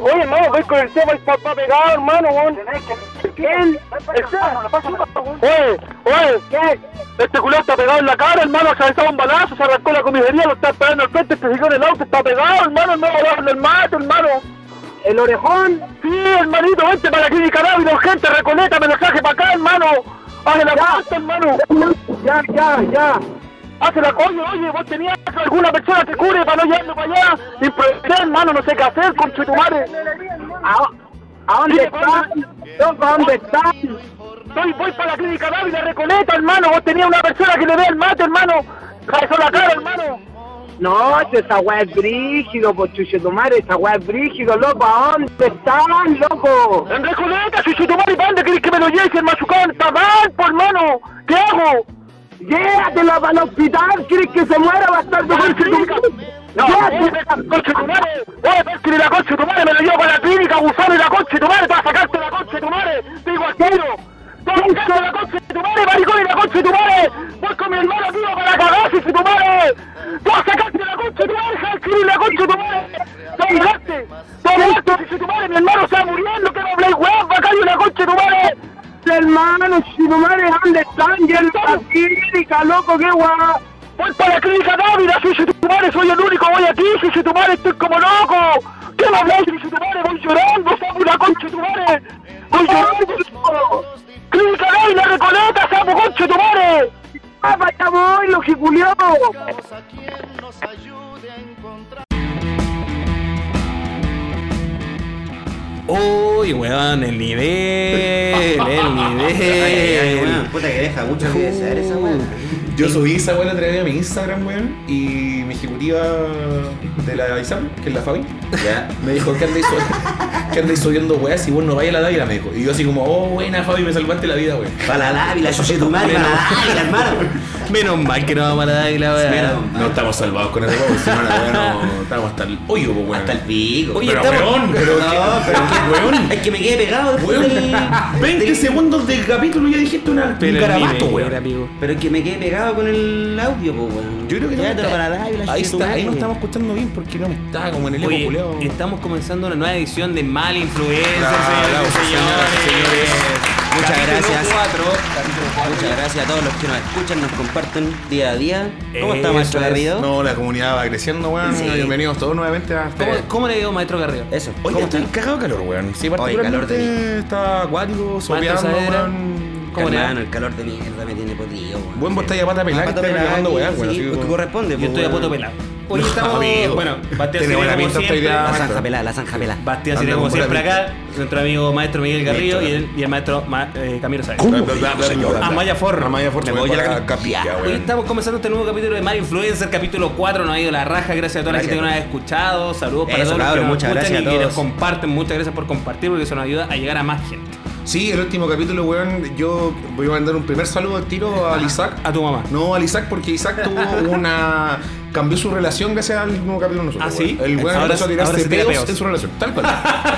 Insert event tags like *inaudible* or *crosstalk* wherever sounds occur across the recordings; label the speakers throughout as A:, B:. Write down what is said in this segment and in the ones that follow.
A: Oye, hermano, voy con el tema del papá pegado, hermano, weón. Él, Oye, oye, Este culero está pegado en la cara, hermano, atravesaba un balazo, se arrancó la comisaría, lo está esperando al frente, se fijó en el auto, está pegado, hermano, no lo habla el mato, hermano.
B: ¿El orejón?
A: Sí, hermanito, vente para aquí, Nicaragua, gente, recoleta, me lo traje para acá, hermano. Haz la cuenta, hermano.
B: Ya, ya, ya.
A: Hace la coño, oye, vos tenías alguna persona que cure para no llevarlo para allá. Improvisé, hermano, no sé qué hacer, con tu madre.
B: ¿A, a dónde están? ¿Loco, ¿A dónde están?
A: Estoy, voy para la clínica Dávila Recoleta, hermano. Vos tenías una persona que le vea el mate, hermano. Cabezó la cara, hermano.
B: No, esa weá es brígido, por chuchetumare, esa weá es brígido, loco, ¿a dónde están, loco?
A: En Recoleta, chuchetumare, ¿para dónde querés que me lo lleves, el machucón? Está mal, por hermano. ¿Qué hago?
B: Llévatelo para el hospital, ¿quieres que se muera bastardo
A: ¡Con
B: con chuchetumare?
A: No, coche tu madre, oye, Perkin y la coche tu madre, me lo llevo para la clínica, gusano y la coche tu madre, para sacarte la coche tu madre, te digo al tiro. Todo caso la coche tu madre, maricón y la coche tu madre, voy con mi hermano tío para cagarse tu madre. Tú a sacarte la coche tu madre, Perkin y la coche tu madre. Te olvidaste, te olvidaste, coche tu madre, mi hermano está muriendo, que no habléis weón, bacán y la coche tu madre.
B: Hermano, chuchetumare, ¿dónde están? Ya en la clínica, loco, qué guapa.
A: Voy para la clínica Dávila, soy tu madre, soy el único, voy aquí, soy tu madre, estoy como loco. ¿Qué me habláis, soy tu madre? Voy llorando, sapo una concha tu madre. Voy llorando, clínica Dávila, recoleta, sapo concha tu madre.
B: Ah, vaya voy, lo que culió.
C: Uy, weón, el nivel, *laughs* el nivel.
D: Eh, Puta que deja mucho que desear esa weá.
E: Yo subí esa weá la otra vez a mi Instagram, weón, y mi ejecutiva de la ISAM, que es la Fabi,
D: Ya.
E: me dijo que andáis subiendo, que andáis subiendo weá si vos no vais a la Dávila, me dijo. Y yo así como, oh, buena Fabi, me salvaste la vida, weón.
D: Para la Dávila, yo soy tu madre, para la Dávila,
C: *laughs*
D: hermano.
C: Menos mal que no vamos a la águila, weón.
D: Ah.
E: No estamos salvados con esa weá, porque si no, la
D: *laughs*
E: weá no, estábamos hasta el hoyo, po, weón.
D: Hasta el pico.
C: Oye,
E: Pero
C: estamos-
E: weón, pero
D: no,
E: que-
D: pero qué
E: weón.
D: Es que me quedé pegado después
E: Weón, *laughs*
D: del-
E: 20
D: del-
E: segundos del capítulo ya dijiste una
C: Pero
E: un
C: el
E: garabato,
C: nivel,
E: weón.
C: amigo.
D: Pero es que me quedé pegado con el audio, po, weón.
E: Yo creo que no
D: Ya,
E: está-
D: pero para la Dávila,
E: ahí
D: yo soy tu
E: está, ahí no
D: madre.
E: estamos escuchando bien porque no me
C: Ah,
E: está como en el
C: Oye,
E: eco culeado.
C: estamos comenzando una nueva edición de Mal Influencer,
E: Claro,
C: señores,
E: sí, señoras y
C: señores.
E: señores.
D: Muchas
C: Capítulo
D: gracias.
C: cuatro.
D: Muchas gracias a todos los que nos escuchan, nos comparten día a día. ¿Cómo está, Maestro
C: Eso es.
D: Garrido?
E: No, la comunidad va creciendo, weón.
D: Sí.
E: Bienvenidos todos nuevamente a este.
C: ¿Cómo, ¿Cómo le digo, maestro Garrido?
D: Eso.
E: Oye,
D: ¿Cómo
E: estoy
D: están?
E: cagado de calor, weón. Sí, particularmente
D: calor
E: está acuático, sopeando,
C: Saavedra.
E: weón.
C: ¿Cómo le va?
D: Hermano, el calor de mierda me tiene podrido, weón.
E: Buen botella pata pelada que
D: Pato
E: está
D: pelado,
E: grabando, weón.
D: sí,
E: weón, así
D: porque
E: como-
D: corresponde,
C: Yo
D: po,
C: estoy a poto
D: weón.
C: pelado. Hoy
E: No,
C: estamos.
E: amigo.
C: Bueno, Bastián Sirena
E: Tiene buena
C: como
E: pinta esta
C: siempre.
E: idea,
D: La
E: maestro.
D: zanja pelada, la zanja pelada.
C: Bastián Sirena
E: Andando
C: como
E: con
C: siempre
E: buena
C: acá. Nuestro amigo maestro Miguel Garrido y
E: Maestro.
C: el, y el maestro ma- eh, Camilo Sáenz.
E: Bla, bla, bla, bla, bla, bla.
C: Amaya Forro.
E: Amaya Forro,
C: Me
E: weón,
C: voy a
E: para
C: la-
E: capilla,
C: Ya, Hoy
E: weón.
C: estamos comenzando este nuevo capítulo de Mar Influencer, capítulo 4, nos ha ido la raja, gracias a toda la
D: Gracias.
C: gente que nos ha escuchado, saludos para
D: Eso,
C: todos los que
D: cabrón,
C: nos
D: muchas
C: escuchan
D: gracias
C: y
D: a
C: que
D: todos.
C: nos comparten, muchas gracias por compartir porque eso nos ayuda a llegar a más gente.
E: Sí, el último capítulo, weón. Yo voy a mandar un primer saludo al tiro al Isaac.
C: A tu mamá.
E: No, al Isaac, porque Isaac tuvo una. cambió su relación gracias al último capítulo de nosotros.
C: ¿Ah, sí?
E: weón. El weón
C: Ahora-
E: empezó a
C: ahora
E: tirarse
C: se tira
E: pedos,
C: peos.
E: en su relación. Tal cual.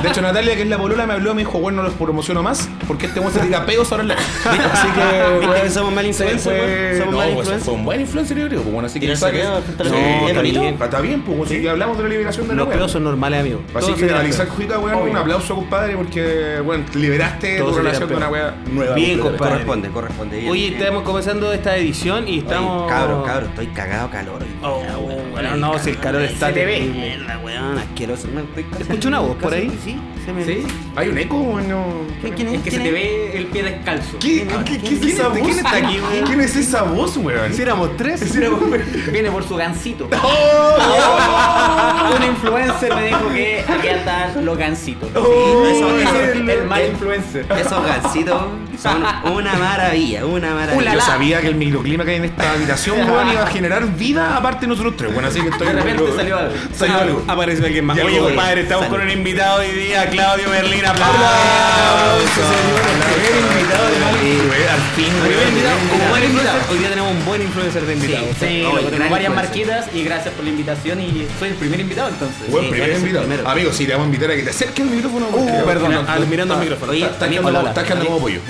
E: De hecho, Natalia, que es la polola, me habló y me dijo, bueno, no los promociono más, porque este weón se tira pedos ahora en la. *laughs* Así que.
D: ¿Viste que
E: weón,
D: somos mal influencer, weón?
E: Fue...
D: Somos
E: no,
D: mal
E: pues,
D: influencer.
E: Fue un buen influencer, yo creo. pues, Bueno, así que
D: Tirarse
E: Isaac. es-
D: pedos, está
E: No,
D: bien,
E: está
D: bonito.
E: bien, está bien, pues si hablamos de la liberación de la
C: Los
E: weá.
C: pedos son normales, amigo.
E: Así
C: Todos
E: que
C: se
E: al
C: tiran
E: Isaac
C: pedos.
E: Jujica, weón, un aplauso, compadre, porque, bueno, liberaste
C: Todos
E: tu
C: se tiran
E: relación de
C: pedos.
E: una weá nueva.
C: Bien,
E: compadre.
C: compadre.
D: Corresponde, corresponde. bien,
C: Oye,
D: bien.
C: estamos comenzando esta edición y estamos...
D: Oye, Cabro, cabro, estoy cagado calor. hoy día,
C: Oh,
D: weón.
C: bueno, no, si el calor está
D: Se te ve.
C: terrible.
D: Mierda, weón, asqueroso. No, estoy casi-
C: ¿Escucho una voz por ahí?
D: casi- Sí, se me
E: ¿Sí? ¿Hay un eco o no?
D: ¿Quién, quién es?
F: El que se
D: ¿Quién
F: te
D: es?
F: ve el pie descalzo.
E: ¿Qué, qué- qué es esa voz?
C: ¿Quién está aquí, weón?
E: ¿Quién es esa voz, weón?
C: Si éramos tres. *laughs*
E: *laughs*
F: Viene por su gancito.
E: ¡Oh!
F: Un influencer me dijo que aquí están los gancitos.
E: ¡Oh!
D: eso- eso-
E: El-
F: El mal influencer.
D: Esos gansitos son una
C: *laughs*
D: maravilla, una maravilla.
E: Yo sabía que el microclima que hay en esta habitación, weón, iba a generar vida aparte de nosotros tres, weón. Así que estoy.
F: De repente salió algo.
E: Salió algo.
C: Ah, Apareció alguien más.
E: Ya
C: Oye,
E: lo voy.
C: compadre, estamos
D: Salud.
C: con un invitado hoy día, Claudio Berlín.
E: ¡Aplausos,
C: ¡Aplausos!
E: señores! Primer invitado de Mal Influencer. Al fin,
C: Primer
E: weón.
C: invitado, un buen influencer. Hoy día tenemos un buen influencer de invitados.
F: Sí,
D: No,
F: loco,
D: el
F: tengo
D: gran
F: varias
D: influencer.
F: marquitas y gracias por la invitación y soy el primer invitado entonces.
E: Buen
D: Sí,
E: primer
D: eres el
E: invitado.
D: primero.
E: Amigo, si te vamos a invitar a que te acerques al micrófono. porque-
C: Uh, perdón,
E: Mira,
C: al- mirando al micrófono.
D: Oye,
E: Estás quedando como- estás quedando como pollo.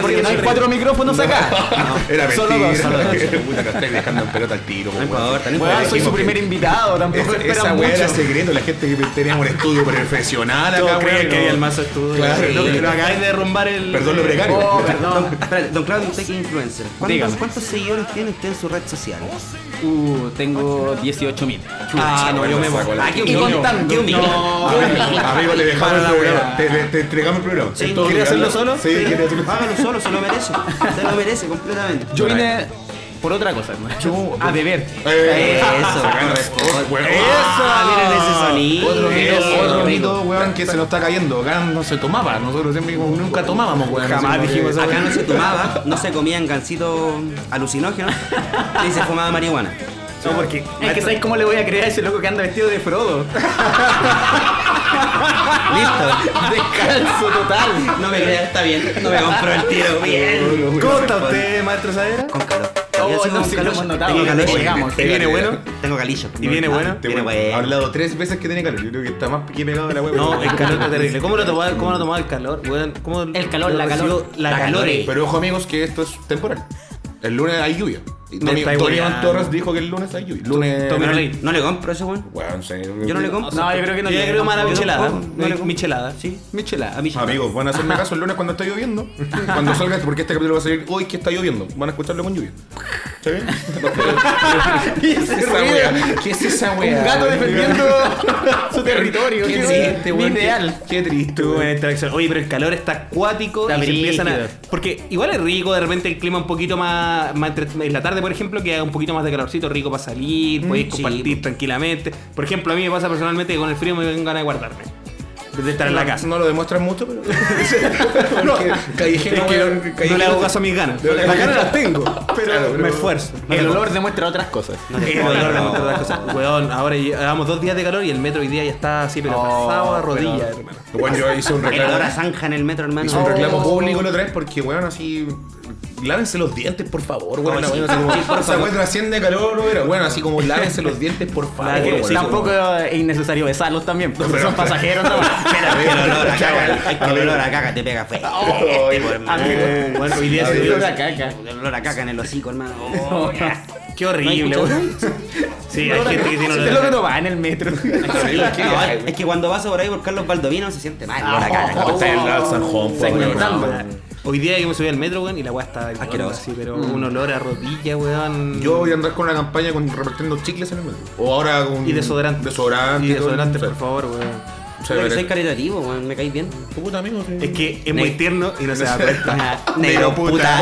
C: Porque no hay cuatro micrófonos acá.
E: *laughs* Era
C: Solo dos,
E: mentira.
C: solo dos.
E: *laughs* Puta, la estáis dejando en pelota al tiro, po,
D: No
E: weón.
D: importa, no importa.
F: Ah, soy su
E: dijimos que-
F: primer invitado, tampoco
E: Esa- Esa
F: esperan
E: weá era
F: mucho.
E: secreto, la gente que teníamos un estudio profesional
C: Todos
E: acá,
C: creían
E: weón,
C: que
E: no.
C: había el mazo estudio.
E: Claro,
C: Sí.
E: no,
F: Lo acabáis de derrumbar el...
E: Perdón lo precario.
F: Oh,
E: *laughs*
F: perdón.
D: Espérate, don Claudio, usted que es influencer. ¿Cuántos,
F: Dígame.
D: cuántos seguidores tiene usted en su red social?
F: Uh, tengo 18.000.
D: Ah, no, yo me voy. Ah, qué
F: Y
D: humilde.
F: contando.
D: Qué humilde.
E: *laughs*
F: No.
E: Amigo, le dejamos
F: Para la
E: el programa.
F: weá.
E: Te, te- te entregamos el programa.
D: Sí,
E: Entonces,
D: ¿quiere
E: hágalo.
D: hacerlo
E: Sí, quiere hacerlo
D: Hágalo solo, se lo merece. Se lo merece completamente.
F: Yo vine por otra cosa, Ah, hermano. A beber.
C: *laughs*
E: Eh,
D: Eso. oh,
E: sacando respuesta, weón.
D: Ah, miren ese sonido.
E: Otro mito,
D: Eso.
E: otro mito, weón, que se nos está cayendo. Acá no se tomaba. Nosotros siempre dijimos, nunca tomábamos, weón.
F: Jamás
E: Así como
F: dijimos
E: que-
D: Acá no se tomaba, no se comían gancitos alucinógenos y se fumaba marihuana.
F: No, porque es que ¿sabes cómo le voy a creer a ese loco que anda vestido
C: *laughs*
F: de Frodo?
D: Listo.
F: Descalzo total.
D: No me creas, está bien. No me compro el tiro. Bien.
F: ¿Cómo está usted, maestro Sadera?
D: Con calor.
F: Oh,
D: Yo sigo
F: no,
D: con
F: sí, lo
D: calor.
F: hemos notado.
D: Tengo
F: Oye,
D: calor.
F: llegamos.
E: ¿Y viene bueno?
D: Tengo calillo.
E: ¿Y viene bueno?
D: Ah, Viene
E: Ha
D: bueno.
E: hablado tres veces que tiene calor. Yo creo que está más que pegado de la weón.
C: No, el calor está terrible. ¿Cómo lo tomaba, cómo lo tomaba el calor? weón? ¿Cómo
F: El calor,
C: lo
F: la
C: recibió?
F: calor.
C: La
F: La
C: calor.
F: calore.
E: Pero ojo amigos que esto es temporal. El lunes hay lluvia. Y
C: Me
E: Tony,
C: estáis
E: Tony Iván
C: weando.
E: Torres dijo que el lunes hay lluvia. Lunes.
C: Tommy Rey.
D: No le compro ese weón.
E: Weón, sí.
D: Yo no le compro.
F: No, yo creo que no.
C: Yo creo más a la
F: Yo
C: michelada.
F: tampoco.
D: no le-
C: Michelada.
D: Sí.
F: Michelada.
D: A mí
E: Amigos, van a hacerme caso el lunes cuando está lloviendo. Cuando salga, este- porque este capítulo va a salir hoy que está lloviendo. Van a escucharlo con lluvia. ¿Está bien?
C: *laughs*
F: ¿Qué es ese ruido?
E: ¿Qué es esa
F: Un gato defendiendo su territorio.
E: Qué
F: Qué
E: triste,
F: weón.
E: weón.
F: Ideal.
E: Qué triste,
C: Estuvo en
E: weón.
C: esta acción. eh, Oye, pero el calor está acuático
F: Está
C: y se empiezan a.
F: brígido.
C: Porque igual es rico de repente el clima un poquito más. más entre- en la tarde, por ejemplo, que haga un poquito más de calorcito, rico para salir, podéis compartir tranquilamente. Por ejemplo, a mí me pasa personalmente que con el frío me vengan ganas de guardarme. De estar en la casa.
E: No lo demuestras
C: *laughs*
E: mucho, pero. Porque
C: Es
E: callejero,
C: que
E: weón,
C: no
E: callejero-
C: le hago caso a
E: *laughs*
C: mis ganas.
E: Pero-
C: Las ganas las
E: *laughs*
C: tengo, pero,
E: Claro, pero-
C: me esfuerzo.
F: El olor demuestra otras cosas.
D: No te
C: El
D: puedo,
C: olor de
D: no.
C: muchas otras cosas. Weón, ahora llevamos dos días de calor y el metro hoy día ya está así, pero pasado a rodillas, hermano.
E: Bueno, yo hice un
D: El olor a
E: reclamo.
D: zanja en el metro, hermano.
E: Hice
D: *laughs*
E: un reclamo
F: Oh.
E: público la otra vez porque, weón, así. Lávense los dientes, por favor, weón.
D: No, sí.
E: Bueno, así como.
D: Sí, por
E: O sea,
D: favor.
E: weón, trasciende calor, weón. Bueno, así
C: *laughs*
E: como lávense los dientes, por favor.
C: Claro que
E: weón.
C: sí,
F: Tampoco es innecesario besarlos también. porque
E: pero-
C: *laughs*
F: son pasajeros. ¿no?
D: Pero es que el olor a caca,
E: Caca.
D: es que el olor a caca te pega feo. Este, hermano.
C: Eh, Bueno, hoy día
E: A ver,
C: se
E: yo-
C: dio
F: caca.
D: El olor a caca en el hocico,
F: *laughs*
D: hermano. Oh, ya.
C: Qué horrible, weón. Sí, hay gente que tiene
F: Este
C: olor.
F: loco
C: a-
F: no va en el
C: *laughs*
F: metro.
D: No, es- es que cuando vas por ahí por Carlos Baldovino se siente mal. el
F: Ah,
D: olor a caca.
E: Oh, está el San Juan, po, weón.
F: Segmentando.
C: Hoy día yo me subí al metro, weón, y la weá está
D: Asqueroso.
C: así, pero
F: Mm.
C: un olor a rodilla, weón.
E: Yo voy a andar con una campaña con repartiendo chicles en el metro. O ahora con.
C: Y desodorante.
E: Desodorante.
C: Y
E: todo,
C: desodorante,
E: o sea,
C: por favor, weón.
E: o sea,
D: Yo que soy
E: veré.
D: caritativo, weón, me caís bien.
E: Tu puta amigo, sí.
C: Es que es muy
D: Ne-
C: tierno y no se
F: *laughs*
C: da cuenta.
D: Negro
C: *laughs*
D: puta.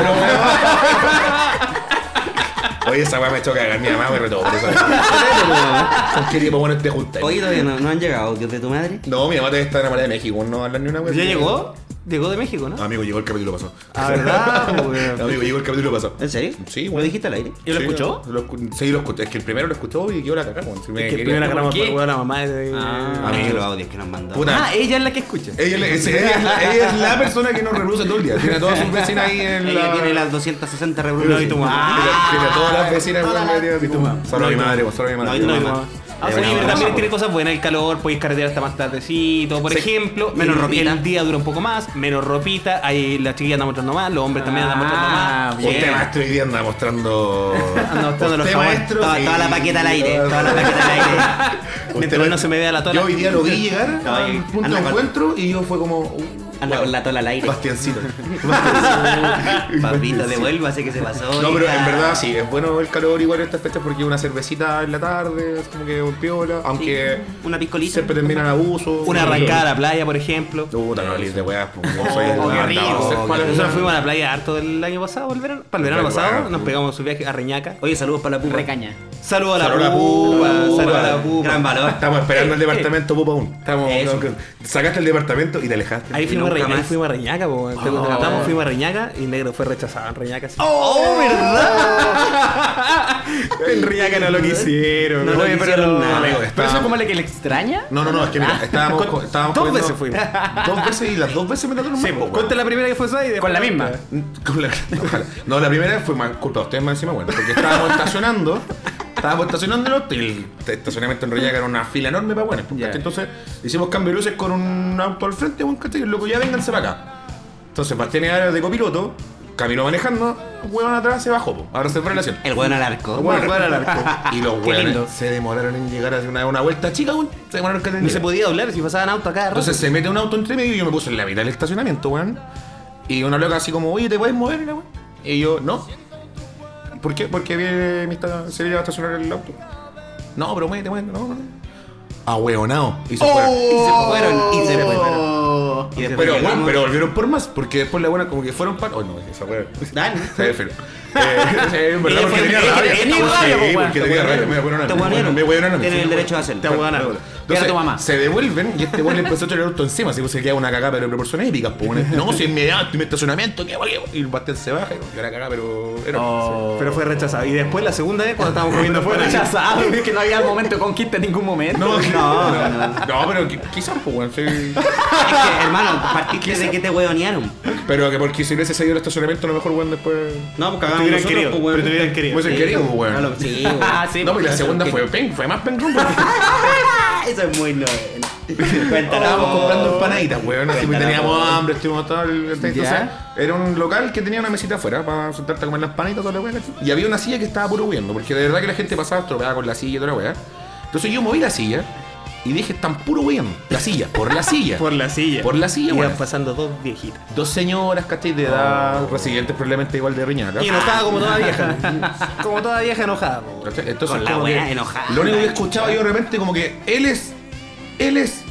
E: Oye, esa weá me echó a cagar. Mi mamá me retó
C: *laughs*
E: por eso. ¿Con qué tipo bueno te juntas?
D: Oye, todavía no, no han llegado audios de tu madre.
E: No, mi mamá todavía está en la parada de México. No hablan ni una weá.
C: ¿Ya llegó? Llegó de México, ¿no?
E: Amigo, llegó el capítulo pasado.
C: Ah,
E: *laughs*
C: ¿verdad, weón?
E: Amigo, llegó el capítulo pasado.
D: ¿En serio?
E: Sí,
D: ¿Lo
E: weón.
D: dijiste al aire?
C: ¿Y lo
E: Sí,
C: escuchó?
E: lo escu- sí, lo escuché. Es que el primero lo escuchó y yo la cagamos. weón. Si me
C: Es que
E: quería-
C: primero agarramos
F: ¿Por
C: por
F: qué?
C: weón a la mamá de.
D: Ah,
E: Amigos.
D: los audios que nos mandó.
E: Puta.
F: Ah, ella es la que escucha.
E: Ella, es, ella es la, ella es la persona que nos reproduce todo el día. Tiene a todas sus vecinas ahí en
D: Ella
E: la.
D: tiene las 260 revoluciones.
C: No, y tu mamá.
D: Ah,
E: Tiene- tiene a todas las vecinas weón, metidas así como, Solo a mi madre, weón, solo a mi
D: No,
E: madre.
D: y tu
E: No,
D: mamá.
C: Ah,
D: Eh,
C: oye,
D: no,
C: pero
D: no,
C: también
D: no.
C: tiene cosas buenas, el calor, podéis carretear hasta más tardecito, por
D: Sí.
C: ejemplo.
D: Menos
C: el-
D: ropita.
C: El día dura un poco más, menos ropita, ahí las chiquillas andan mostrando más, los hombres también andan mostrando
F: Ah,
C: más.
E: Usted maestro hoy día anda mostrando.
C: Anda mostrando los
E: Usted
C: jabones.
E: maestro.
D: Toda,
E: sí.
D: toda la paqueta al aire, toda la paqueta al aire.
E: *laughs* Usted
C: Mientras no
E: maestro.
C: se me vea la tola.
E: Yo hoy día lo vi llegar
D: No,
E: a
D: ahí-
E: un punto
D: anda
E: de
D: con-
E: encuentro y yo fue como. uh,
D: Anda con la tola al aire. *laughs*
E: Bastiancito. *laughs*
D: Papito, devuélvase que se pasó.
E: No, pero en
D: hija.
E: verdad sí, es bueno el calor igual en estas fechas porque una cervecita en la tarde, es como que un piola, aunque
D: Una piscolita.
E: siempre terminan abusos.
C: Una arrancada Oh, a la playa, por ejemplo.
E: Puta, no hables de weas, porque yo soy el
D: Oh, qué
E: weón,
D: rico,
E: no, sé
D: qué
E: cuál es.
C: Nosotros fuimos a la playa harto el año pasado, el verano. Para el verano
E: Pero
C: pasado
E: bueno,
C: nos
E: pu-
C: pegamos su viaje a Reñaca.
D: Oye, saludos para la pupa.
F: Recaña.
C: Saludos a
E: Saludos
C: la
E: a la
C: pupa,
E: pupa.
C: saludos a la pupa.
D: Gran valor.
E: Estamos esperando el departamento Pupa aún. Estamos,
D: Eso.
E: no, sacaste el departamento y te alejaste.
C: Ahí fuimos, a
D: nunca
C: Reñaca,
D: más.
C: fuimos a Reñaca, po, te contratamos, fuimos a Reñaca y Negro fue rechazado en Reñaca. sí.
D: ¡Oh, verdad!
E: en Riaca no lo quisieron.
D: No lo
F: Oye, pero
D: hicieron nada.
E: Amigo,
F: ¿Pero eso
E: estábamos-
F: es como la que le extraña?
E: No, no, no, es que mira, estábamos, co- estábamos
C: Ah. Dos
E: comiendo-
C: veces fuimos.
E: Dos veces y las dos veces me trataron mal.
C: Sí, pues,
E: po,
C: po,
E: weón.
C: Cuenta la primera que fue esa y después
F: Con la misma.
C: otra.
E: Con la- *laughs* ojalá. No, la primera fue más culpa de ustedes más encima, bueno, porque estábamos estacionando, estábamos estacionando el auto y el estacionamiento en realidad que era una fila enorme para buenas, pues,
F: Ya.
E: ¿cachai? entonces hicimos cambio de luces con un auto al frente, bueno, ¿cachai? Y el loco ya vénganse para acá. Entonces Bastián era de copiloto, Camino manejando, un hueón atrás se bajó po, a resolver relación.
D: El weón al arco.
E: Bueno, bueno, el arco. Y los
F: Qué lindo.
E: hueones se demoraron en llegar a hacer una, una vuelta chica, weón. Se demoraron que
C: No se podía doblar si pasaban auto acá.
E: Entonces se mete un auto entre medio y yo me puse en la mitad del estacionamiento, weón. Y una loca así como, oye, ¿te puedes mover? Y la weón? Y yo, no. ¿Por qué? Porque viene mi esta- se viene a estacionar el auto. No, pero muévete, muévete, no, no. Ah, weonao. Y se fueron.
D: Oh. fueron, y se
F: Oh. fueron.
C: y después
E: Pero,
C: llegamos-
E: weón, pero volvieron por más, porque después la buena como que fueron para. Oh, no, esa weón.
D: Dale.
E: *laughs* Se ve feo. Eh, sí, en verdad, porque tenía
C: porque
E: rabia.
C: tenía rabia,
E: Sí,
C: pues, weón.
E: porque tenía rabia. Me
D: Te
E: voy a
D: hueonearon.
E: Me voy a
D: Tienen el derecho a hacerlo.
E: Te hueonaron.
F: Era tu mamá.
E: Entonces, se devuelven y este weón le empezó a tirar el auto encima. Así que se queda una cagada, pero de proporciones épicas. pues, weón. No, si es mi edad, mi estacionamiento, qué guay. Y el pastel se baja y la cagada, pero. era-
F: Oh.
C: Pero fue rechazado. Y después la segunda vez cuando estábamos comiendo
F: Fue
C: fuera.
F: rechazado, es que no había momento de conquista en ningún momento.
E: No,
D: no,
E: no, no, pero qui- quizás, pues, weón. sí.
D: Es que, hermano, partiste de que te hueonearon.
E: Pero que porque si hubiese seguido el estacionamiento, a lo mejor, weón, después.
D: No,
C: Te
D: pues cagamos
C: hubieran
D: nosotros,
C: querido,
D: pues, weón.
C: pero te hubieran querido.
E: Hubiesen querido, pues,
D: No,
E: weón. Ah,
D: lo- Sí,
E: *laughs*
D: weón.
F: sí,
E: No, pero la
D: eso,
E: segunda
D: que-
E: fue pen, fue más pen porque
D: Ah, Eso es muy noveno.
E: Estábamos
D: Cuéntanos.
E: comprando empanaditas, weón. Así que teníamos hambre, estuvimos todo el. Entonces,
F: Ya.
E: era un local que tenía una mesita afuera para sentarte a comer las panitas, toda la weá, ¿cachai? Y había una silla que estaba puro huyendo, porque de verdad que la gente pasaba estropeada con la silla y toda la weá. Entonces yo moví la silla y dije, están puro huyendo. La silla, *laughs* por la silla.
C: Por la silla.
E: Por la silla,
C: Iban
E: weón.
C: pasando dos viejitas.
E: Dos señoras, ¿cachai? De edad, residentes probablemente igual de riñaca.
C: Y enojada como toda vieja. como toda vieja enojada. po, weón.
E: ¿Cachai? Entonces,
D: Con la
E: como
D: wea
E: que
D: enojada.
E: Lo único que escuchaba yo de repente, como que él es. Él es.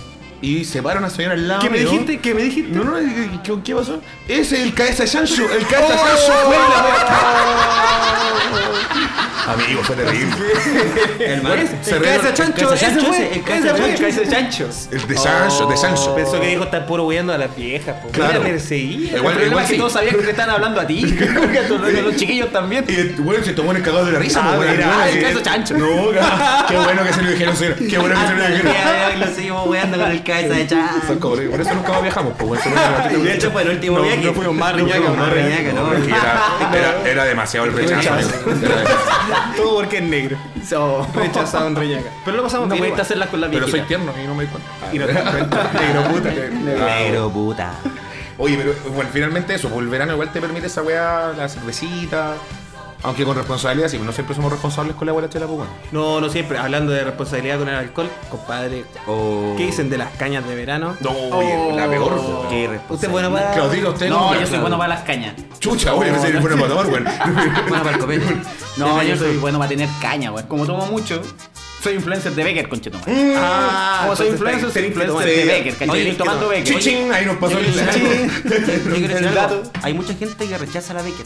E: Y se para una señora al lado.
C: ¿Qué me
E: mío.
C: dijiste? ¿Qué me dijiste?
E: No, no, ¿qué, qué- qué pasó? Ese es el Caesa Shanshu. El Caesa Shanshu fue la wea. Amigo, fue terrible.
D: Hermano.
E: Bueno, se
C: El
E: rieron-
C: cabeza chancho,
D: el cabeza
C: ese
D: chancho,
C: fue.
D: ese, el
C: El
D: cabeza
C: cabeza fue, el
D: chancho.
C: cabeza chanchos.
E: El de Shanshu, el de Shanshu.
C: Pensó que dijo estar puro huyendo a las viejas. Po.
E: Claro.
C: Mira, perseguía.
E: Igual-
F: el problema
E: igual
F: es que
E: sí.
F: todos sabían que te estaban hablando
E: *laughs*
F: a ti. Porque a tu- a los chiquillos también.
E: Y el bueno, se tomó en el cagado de la risa.
F: Ah,
E: pues, bueno,
F: mira,
E: bueno,
F: ah, el
E: que-
F: Caesa Chancho.
E: No, ca- qué bueno que se lo dijeron, señor. Qué bueno
G: Ah,
E: que se lo
D: Hasta el
E: dijeron.
D: día de hoy lo seguimos weando con el cabeza de
E: Son
D: chancho.
E: como- Por eso nunca más viajamos, pues, bueno, se lo-
D: Y de hecho fue el último
E: No,
D: viaje.
E: no
C: *laughs*
E: fuimos más
D: No
E: riñaca,
D: fuimos más
E: no,
D: riñaca,
E: No, es que
D: ¿no?
E: era, era, era demasiado el rechazo. amigo. Era *laughs* demasiado.
C: Todo porque es negro. *laughs* Rechazado en Reñaca. Pero lo pasamos
F: No
C: bien.
F: pudiste
C: igual.
F: hacerlas con la
E: Pero soy
F: viejita.
E: tierno y Ah, no me di cuenta.
C: Y no te das cuenta. Negro puta.
E: Ah,
D: Negro puta.
E: Oye, pero bueno, finalmente eso, pues el verano igual te permite esa weá, la cervecita. Aunque con responsabilidad, sí, pues, no siempre somos responsables con la weá de la chela, pues bueno.
C: No, no siempre. Hablando de responsabilidad con el alcohol, compadre.
D: Oh.
C: ¿Qué dicen de las cañas de verano?
E: No, oye, la peor.
F: Oh.
E: weón.
D: Qué irresponsable.
C: Usted es bueno para.
E: Claudita, usted
F: No,
E: como-
F: yo soy bueno para las cañas.
E: Chucha, oye, pensé que fuera para tomar, *laughs* weón.
D: Bueno para el copete.
F: No, yo soy bueno para tener caña, weón. Como tomo mucho, soy influencer de Becker, conchetumare.
C: Ah,
F: Como soy
C: entonces
F: influencer,
C: tenés
F: soy
C: que tomar.
F: influencer de Becker, ¿cachai?
D: Oye,
F: Estoy tomando
C: que
F: Becker.
E: Chichín, ahí nos pasó el.
D: Yo quiero decir
F: El
D: algo.
F: dato.
D: Hay mucha gente que rechaza la Becker.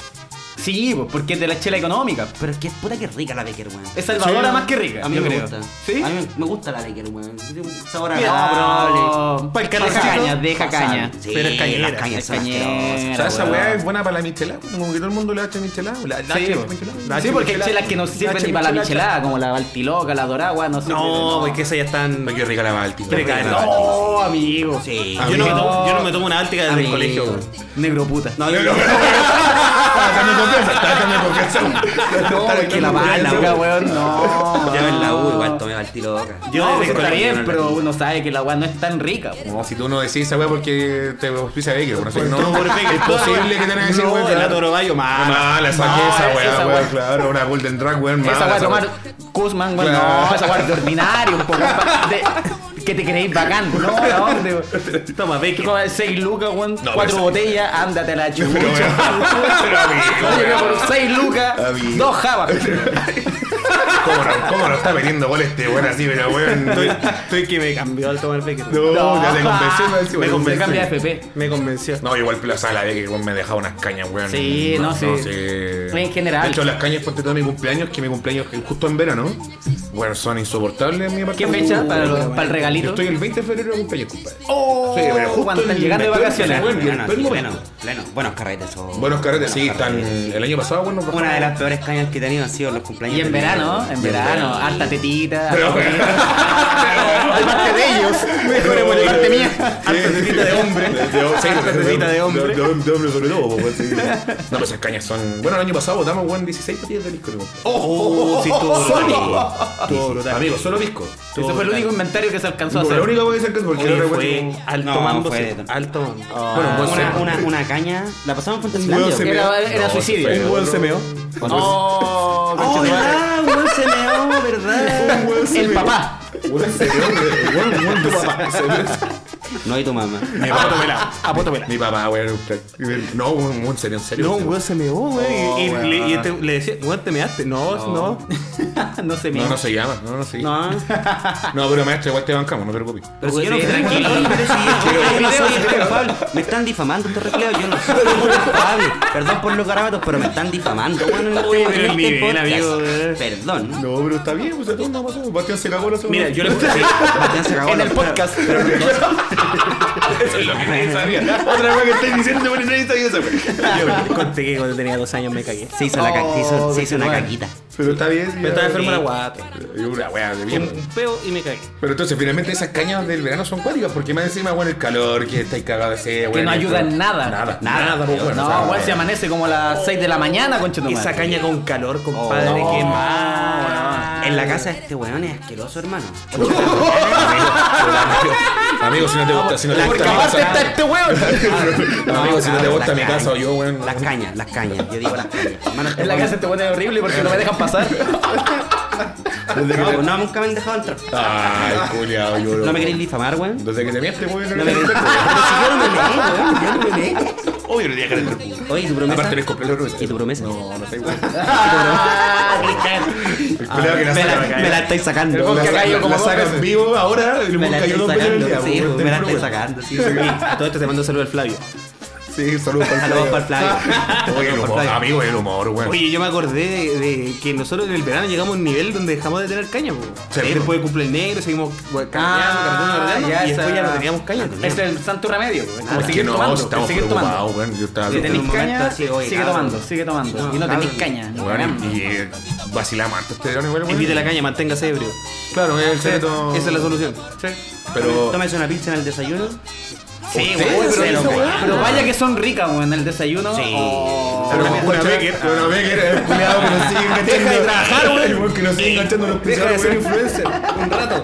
F: Sí, pues porque es de la chela económica.
D: Pero es que es puta que rica la Becker, weón.
F: Es salvadora más que rica.
D: A mí
F: yo
D: me
F: creo.
D: gusta.
F: ¿Sí?
D: A mí me gusta la Becker, weón. Tiene un sabor
F: Mira,
D: agradable.
F: pa'l carnecito. Deja caña, deja
D: Pasable.
F: caña.
D: Sí,
C: Pero es cañera,
D: las cañas
F: es
D: son
F: cañera,
E: O
D: asquerosas.
E: sea, esa
F: weón.
E: weá es buena para la michelada, weón, como que todo el mundo le hace michelada. La, la
F: Sí,
E: hace
F: pues.
E: michelada.
F: Sí, porque hay chelas que no sirven ni para la michelada, como la baltiloca, la doragua, no sé.
C: No, porque esas ya están.
E: Ay, qué rica la Baltic.
C: Qué rica la Baltic.
F: No, amigo.
D: Sí.
C: Yo no, me
E: Amigo.
C: tomo, yo no me tomo una áltica desde el
D: Amigo.
C: colegio.
F: Negro puta.
D: No, yo-
G: *laughs*
E: Está dejando confianza, está dejando confianza.
F: No, porque la baltiloca, weón, no.
D: *laughs* Ya en la U igual tomé al tiro loca.
C: Yo
F: No,
C: desde
F: pues
C: el
F: está
C: colegio
F: bien,
C: no la
F: pero
C: tomo.
F: uno sabe que la weá no es tan rica. weón.
E: No, si tú no decís esa weá porque te auspicia Baker, bueno, así que no,
C: Todo por efecto.
E: es posible que tengas que decir,
C: No,
E: weón. Ah,
C: de la Ah,
E: claro.
C: Toro Bayo, mala.
E: Mala, esa
F: No,
E: esa
F: esa
E: weá,
F: weá.
E: weón, claro, una Golden Drag, weón, mala.
F: Esa weá de
E: esa
F: tomar
E: weá.
F: Kuzman, weón.
E: Claro.
F: No, esa weá es de ordinario, un poco. de- que te creéis bacán. No, ¿a dónde, weón?
C: Toma,
F: Que
C: Becky.
F: comas 6 lucas, weón,
E: pero
F: 4
E: esa-
F: botellas, ándate a la chucha.
E: Pero, weón,
C: *laughs*
E: pero amigo,
F: Oye, pero
E: weón.
F: por 6 lucas,
E: Amigo. *laughs*
F: 2 jabas.
E: ¿Cómo no, cómo no está metiendo gol este weón así, pero weón? No,
C: Estoy, estoy que me cambió al tomar Becker.
F: No.
E: ya te convenció, weón, sí,
F: Ah, Me
E: weón,
F: compré
E: convenció.
F: cambia de FP.
C: Me convenció.
E: No, igual Plaza la que me dejaba unas cañas, weón.
F: Sí, no, sí. En general.
E: De hecho, las cañas ponte todo mi cumpleaños, que mi cumpleaños es justo en verano. Bueno, son insoportables en mi parte.
F: ¿Qué fecha para, los- para el
E: Yo
F: regalito?
E: estoy el 20 de febrero de cumpleaños, compadre.
F: Oh,
E: Sí, pero justo
F: cuando están
E: el-
F: llegando de
E: me-
F: vacaciones.
E: Bueno,
D: Pleno,
E: pero
D: Ah, sí,
E: un
D: pleno,
E: momento.
D: pleno. Buenos carretes. son-
E: Buenos carretes, sí,
D: buenos
E: están.
D: carretes.
E: El año pasado, bueno, nos
D: Una de las
E: bajamos.
D: peores cañas que he tenido han sido los cumpleaños.
F: Y en
D: de mi
F: verano,
D: hijo.
F: en verano, harta tetita.
E: Pero,
F: harta-
E: weón.
F: *laughs* Al parte de ellos,
E: Pero,
F: pero por
E: weón.
F: parte mía.
E: Sí.
C: tetita de hombre.
E: de hom- sí,
C: Harta
E: de-
C: tetita de hombre.
E: De, hom- de hombre sobre todo, po, weón, sí. No, pero esas cañas son. Bueno, el año pasado votamos, weón, 16 partidas de disco, weón.
C: Oh, sí, estuvo
E: solo
C: brutal.
E: disco.
C: Estuvo brutal.
E: Amigo, solo disco.
F: Ese fue el único inventario que se alcanzó a
E: Lo
F: hacer.
E: único que voy a decir que es porque
C: Oye,
E: no
C: fue
E: recuerdo-
C: alto
D: No,
C: mando.
D: fue-
C: sí, Alto mando.
E: Bueno, un buen
D: una,
E: se-
D: una, una caña. La pasamos por
E: Weón, se
D: Tailandia.
E: meó.
F: Era- era
E: No,
F: suicidio.
E: se fue,
F: Un
E: weón.
F: Oh,
D: Oh, verdad, weón, se meó, verdad.
E: *laughs* Un weón se
F: El
E: meó.
F: papá.
E: Weón, se meó, weón, weón, weón, tu papá. Se meó.
D: No, y tu mamá.
E: Mi papá, Mi papá, weón, era un crack. No, un un serio, en serio.
C: No,
E: un
C: un
E: serio.
C: weón se meó, weón. y- y,
F: Oh,
C: le, y
F: weón.
C: este le decía, weón, te measte. No, no.
F: *laughs* no se me.
E: No, no se llama. No, no se llama.
D: No,
E: No, pero maestro, igual te bancamos, no te preocupes.
D: pero si yo no
F: Pues Sí,
D: fui
F: tranquilo.
D: pero
F: *laughs*
D: si yo-
F: Pero
D: yo no soy
F: video,
D: el
F: video.
D: culpable. Me están difamando estos reflejos, yo no soy el culpable. Perdón por los garabatos, pero me están difamando. Bueno, en
C: Oye,
D: este-
C: pero el
D: en
C: nivel,
D: este podcast.
C: amigo, eh.
D: Perdón.
E: No, pero está bien, pues a todos nos pasó. Bastián se cagó la segunda.
C: Mira, yo *laughs*
E: *laughs*
C: le puse.
D: Bastián se cagó
F: En
D: la-
F: el podcast.
D: Pero, pero los dos-
E: Eso es lo que nadie sabía. Otra vez que estáis diciendo, bueno, nadie sabía eso.
C: Yo conté que cuando tenía dos años me cagué.
D: se hizo, la ca- se
F: Oh,
D: hizo- se hizo una caquita.
E: Pero está bien.
C: Pero estaba enfermo la guata.
E: Una wea de mierda.
C: Un peo y me cagué.
E: Pero entonces, finalmente, esas cañas del verano son cuáticas, porque más encima, bueno, el calor, que estáis cagados de ese,
F: Que no ayuda en
E: ayudan
F: nada.
E: Nada,
D: Nada,
E: nada, pues, bueno, o sea,
F: No, weón, se amanece como a las 6 de la mañana, concha tu
C: Esa
F: madre.
C: caña con calor, compadre,
F: no,
C: qué
F: no,
C: mal.
D: Oh, En la casa de este weón es asqueroso,
E: *laughs*
D: hermano.
E: Amigo, amigo, si no te gusta, si no te gusta
F: Porque
E: mi
F: aparte
E: casa.
F: está
D: *laughs*
F: este weón.
E: No, *laughs* amigo, si no te
D: cabrón,
E: gusta
D: las
E: mi casa o
D: cañas.
E: yo, bueno.
D: Las cañas, las cañas. Yo digo las cañas. Hermano, este
F: En la
D: weón-
F: casa este weón es horrible porque no me dejan pasar. este
E: Desde
D: No,
E: que
D: pues
E: te-
D: no, nunca me han dejado entrar.
E: Ah, Ay, culiao, yo.
D: No me queréis difamar, weón.
E: Desde que te miaste, güey.
D: No me queréis Pero si yo no me meé, weón. Yo no me meé.
E: Obvio, no tenía que hacer
D: Oye, ¿y tu promesa?
E: Aparte, les compré la promesa.
D: ¿Y tu promesa?
E: No, no sé, güey.
F: Ah,
E: El culiao que la
D: Ah, me,
E: saca.
D: la, me la estáis
F: El
D: sacando.
F: Gonca
E: La
F: cayó
E: saca-
F: como
E: la
F: dos
E: saca en
F: veces.
E: vivo ahora y
D: Me la
E: cayó
D: estáis
E: dos veces en el
D: sacando.
E: día.
D: Sí,
E: güey,
D: me la estáis
E: güey.
D: sacando. Sí,
C: A todo esto te mando saludos al Flavio.
E: Sí, saludos para el
D: Saludos para el
E: Flavio.
C: Ah.
D: Flavio.
E: *laughs* Oye, el
D: Saludos
E: humor,
D: para el
E: amigo, el humor, güey.
C: Oye, yo me acordé de, de que nosotros en el verano llegamos a un nivel donde dejamos de tener caña, po.
E: Sí,
C: Ahí
E: po.
C: después de cumple el negro, seguimos cargando,
F: Ah,
C: cargando, cargando,
F: ya
C: y después ya
F: esa-
C: no teníamos Ah, caña.
F: Es el santo remedio. weón. Como
E: Es que
F: seguir
E: Ah, no,
F: tomando,
E: si estamos
F: seguir tomando.
E: preocupados, güey. Yo estaba.
F: Si
C: En un
F: tenéis
C: momento
F: caña,
C: así, oye,
F: sigue
C: cabrón.
F: tomando, sigue tomando. Y no tenéis caña. ni
E: Bueno,
F: cagando.
E: y eh, vacilamos harto este verano igual, güey.
C: Invite la caña, manténgase ebrio.
E: Claro, es el
C: Sí,
E: secreto.
C: Esa es la solución.
G: Oh.
E: Pero.
D: Tómese una pizza en el desayuno.
F: Sí,
E: Ustedes
F: weón,
E: se
F: pero,
E: lo
F: pero
E: pegaron.
F: vaya que son ricas, weón, en el desayuno.
D: Sí.
F: Oh.
E: Pero
C: Una- una Becker.
E: Una Becker, *laughs* el culiado que nos sigue enganchando.
C: de trabajar,
E: *laughs*
C: güey.
E: El güey que nos sigue enganchando en los
C: Deja
E: pisados,
C: de ser
E: güey.
C: influencer un rato.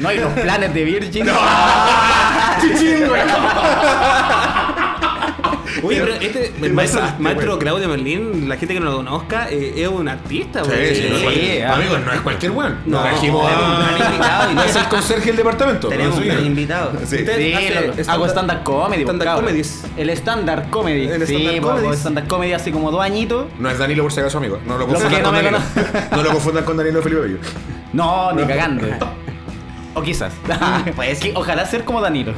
F: No, y los planes de Virgin. *laughs*
E: Chichín, güey.
C: Oye, pero este, el maestro,
E: pasaste,
C: maestro
E: güey.
C: Claudio Merlín, la gente que no lo conozca, eh, es un artista,
E: Sí,
C: güey.
E: sí, no es
F: Sí,
E: cualquier-
F: ah.
E: Amigos, no es cualquier weón.
C: No,
E: No, trajimos
D: tenemos un gran invitado
E: a.
D: y
E: No es el conserje del departamento.
D: Tenemos
E: no,
D: un
E: sí.
D: gran invitado.
E: Sí.
C: Usted-
F: Sí,
C: hace
F: loco.
C: stand-up-
F: hago stand-up comedy. pues,
C: stand-up
F: cabrón.
C: comedies.
F: El stand-up comedy.
C: El
F: sí,
C: stand-up
F: pues, hago
C: comedies.
F: stand-up comedy hace como dos añitos.
E: No es Danilo por si acaso, amigo. No lo
F: Los que
E: confundan
F: no
E: con
F: me
E: Danilo.
F: conocen.
E: No lo confundan con Danilo
F: *laughs*
E: Felipe Bello.
F: No, ni cagando. O quizás.
D: Pues.
F: Que Ah, ojalá ser como Danilo.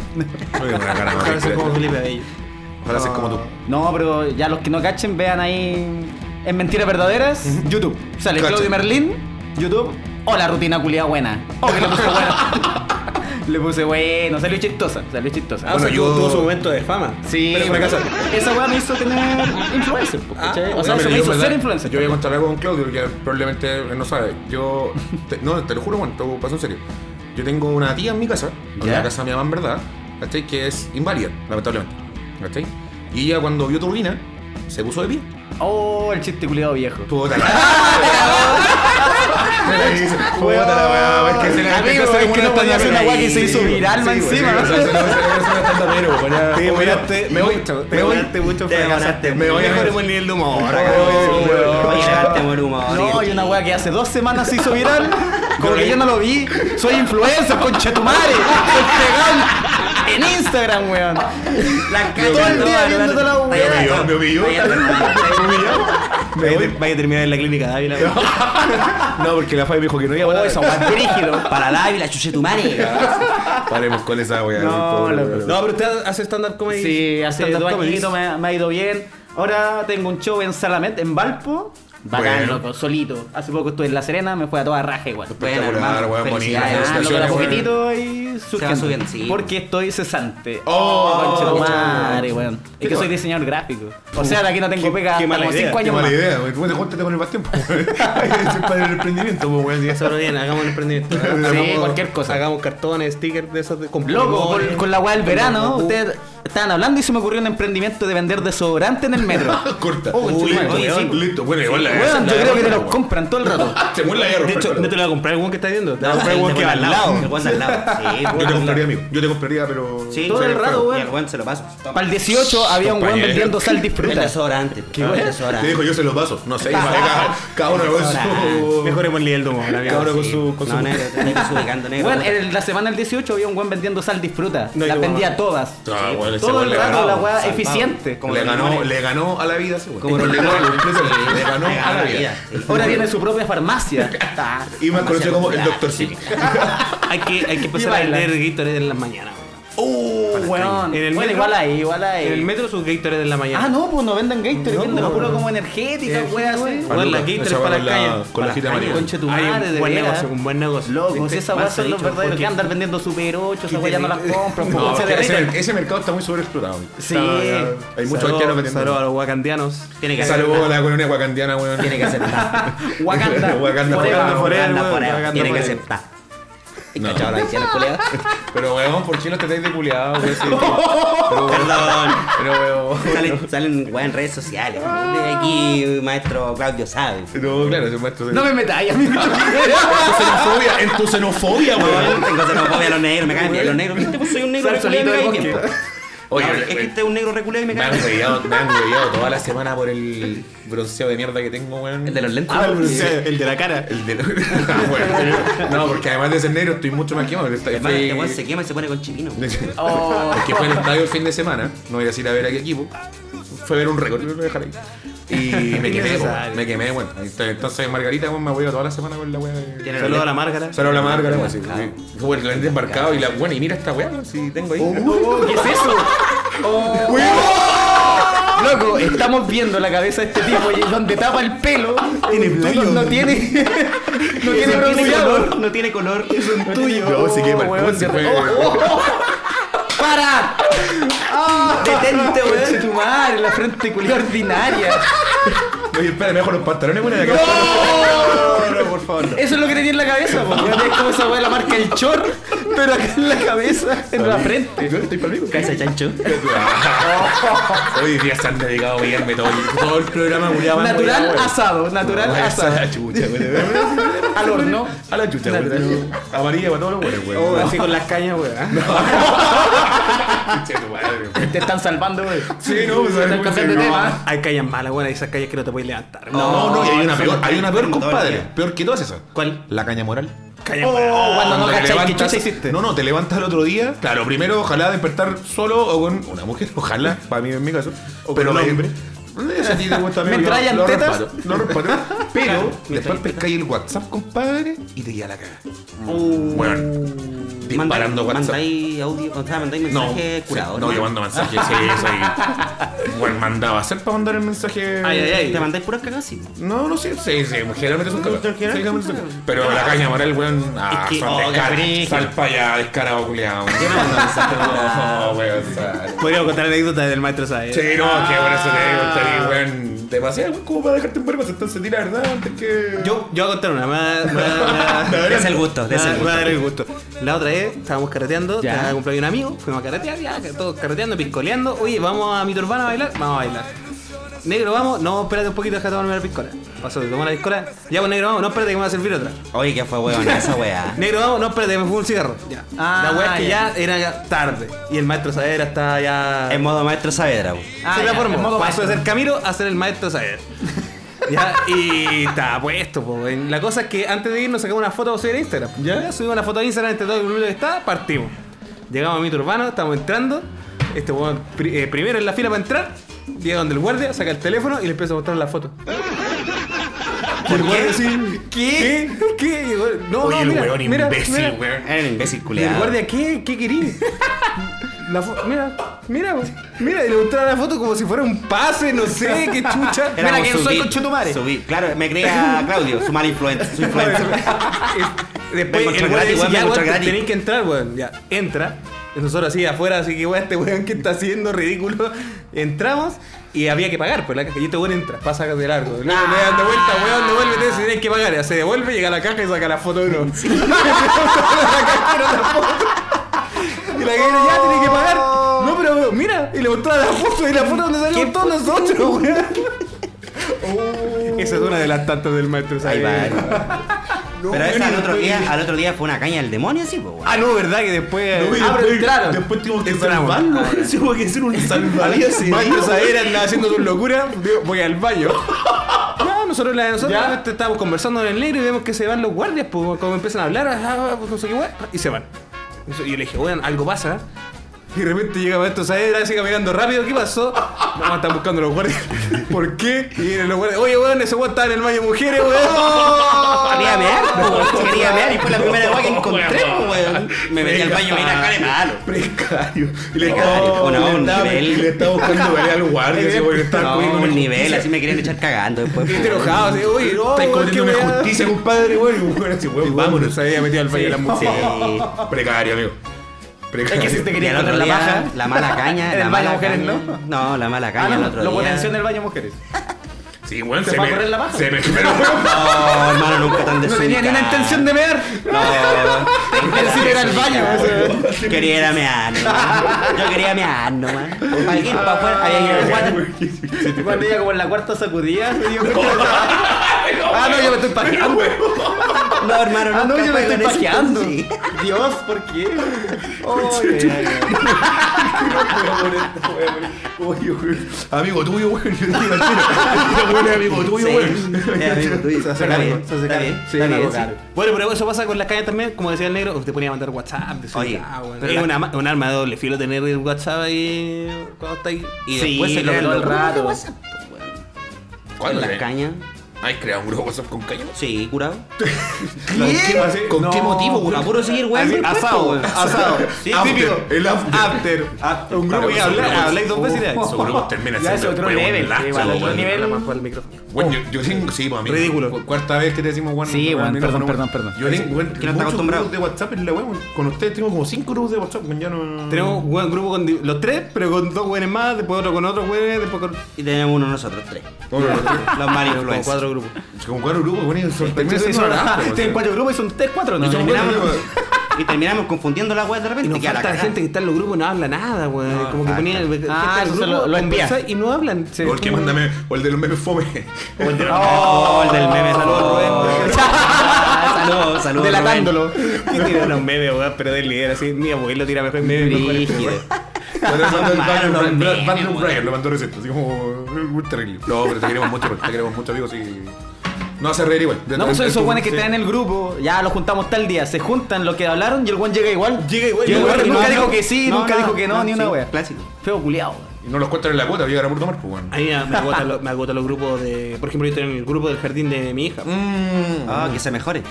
E: Oye, una cara más
C: Ojalá sea
E: diferente.
C: como Felipe Abello.
E: Ojalá seas como tú.
F: No, pero ya los que no cachen, vean ahí en Mentiras Verdaderas, YouTube. Sale
E: Cacha.
F: Claudio Merlín, YouTube. Oh, la rutina culia buena. Oh, que le puse buena. le puse bueno, salió chistosa, salió chistosa.
C: Ah, o
E: Bueno,
C: sea,
E: yo-
C: tuvo, tuvo su momento de fama.
F: Sí,
E: Pero me
F: pero
E: casaste.
F: esa weá me hizo tener influencer. po,
E: Ah,
F: ¿cachai? o
E: bueno,
F: sea, eso
E: mira,
F: me
E: yo,
F: hizo
E: ¿verdad?
F: ser influencer.
E: Yo voy a contar algo con Claudio, que probablemente él no sabe. Yo. te- no, te lo juro, bueno, todo pasó en serio. Yo tengo una tía en mi casa, en
F: ¿Ya?
E: la casa de mi mamá, en verdad, ¿cachai? Que es inválida, lamentablemente. ¿Cachai? Y ella, cuando vio turbina, se puso de pie.
F: Oh, el chiste culiado viejo. *laughs*
E: *laughs* Puta la Puta la weá, es que se le
F: Amigo,
E: se le-
F: es que no
E: se le-
F: podía hacer una weá que se hizo
E: Sí,
F: viral, más
E: sí, güey,
F: encima. este,
E: sí, o sea, se le- se le- se le- se le- pero,
C: Te
E: bueno, Ah, bueno,
C: demoraste
E: me voy,
C: mucho, te
E: me voy.
C: demoraste mucho,
D: Te
C: fracasaste.
D: demoraste.
E: Me voy a-
C: Mejoremos el nivel de humor.
E: Oh, weón.
D: Oye, levante buen humor.
F: No, hay una weá que hace dos semanas se hizo
C: *laughs*
F: viral. Como que yo no lo vi. Soy influencer, concha tu madre. Estoy pegado en Instagram, weón.
D: La
F: Todo el día viendo toda la
E: Me humilló, me humilló.
D: *laughs*
E: Me humilló. Me
C: Vaya,
E: voy.
C: vaya a terminar en la clínica de Ávila. güey. *laughs*
E: No, porque la Fabi me dijo que no iba a
F: Oh,
E: volar.
F: eso, más
E: *laughs*
F: brígido.
D: Para la Ávila, chuchetumare.
E: Paremos con esa weá.
F: No,
E: pobre,
F: loco.
E: weón.
C: No, pero usted hace stand-up comedy.
F: Sí, hace
C: stand-up
F: dos
C: comedy.
F: añitos me, me ha ido bien. Ahora tengo un show en Salamet, en Valpo. Bacán,
E: Bueno.
F: loco, solito. Hace poco estuve en La Serena, me fue a toda raja igual.
D: Bueno,
E: Espectacular,
D: hermano.
E: weón, bonito.
D: Felicidades.
F: Ah,
E: Felicitaciones,
F: loco, de a
E: weón.
F: poquitito y surgiendo.
D: subiendo, sí.
F: Porque estoy cesante.
E: Oh,
F: Concha tu
E: oh,
F: madre, weón. Es que soy diseñador gráfico. O sea, de aquí no tengo pega
C: qué
F: hasta
C: mala
F: como
C: idea,
F: 5
E: Qué
F: años
E: mala
F: más.
E: idea, weón. Bueno, júntate con el bastión, po, weón. Eso es para el emprendimiento, po, weón.
C: Eso no viene, hagamos un emprendimiento.
F: Sí, cualquier cosa.
C: Hagamos cartones, stickers de esos. de- con
F: Loco,
C: plumones.
F: con, con la weá del verano,
C: Con-
F: ustedes Estaban hablando y se me ocurrió un emprendimiento de vender desodorante en el metro.
E: Corta.
F: Oh,
E: Uy,
F: conchetumare.
E: oye,
C: sí.
E: Listo. Bueno, igual la
F: Weón,
E: la-
F: yo creo que te
E: la-
F: los compran todo el rato.
E: Se muere la guerra.
C: De hecho,
E: pero-
C: no te lo va a comprar el weón que está viendo. Te lo va a comprar
D: El
C: el weón que va al lado.
D: El weón al lado. Sí, el
E: Yo
D: weón
E: te
D: al
E: compraría,
D: lado.
E: amigo. Yo te compraría, pero.
D: Sí,
F: Todo el rato,
D: Y
F: weón.
D: al weón se lo paso. Toma.
F: Para el 18 había un weón
E: Compañero.
F: vendiendo
D: *laughs*
F: sal
D: El
F: disfruta.
D: desodorante. ¿Qué weón?
E: Te
D: desodorante.
E: dijo, yo se los paso. No sé, cada, cada uno con *laughs*
C: *laughs*
E: su.
C: Mejoremos el nivel de humor, amigo.
E: Cabrón.
D: Sí.
E: con su- con
D: No,
C: *laughs*
E: su-
D: negro, te estás ubicando, negro.
F: Weón, en la semana del 18 había un weón vendiendo sal disfruta.
C: eh, No,
F: Las
C: yo-
F: vendía todas.
E: Ah, bueno, ese
F: Todo
E: weón
F: el
E: le
F: rato
E: ganó.
F: la weá
D: Salvado.
F: eficiente.
D: Como
E: le,
D: los
E: ganó,
D: limones.
E: le ganó a la vida, sí, güey.
D: Como los
E: Le
D: limones.
E: ganó- le ganó
D: Le
F: Ah,
C: Ah,
E: a la vida.
D: sí.
F: Ahora tiene su
C: *laughs*
F: propia farmacia. Ah,
E: Y más conocido como el
D: Farmacia
E: Dr. Simi.
C: Hay que, hay que empezar a
F: baila.
C: vender Gatorade en las mañanas. weón.
F: Oh, weón.
C: En el
F: Bueno,
C: metro-
F: igual ahí, igual ahí.
C: En el metro pues, sus Gatorade en la mañana.
F: Ah, no, pues no vendan Gatorade, venden puro como energética, weá, así.
C: Weón, las Gatorade
E: Esa weá
C: para
E: con
C: la
E: la-
C: calle.
E: Ah, con la hojita
C: Para
E: amarilla.
F: Conche tu
C: Hay
F: madre, de
C: un buen
F: veras.
C: negocio, un buen negocio.
F: Loco, si esas weas
D: Más
F: son los
D: dicho,
F: verdaderos que
D: porque-
F: andan vendiendo Super 8, esas weas ya no
C: *laughs*
F: las compran,
E: No,
F: pues, se
E: porque ese,
F: derriten.
E: mer- ese mercado está muy sobreexplotado. güey.
F: Sí.
E: Está- ya- hay
C: Saludos
E: muchos haitianos
C: saludos a
E: vendiendo.
C: los wakandianos.
D: Tiene que
E: Saludos a
D: hacer.
E: la colonia guacandiana, weón.
D: Tiene que aceptar.
F: Wakanda.
E: *laughs* Wakanda forever.
F: forever.
D: Wakanda
C: weón,
D: forever,
C: Wakanda
D: Tiene que
C: forever.
D: aceptar. ¿Y
E: No.
D: cachado la haitiana, culiao?
E: Pero weón, ¿por qué los tratáis de culiados,
F: *laughs*
E: güey? Sí. Pero,
D: *laughs* Perdón. Ah.
E: pero weón.
D: Salen, salen weá, en redes sociales. De aquí, maestro Claudio sabe.
E: No, claro, ese maestro.
F: No me metáis, amigo.
E: Tu xenofobia, en tu xenofobia,
D: No, yo
E: weón.
D: no tengo xenofobia a los negros, me cagan bien los negros. Viste, pues soy un negro
F: Sal
D: reculeado y
F: solito
D: me
F: del
D: cae
F: bosque.
D: bien.
E: Oye,
D: No,
E: oye,
D: es que
E: oye.
D: este es un negro reculeado y me
E: Me han
D: cae bien.
E: hueviado, me han hueviado toda la semana por el bronceado de mierda que tengo, weón.
D: El de los lentes.
E: Ah, el
C: Sí,
E: bronceado.
C: El de la cara.
E: El de los... *laughs* Ah, bueno. No, porque además de ser negro estoy mucho más quemado. Estoy-
D: Además, este weón
E: *laughs*
D: se
E: fui-
D: quema y se pone con chipino.
E: Porque fue al estadio el fin de semana, no voy a ir a ver a qué equipo. Fue a ver un récord, lo voy a dejar ahí. Y me quemé,
C: Innecesario.
E: weón, me quemé, bueno. Entonces Margarita weón, me ha huevido toda la semana con la weá. de-
C: Saludos a la Márgara.
E: Solo la marca, la weá, sí. Fue el desembarcado y la bueno, y mira esta weá, weón, si tengo ahí.
F: ¿Qué es eso? Loco, estamos viendo la cabeza de este tipo y donde tapa el pelo. Tiene No tiene. No tiene
D: No tiene
F: bronceado.
D: color, no tiene color.
F: Tuyo.
E: Yo, sí que
F: Oh,
E: marcó,
F: weón,
E: sí
F: de-
E: fue-
F: ¡Para!
D: Detente,
F: Conche
D: weón.
F: tu madre, la frente culia ordinaria.
E: Oye, espera, me bajo los pantalones, weón, de acá. No, no, por favor. no.
F: Eso es lo que tenía en la cabeza,
E: *laughs*
F: po, weón. Es como esa weá la marca el chor, pero acá en la cabeza, en la frente.
E: Yo estoy palmigo.
D: Casa chancho.
E: *laughs* Hoy día se han dedicado a mirarme todo el, todo el programa culiado.
F: Natural asado, natural
E: A
F: asado.
E: la Ah, chucha, güey.
F: Al horno.
E: A la chucha, güey. Amarilla para todos los buenos, güey.
C: *laughs* Oh, así con las cañas, *laughs* weón.
E: Chucha, tu madre, güey.
F: Te están salvando, weón.
E: *laughs* Sí, no, pues
F: Están cambiando de tema.
C: Hay calles malas, weón. Hay esas calles que no te puedes levantar.
E: No, no, no, y hay una
D: No,
E: peor,
D: no,
E: hay una peor,
D: no,
E: compadre.
D: todavía.
E: Peor que todas esas.
C: ¿Cuál? Oh,
E: La caña moral.
C: Calles malas.
F: Oh, Cuando no
E: Cuando te
F: cachai, ¿qué
E: levantas-
F: chucha hiciste?
E: No, no, te levantas al otro día. Claro, primero ojalá despertar solo o con una mujer, *laughs* ojalá, para mí en mi caso. O
C: con un hombre.
E: Ese a ti te gusta amigo,
F: ¿Me
E: yo
F: traían
E: lo
F: tetas?
E: respeto, Lo respeto. Pero después
C: traían
E: pescáis el WhatsApp, compadre, y te guía la cara.
C: Uh,
E: Bueno, disparando WhatsApp.
D: Mandáis audio, o sea, mandáis
E: No,
D: mensaje
E: sí,
D: curado.
E: no, yo
D: hermano.
E: mando mensajes, sí, soy. Bueno, mandaba a hacer para mandar el mensaje.
C: Ay, ay, ay.
D: Te mandáis puras cagas, sí.
E: No, no sé, sí, sí, generalmente son cagas.
D: Generalmente
E: Sí, generalmente son
D: son
E: cagas. Pero la caña moral, weón, ah,
D: Es que-
E: son
D: oh,
E: descarados.
D: cabrón.
E: Sal para allá, descarado, culiao. No, weón, sal.
C: Podría contar anécdotas del maestro Saez.
E: Sí, no, que por eso te digo, te digo, weón, demasiado, weón, como para dejarte en vergüenza, entonces di la verdad antes que...
C: Yo, yo voy a contar una. más.
F: *laughs*
D: Es el gusto, es
C: Me va a
D: el gusto.
C: dar el gusto. La otra vez estábamos carreteando,
F: Ya.
C: estaba de cumpleaños de un amigo, fuimos a carretear, ya, que todos carreteando, piscoleando. Oye, vamos a mi turbana a bailar, vamos a bailar. Negro, vamos, no, espérate un poquito, deja tomarme la piscola. Pasó, te tomó la piscola. Ya, pues negro, vamos, no, espérate que me va a servir otra.
D: Oye, que fue weón esa weá.
C: Negro, vamos, no, espérate, me fumo un cigarro. Ya.
F: Ah,
C: la weá es que
F: ya.
C: ya. era tarde y el maestro Saavedra estaba ya.
D: En modo maestro Saavedra. weón.
F: Ah,
C: se
F: ya,
C: transformó.
F: en modo
C: Pasó de
F: maestro.
C: ser Camilo a ser el maestro Saer. Ya, y estaba puesto, po. weón. La cosa es que antes de irnos sacamos una foto para subir a Instagram. Ya. Subimos una foto a Instagram entre todo el grupo que está, partimos. Llegamos a mito urbano, estamos entrando. Este weón pri- eh, primero en la fila para entrar, llega donde el guardia, saca el teléfono y le empieza a mostrar la foto. Y el guardia así, ¿Qué? ¿Qué? Y el guardia, No,
E: Oye,
C: no,
E: el
C: mira,
E: weón
C: mira,
E: imbécil,
C: mira.
E: weón.
D: Era un imbécil
C: Y el
D: culiado.
C: guardia, ¿qué, qué querís? La fo- mira, mira, güey. mira, y le mostraba la foto como si fuera un pase, no sé, qué chucha.
D: Era
C: mira
D: como
C: quién soy
D: subir,
C: con Chutumare.
D: subir. Claro, me creía Claudio, su mala influencia.
C: *laughs*
D: Su influencia. Me
C: Después
D: encontró
C: el güey dice,
D: gratis, güey, me
C: ya,
D: encontró
C: güey,
D: gratis".
C: tenéis que entrar, güey. Ya, entra. Y Nosotros así afuera, así que, güey, este weón que está haciendo ridículo. Entramos y había que pagar, pues la caja. Y este weón entra, pasa de largo. No, le
D: Ah.
C: dan de vuelta, weón, devuélvete, si tienes que pagar. Ya se devuelve, llega a la caja y saca la foto de uno. *laughs* la caja era la foto. Y la caja ya tiene que pagar. No, pero mira,
F: encontraba la foto y la foto donde salimos todos nosotros, weón.
D: *laughs*
C: Esa es una de las tantas del maestro
D: Oh. Ahí
C: Saavedra.
D: va. Pero esa al otro día, al otro día fue una caña del demonio, sí, pues, weón.
C: Ah, no, ¿verdad? Que después.
E: y
C: Ah, pero
E: después,
C: entraron.
E: después tuvimos que
C: Entramos.
E: salvarlo, weón. Tuvo que
C: *laughs*
E: hacer un salvavidas.
F: Sí,
E: Maestro Saavedra
F: andaba haciendo sus locuras, digo, voy al
C: *laughs*
F: baño.
C: No, nosotros, la, nosotros
F: ¿Ya?
C: realmente estábamos conversando en el negro y vemos que se van los guardias, pues, como empiezan a hablar, ah, ah, pues, no sé qué weá, y se van. Y so- y yo le dije, weón, algo pasa. Y de repente llega Maestro Saavedra, así caminando rápido, ¿qué pasó? No, están buscando los guardias. ¿Por qué? Y vienen los guardias, oye, weón, ese weón estaba en el baño de mujeres, weón.
D: Quería mear, pues, weón.
C: *laughs*
D: Quería mear y fue la primera weá que
C: Oh,
D: encontré, pues, weón. Me metí al baño y me di la cara de palo.
E: Precario. Y le
D: Precario,
E: estaba-
D: una
E: le
D: onda,
E: estaba-
D: nivel.
E: y le estaba buscando pelea al guardia. así, porque estaba
D: No,
E: comiendo
D: un
E: una
D: nivel,
E: injusticia.
D: así me querían echar cagando después.
C: Y
D: pues,
C: te
D: weón.
C: enojado, así, oye, no, *laughs* weón, Oh,
E: Estáis
C: qué
E: cometiendo una
C: weá.
E: injusticia, compadre, weón. Y bueno, así, weón, vámonos.
C: Se había metido al baño de las mujeres.
D: Sí.
E: Precario, amigo. Precario.
C: Es que si te
D: Y
C: quería
D: al otro
C: encontrar la
D: día,
C: paja.
D: la
C: *laughs*
D: mala caña,
C: En
D: la
C: el baño
D: mala
C: mujeres,
D: caña.
C: ¿no?
D: No, la mala
C: Ah,
D: caña el
C: no,
D: otro
C: lo
D: día.
C: potenció en el baño de mujeres.
E: Sí, weón,
C: ¿Te
E: se
C: fue a
E: me-
C: correr la paja?
E: Se me
C: *laughs*
E: pero, weón,
D: No, hermano, nunca tan
F: No
D: desubicado.
F: tenía ni una intención de mear.
D: No, nunca
F: *laughs* Pensé que era el baño.
D: desubicado.
F: weón.
D: *laughs* Quería ir a mear, nomás. Yo quería mear, nomás. Para ir para afuera, había que ir al water.
F: Cuando ella como en la cuarta sacudida, se
C: *laughs*
F: dio cuenta de- Ah, no, yo me estoy pajeando.
D: No, hermano,
F: Ah, no,
D: nunca
F: yo me estoy
D: juegan eso.
F: pajeando.
D: Sí.
F: Dios, ¿por qué? Oh, ya, ya.
E: Oye, weón. Amigo tuyo, weón. Yo dije, al tiro. Ese weón es amigo tuyo,
D: Sí,
E: weón.
D: es amigo tuyo.
F: hace
D: Está
F: cargo,
D: bien,
F: se hace
D: está
F: cargo.
D: bien,
F: Sí,
D: está
F: me hago
D: bien, sí.
F: cargo.
C: Bueno, pero eso pasa con las calles también, como decía el negro, te ponía a mandar WhatsApp, de
D: Oye,
C: soledad, weón.
D: pero
C: es
D: la-
C: una ma- un arma de doble filo tener el WhatsApp ahí cuando está ahí.
D: Y después se
C: lo
D: crean
C: todo el
D: los grupos de
C: rato.
D: WhatsApp, pues, weón.
E: ¿Cuándo
D: En las
E: le-
D: cañas.
E: ¿Has creado un grupo de WhatsApp con cañas?
D: Sí, curado.
E: ¿Con *laughs* qué, con qué
F: No.
E: motivo,
D: A
E: weón?
D: puro seguir, weón.
C: Así,
D: después,
C: asado,
D: pues,
C: weón. Asado.
D: Sí,
E: After,
C: típico.
E: El after.
C: After. Un grupo que habla, habláis dos veces y
E: Esos *laughs* grupos terminan
F: Ya es
E: siendo
F: otro
E: weón,
F: nivel,
E: lazo,
F: sí, vale, otro
E: weón.
F: nivel.
E: Bueno, yo, yo tengo, sí, pues, amigo.
C: Ridículo.
E: Cu- Cuarta vez que te decimos, bueno,
F: Sí,
E: no,
F: weón,
E: no,
F: perdón,
E: no,
F: perdón, perdón.
E: Yo tengo, bueno,
D: Que no está acostumbrado.
E: grupos de WhatsApp en la web, weón. Con ustedes tengo como cinco grupos de WhatsApp, weón, ya no...
C: Tenemos un buen grupo con di- los tres, pero con dos güeyes más, después otro con otro güey, después con.
D: Y tenemos uno nosotros, tres.
E: Bueno, los tres-
D: Los mal
C: Como
D: influencers.
C: cuatro grupos.
E: Como cuatro grupos, weón, y son- terminan
F: Sí,
E: siendo
F: son-
E: una lazo,
C: *laughs*
E: weón.
F: Tienen cuatro grupos y son tres, cuatro, ¿no?
E: Y son
F: Eliminamos-
E: cuatro grupos.
D: Y terminamos confundiendo la weá de repente.
C: Y nos
D: que a la
C: falta la
D: cagada.
C: gente que está en los grupos no habla nada, güey.
D: No,
C: Como que
D: falta.
C: ponían gente
F: Ah,
C: en el
F: entonces lo-
C: grupo,
F: lo espía.
C: conversa y no hablan. Se-
E: O el que
C: como-
E: mándame, o el de los memes fome. *laughs*
D: Oh, el del meme.
C: Saludos, Rubén.
D: Saludos, saludos.
F: Delatándolo.
C: ¿Qué tira unos memes, weón? Pero del líder, así. Mi abuelo tira mejor memes. mejores.
D: Rígido.
E: Cuando le mandó el
D: Malos
E: Batman-
D: los
E: Bra-
D: memes,
E: Batman
D: weón.
E: Brian, lo mandó recién, así como... muy terrible. No, pero te queremos mucho, te queremos mucho, amigos, y... No hace reír igual.
F: No, pues son esos guanes que
E: Sí.
F: están en el grupo, ya los juntamos tal día, se juntan lo que hablaron y el guan llega igual.
C: Llega igual,
F: Y el
C: llega
F: guan
C: igual,
F: nunca
C: no,
F: dijo
C: no.
F: que sí,
D: No,
F: nunca
D: no,
F: dijo que no,
D: no,
F: ni
D: sí,
F: una wea.
D: clásico.
F: Feo culiado.
E: Y no los cuentan en la cuota, llegan a puro tomar, pues, weón.
C: A mí me- me agotan los, me agotan los grupos de. Por ejemplo, yo estoy en el grupo del jardín de mi hija.
E: Mm.
D: Ah, que se mejore.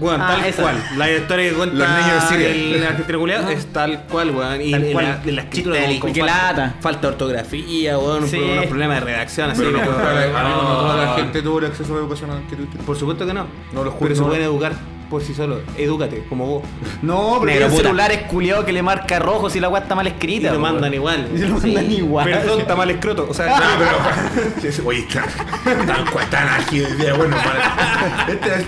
C: Weón,
F: Ah,
C: tal
F: esa.
C: cual. La historia que cuenta
E: Los niños de Siria.
C: el argentino culiao es tal cual, weón. Y
D: Tal
C: en
D: cual.
C: la, en la escritura
D: Chiste
C: como
D: de
C: con
F: Ah. Qué
C: falta,
F: lata.
C: falta de ortografía, weón,
F: Sí.
C: un problema- problema de redacción, así
E: Pero no,
C: que-
E: pero la- amigo, no toda la
C: no.
E: gente tuvo el acceso a la educación al que tuviste.
C: Por supuesto que no.
E: No los juro,
C: Pero se
E: no.
C: pueden educar por sí solos. Edúcate, como vos.
F: No,
D: Negro
F: porque el
D: puta.
F: celular es culiado que le marca rojo si la wea está mal
C: Y
F: escrita.
C: lo
F: po,
C: mandan
F: weón.
C: igual.
F: Y lo mandan igual.
C: Perdón, está mal escroto. O
F: *laughs*
E: No,
C: sea,
E: *laughs* pero. Oye, está. Tan cual, tan ágil el día, bueno, para. Esta Este es.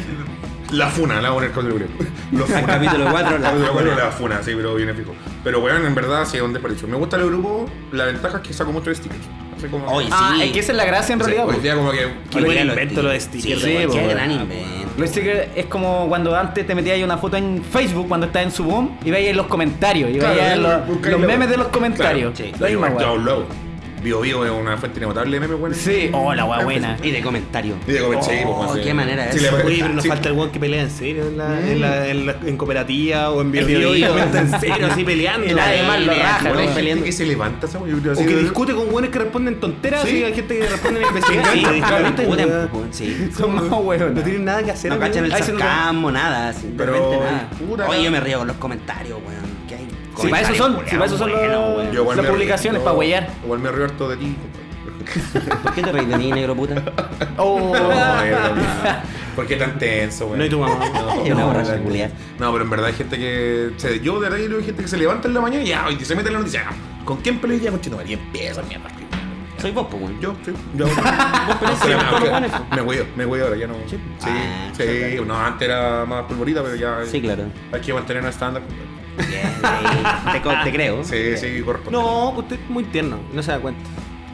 E: La funa, la voy a poner con el grupo. Los funa.
D: Capítulo cuatro, la
E: *laughs* Capítulo cuatro,
D: funa.
E: la funa, sí, pero viene pico. Pero weón, en verdad, sí, es un desperdicio. Me gusta el grupo, la ventaja es que saco muchos stickers. Así como.
D: Oye,
F: Ah,
D: sí.
F: es que esa es la gracia en
E: no sé,
F: realidad. pues.
E: hoy
F: po.
E: día como que.
C: Qué buen invento lo de stickers,
D: Sí,
F: weón.
D: qué
F: Sí,
D: gran
F: weón.
D: invento.
F: Los stickers es como cuando antes te metías ahí una foto en Facebook cuando estás en su boom y veías los comentarios y
E: Claro,
F: veías los,
E: buscáis
F: los
E: la-
F: memes de los comentarios.
D: Claro, sí.
F: La misma
E: Yo
F: wea.
E: un logo. Bio Bio es una fuente inagotable de memes, weón.
F: Sí, oh, la wea
D: *laughs*
F: buena.
D: Y de comentario.
E: Y de comer, sí,
D: Oh,
E: pues, así.
D: qué manera
E: Sí,
D: es.
E: le-
C: Oye, pero nos
E: sí.
C: falta el weón que pelea en serio en, la, en, la- en la- en cooperativa o en
D: En
C: video y
D: Biobío.
C: comenta en serio, así peleando.
F: Y nadie más lo
C: Weón,
F: raja,
C: weón,
E: Bueno, hay
F: weón.
E: gente
C: peleando.
E: que se levanta, esa weón.
C: O que discute con weones que responden tonteras
E: Sí.
C: y hay gente que responde en imbecilidad.
D: Sí,
C: Sí, discuten,
D: discuten,
C: weón.
D: po, sí.
F: Son más weón.
C: No tienen nada que hacer.
D: No
C: weón.
D: cachan el
C: Ay, se nos-
D: sarcasmo, nada. sí, de
E: Pero,
D: repente nada.
E: pura-
D: Oye, yo me río con los comentarios, weón. ¿Qué hay?
F: Si para eso
D: Comentarios,
F: son,
D: culiao,
F: si para eso son los-
D: bueno, weón.
E: Yo igual
F: las
E: me río.
F: publicaciones para huellar.
E: Igual me río harto de ti, compadre.
D: ¿Por qué te reís de mí, negro *laughs* puta?
F: Oh.
E: Ay, verdad. ¿Por qué tan tenso, güey?
C: No, y tu
D: *laughs*
C: mamá.
D: Es una borracha
E: verdad.
D: culiá.
E: No, pero en verdad hay gente que. se- yo de verdad yo veo gente que se levanta en la mañana y ya, y se mete en la noticia. "Ah, ¿Con quién peleé ya con Y empieza mierda.
D: Soy vos, po, weón.
E: Yo, sí, yo. ¿Vos
F: *laughs*
E: peleas
D: con los buenos,
E: Me voy, me voy ahora, ya no. Sí,
D: Ah,
E: sí. No, antes era más polvorita, pero ya.
D: Sí, claro.
E: Hay que mantener una estándar.
D: Bien, ahí. te, co- te creo.
E: Sí, sí, corto.
C: No, usted es muy tierno, no se da cuenta.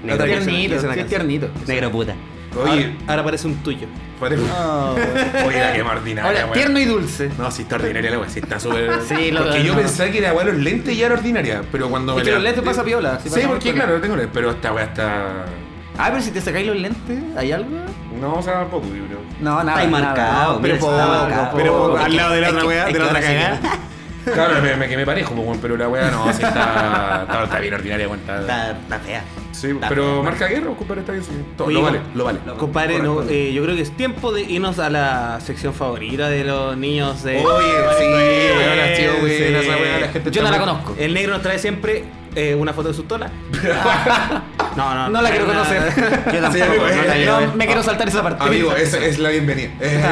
D: Negro
C: Otra canción,
F: Tiernito,
C: empieza
F: sí
C: una
F: es
C: canción.
F: tiernito.
D: Negro puta.
E: Oye,
C: Ahora, ahora parece un tuyo.
E: parece-
F: Oh.
E: *laughs* Oye, la que más ordinaria,
F: Ahora,
E: weón.
F: tierno y dulce.
E: No, sí, está ordinaria la weá, sí, está súper.
F: Sí, lo-
E: Porque yo
F: no.
E: pensaba que la weá de los lentes ya era ordinaria, pero cuando.
F: Es que
E: me
F: los lentes
E: levanté-
F: pasa piola, sí
E: Sí,
F: pasa
E: porque
F: piola.
E: claro, tengo lentes, pero esta weá está.
F: Ah, pero si te sacáis los lentes, ¿hay algo?
E: No, o sea, tampoco, yo creo.
F: No, nada.
D: Está ahí
F: nada,
D: marcado,
F: no,
D: mira,
F: pero
D: está
F: po-
D: marcado.
F: po-
D: Pero
F: po-
D: al lado de la otra weá, de la otra cagada.
E: Claro, me, me quemé parejo, pues, weón, pero la weá no, sí está. Está, está bien ordinaria, weón. está-
D: Está, está fea.
E: sí,
D: está-
E: pero marca guerra, compadre, está bien. sí. Todo-
C: Oye,
E: lo vale,
C: *laughs*
E: lo vale.
C: Compadre, no,
E: Correcto.
C: eh, yo creo que es tiempo de irnos a la sección favorita de los niños de.
E: Oye, sí, weón, ha sido
C: Sí.
E: buena esa weá, la gente
F: Yo no
E: está
F: la
E: muy-
F: conozco.
C: El negro nos trae siempre eh, una foto de su tola. no, no,
F: No la quiero conocer.
D: *laughs* Yo
F: *laughs*
E: Sí,
D: tampoco.
E: amigo,
D: no la
E: eh,
D: llevo,
E: no,
D: eh.
F: Me quiero saltar esa parte. *laughs*
E: Amigo, esa es la bienvenida. Eh,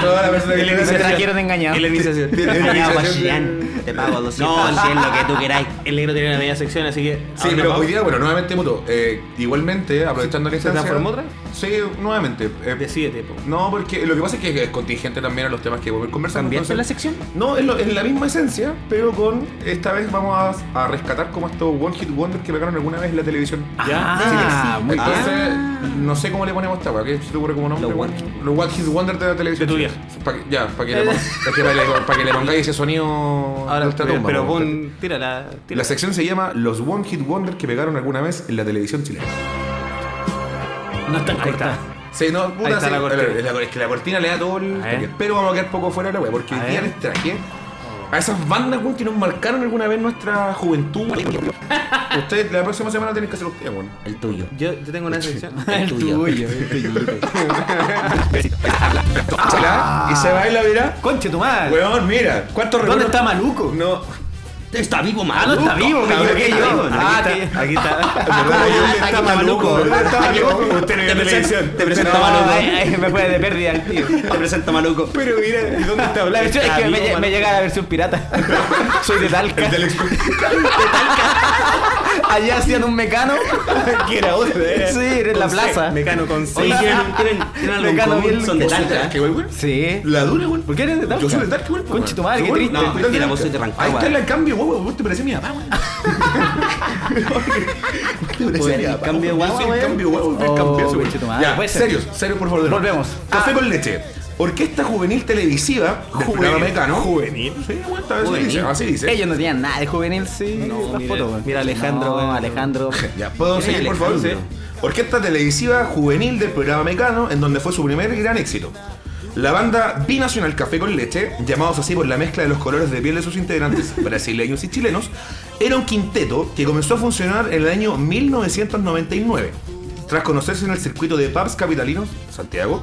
E: toda la persona que
C: El
E: quiere
F: Se
E: hacer-
F: la quieren engañar.
C: En la iniciación.
E: Tiene-
D: Te
E: tiene
D: pago
E: iniciación
D: a
E: de-
D: Chillán, Te pago 200
C: No,
D: no, lo *laughs* que tú queráis.
C: *laughs* El negro tiene una media sección, así que.
E: Sí,
C: ahora
E: pero
C: vamos.
E: hoy día, bueno, nuevamente mutuo. Eh, igualmente, aprovechando la
C: ¿Se
E: instancia.
C: transformó otra?
E: Sí, nuevamente. eh,
C: Decídete, po.
E: no, porque lo que pasa es que es contingente también a los temas que volver conversando.
F: ¿Cambiaste
E: entonces-
F: la sección?
E: No, es, lo- es la misma esencia, pero con. Esta vez vamos a, a rescatar como estos One Hit Wonder que pegaron alguna vez en la televisión.
C: Ya.
F: Ah, muy bien.
E: Entonces,
C: Ah.
E: no sé cómo le ponemos esta, ¿para qué se te ocurre como nombre?
D: Los
E: weón?
D: One Hit-
E: Los One Hit Wonder de la televisión.
C: De tu
E: chilena. Pa' que- ya, para que, le pon- pa' que le- pa' que le pongáis ese sonido. de
C: Ahora, pero,
E: ultratumba,
C: pero
E: weón.
C: pon. Tírala.
E: La
C: tírala.
E: sección se llama Los One Hit Wonder que pegaron alguna vez en la televisión chilena.
F: No es tan
C: Ahí está.
F: corta.
E: Sí, no, puta,
C: está
E: sí,
C: la cortina.
E: es la- es que la cortina le da todo el.
C: A ver.
E: toque. Pero vamos a quedar poco fuera de la wea, porque
C: A
E: hoy día
C: ver.
E: les traje a esas bandas weón, que nos marcaron alguna vez nuestra juventud.
C: *laughs*
E: Ustedes la próxima semana tienen que hacer ustedes, weón.
D: El tuyo.
C: Yo, yo tengo una sección.
D: El tuyo.
E: Chala,
C: Ah.
E: Y se baila, mira.
F: Conche tu madre.
E: Weón, mira. ¿Cuántos
F: ¿Dónde
E: recuerdos-
F: está Maluco?
E: No.
D: Está vivo,
F: Ah, no
D: malo.
F: está vivo, me equivoqué yo. Ah, que-
C: Aquí está.
E: está maluco. Está maluco. Usted no vio televisión.
D: Te presento a
F: Ah,
D: Maluco.
F: ay, ay, *laughs* me fue de pérdida el tío.
D: Te presento a Maluco.
E: Pero mira, ¿y dónde está
F: La versión es que me, lle- me llega la versión pirata. Soy de Talca.
E: El del expo-
F: Allá hacían un mecano.
D: ¿Qué era
F: *laughs* Sí, era en la plaza.
C: Mecano con C.
D: Oye, ¿tienen, tienen, tienen algo en
F: Mecano
D: común?
F: bien-
D: Son de
E: ¿Vos sois de
D: Talca.
E: Talca, igual, weón?
F: Sí.
E: La dura, weón.
F: ¿Por qué eres de Talca?
E: Yo soy de Talca, weón. po,
F: Conche tu
E: weón.
F: madre, qué
E: Seguro. pues,
F: triste.
D: No, mentira, vos
E: Talca.
D: sois de Rancagua.
E: Ahí está el cambio, weón. Vos te parecés a mi papá, weón. *laughs* Te parecés a
F: Pues,
E: mi
D: el
E: papá,
D: cambio de
E: weón.
D: guagua,
E: Sí, El
D: weón.
E: cambio, weón.
F: Oh,
E: El cambio, ese,
F: conche tu
E: weón.
F: madre.
E: Ya,
F: Puede ser.
E: serios, serios, por favor. de nuevo.
F: Volvemos. Ah.
E: Café con leche. Orquesta Juvenil Televisiva del programa Mecano.
C: Juvenil.
E: Sí, weón, está- así
D: Juvenil.
E: dice, así dice.
F: Ellos no tenían nada de juvenil, sí. No,
C: mira- mira Alejandro,
F: No,
C: weón.
F: Alejandro.
E: Ya, ¿puedo
D: ¿Quién es
E: seguir, por favor?
D: Alejandro?
E: Sí. Orquesta televisiva juvenil del programa Mecano, en donde fue su primer gran éxito. La banda Binacional Café con Leche, llamados así por la mezcla de los colores de piel de sus *laughs* integrantes, brasileños y chilenos, era un quinteto que comenzó a funcionar en el año 1999, tras conocerse en el circuito de pubs capitalinos, Santiago,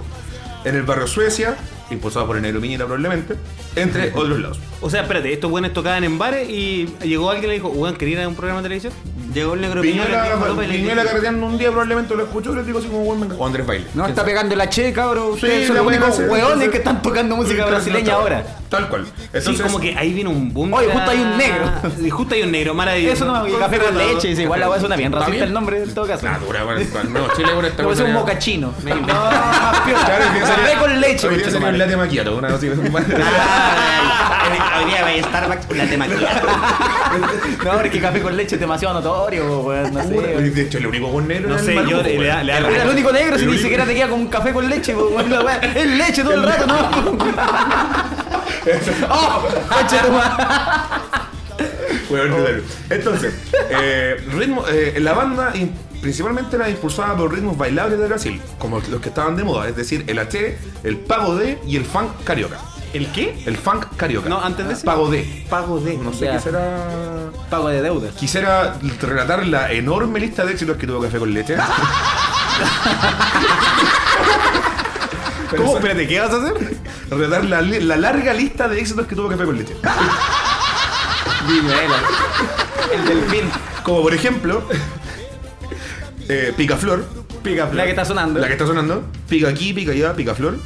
E: en el barrio Suecia, impulsado por el negro Piñera probablemente, *laughs* entre otros lados.
C: O sea, espérate, estos buenos tocaban en bares y llegó alguien y le dijo, weón, ¿quería ir a un programa de televisión?
D: Llegó el negro Piñola,
E: Piñera,
D: dijo, "Opa", y le
E: Piñera
D: dijo,
E: carreteando un día probablemente lo escuchó y le dijo así como, "Bueno, venga". o Andrés Baile.
F: No está pegando la che, cabrón. Ustedes
E: Sí,
F: son
E: la
F: los
E: buena
F: únicos
E: hacer-
F: hueones
E: hacer-
F: que están tocando música
E: Tal-
F: brasileña
E: tal-
F: ahora.
E: Tal cual. Entonces,
C: sí, como que ahí viene un boom.
F: Oye,
C: de
F: justo hay
C: *laughs*
F: un negro.
C: Y justo hay un negro, maravilloso.
F: Eso no me Café con leche. dice, Igual la hueá suena bien racista el nombre, en todo caso.
E: Nah, dura, bueno, el- no, Chile, bueno, esta
F: Pero es un
E: cosa-
F: mocachino. No, más piola.
E: Claro, es que sería-
F: Café con leche.
E: Hoy día
F: conche tu
E: sería un
F: madre.
E: latte macchiato, una cosa así.
D: "Ah, Hoy día voy a Starbucks la
E: *laughs*
D: temática.
F: No, porque café con leche es demasiado notorio, pues, weón. No sé. weón.
E: De hecho, el único con negro
C: No
E: era el
C: sé,
E: Maluco,
C: yo le,
E: weón.
C: le da- le da
F: Era el único negro si
E: El
F: ni
E: único-
F: siquiera te queda con un café con leche, pues, weón. La weá. Es leche todo el rato, ¿no?
E: *laughs*
F: ¡Oh! concha tu madre.
E: *laughs* Weón, claro. Entonces, eh, ritmo, eh, la banda in- principalmente era impulsada por ritmos bailables de Brasil, como los que estaban de moda, es decir, el H, el pagode y el funk carioca.
C: ¿El qué?
E: El funk carioca.
C: No, antes de ese.
E: Pagode.
C: Pago de.
E: No sé
F: Ya.
E: qué será.
F: Pago de deudas.
E: Quisiera relatar la enorme lista de éxitos que tuvo Café
C: *laughs*
E: con Leche. ¿Cómo? Espérate, ¿qué vas a hacer? Relatar la, li- la larga lista de éxitos que tuvo
C: *laughs*
E: Café con Leche.
F: El delfín.
E: Como por ejemplo, eh, Picaflor. Picaflor.
F: La que está sonando.
E: La que está sonando. Pica aquí, pica allá, Picaflor.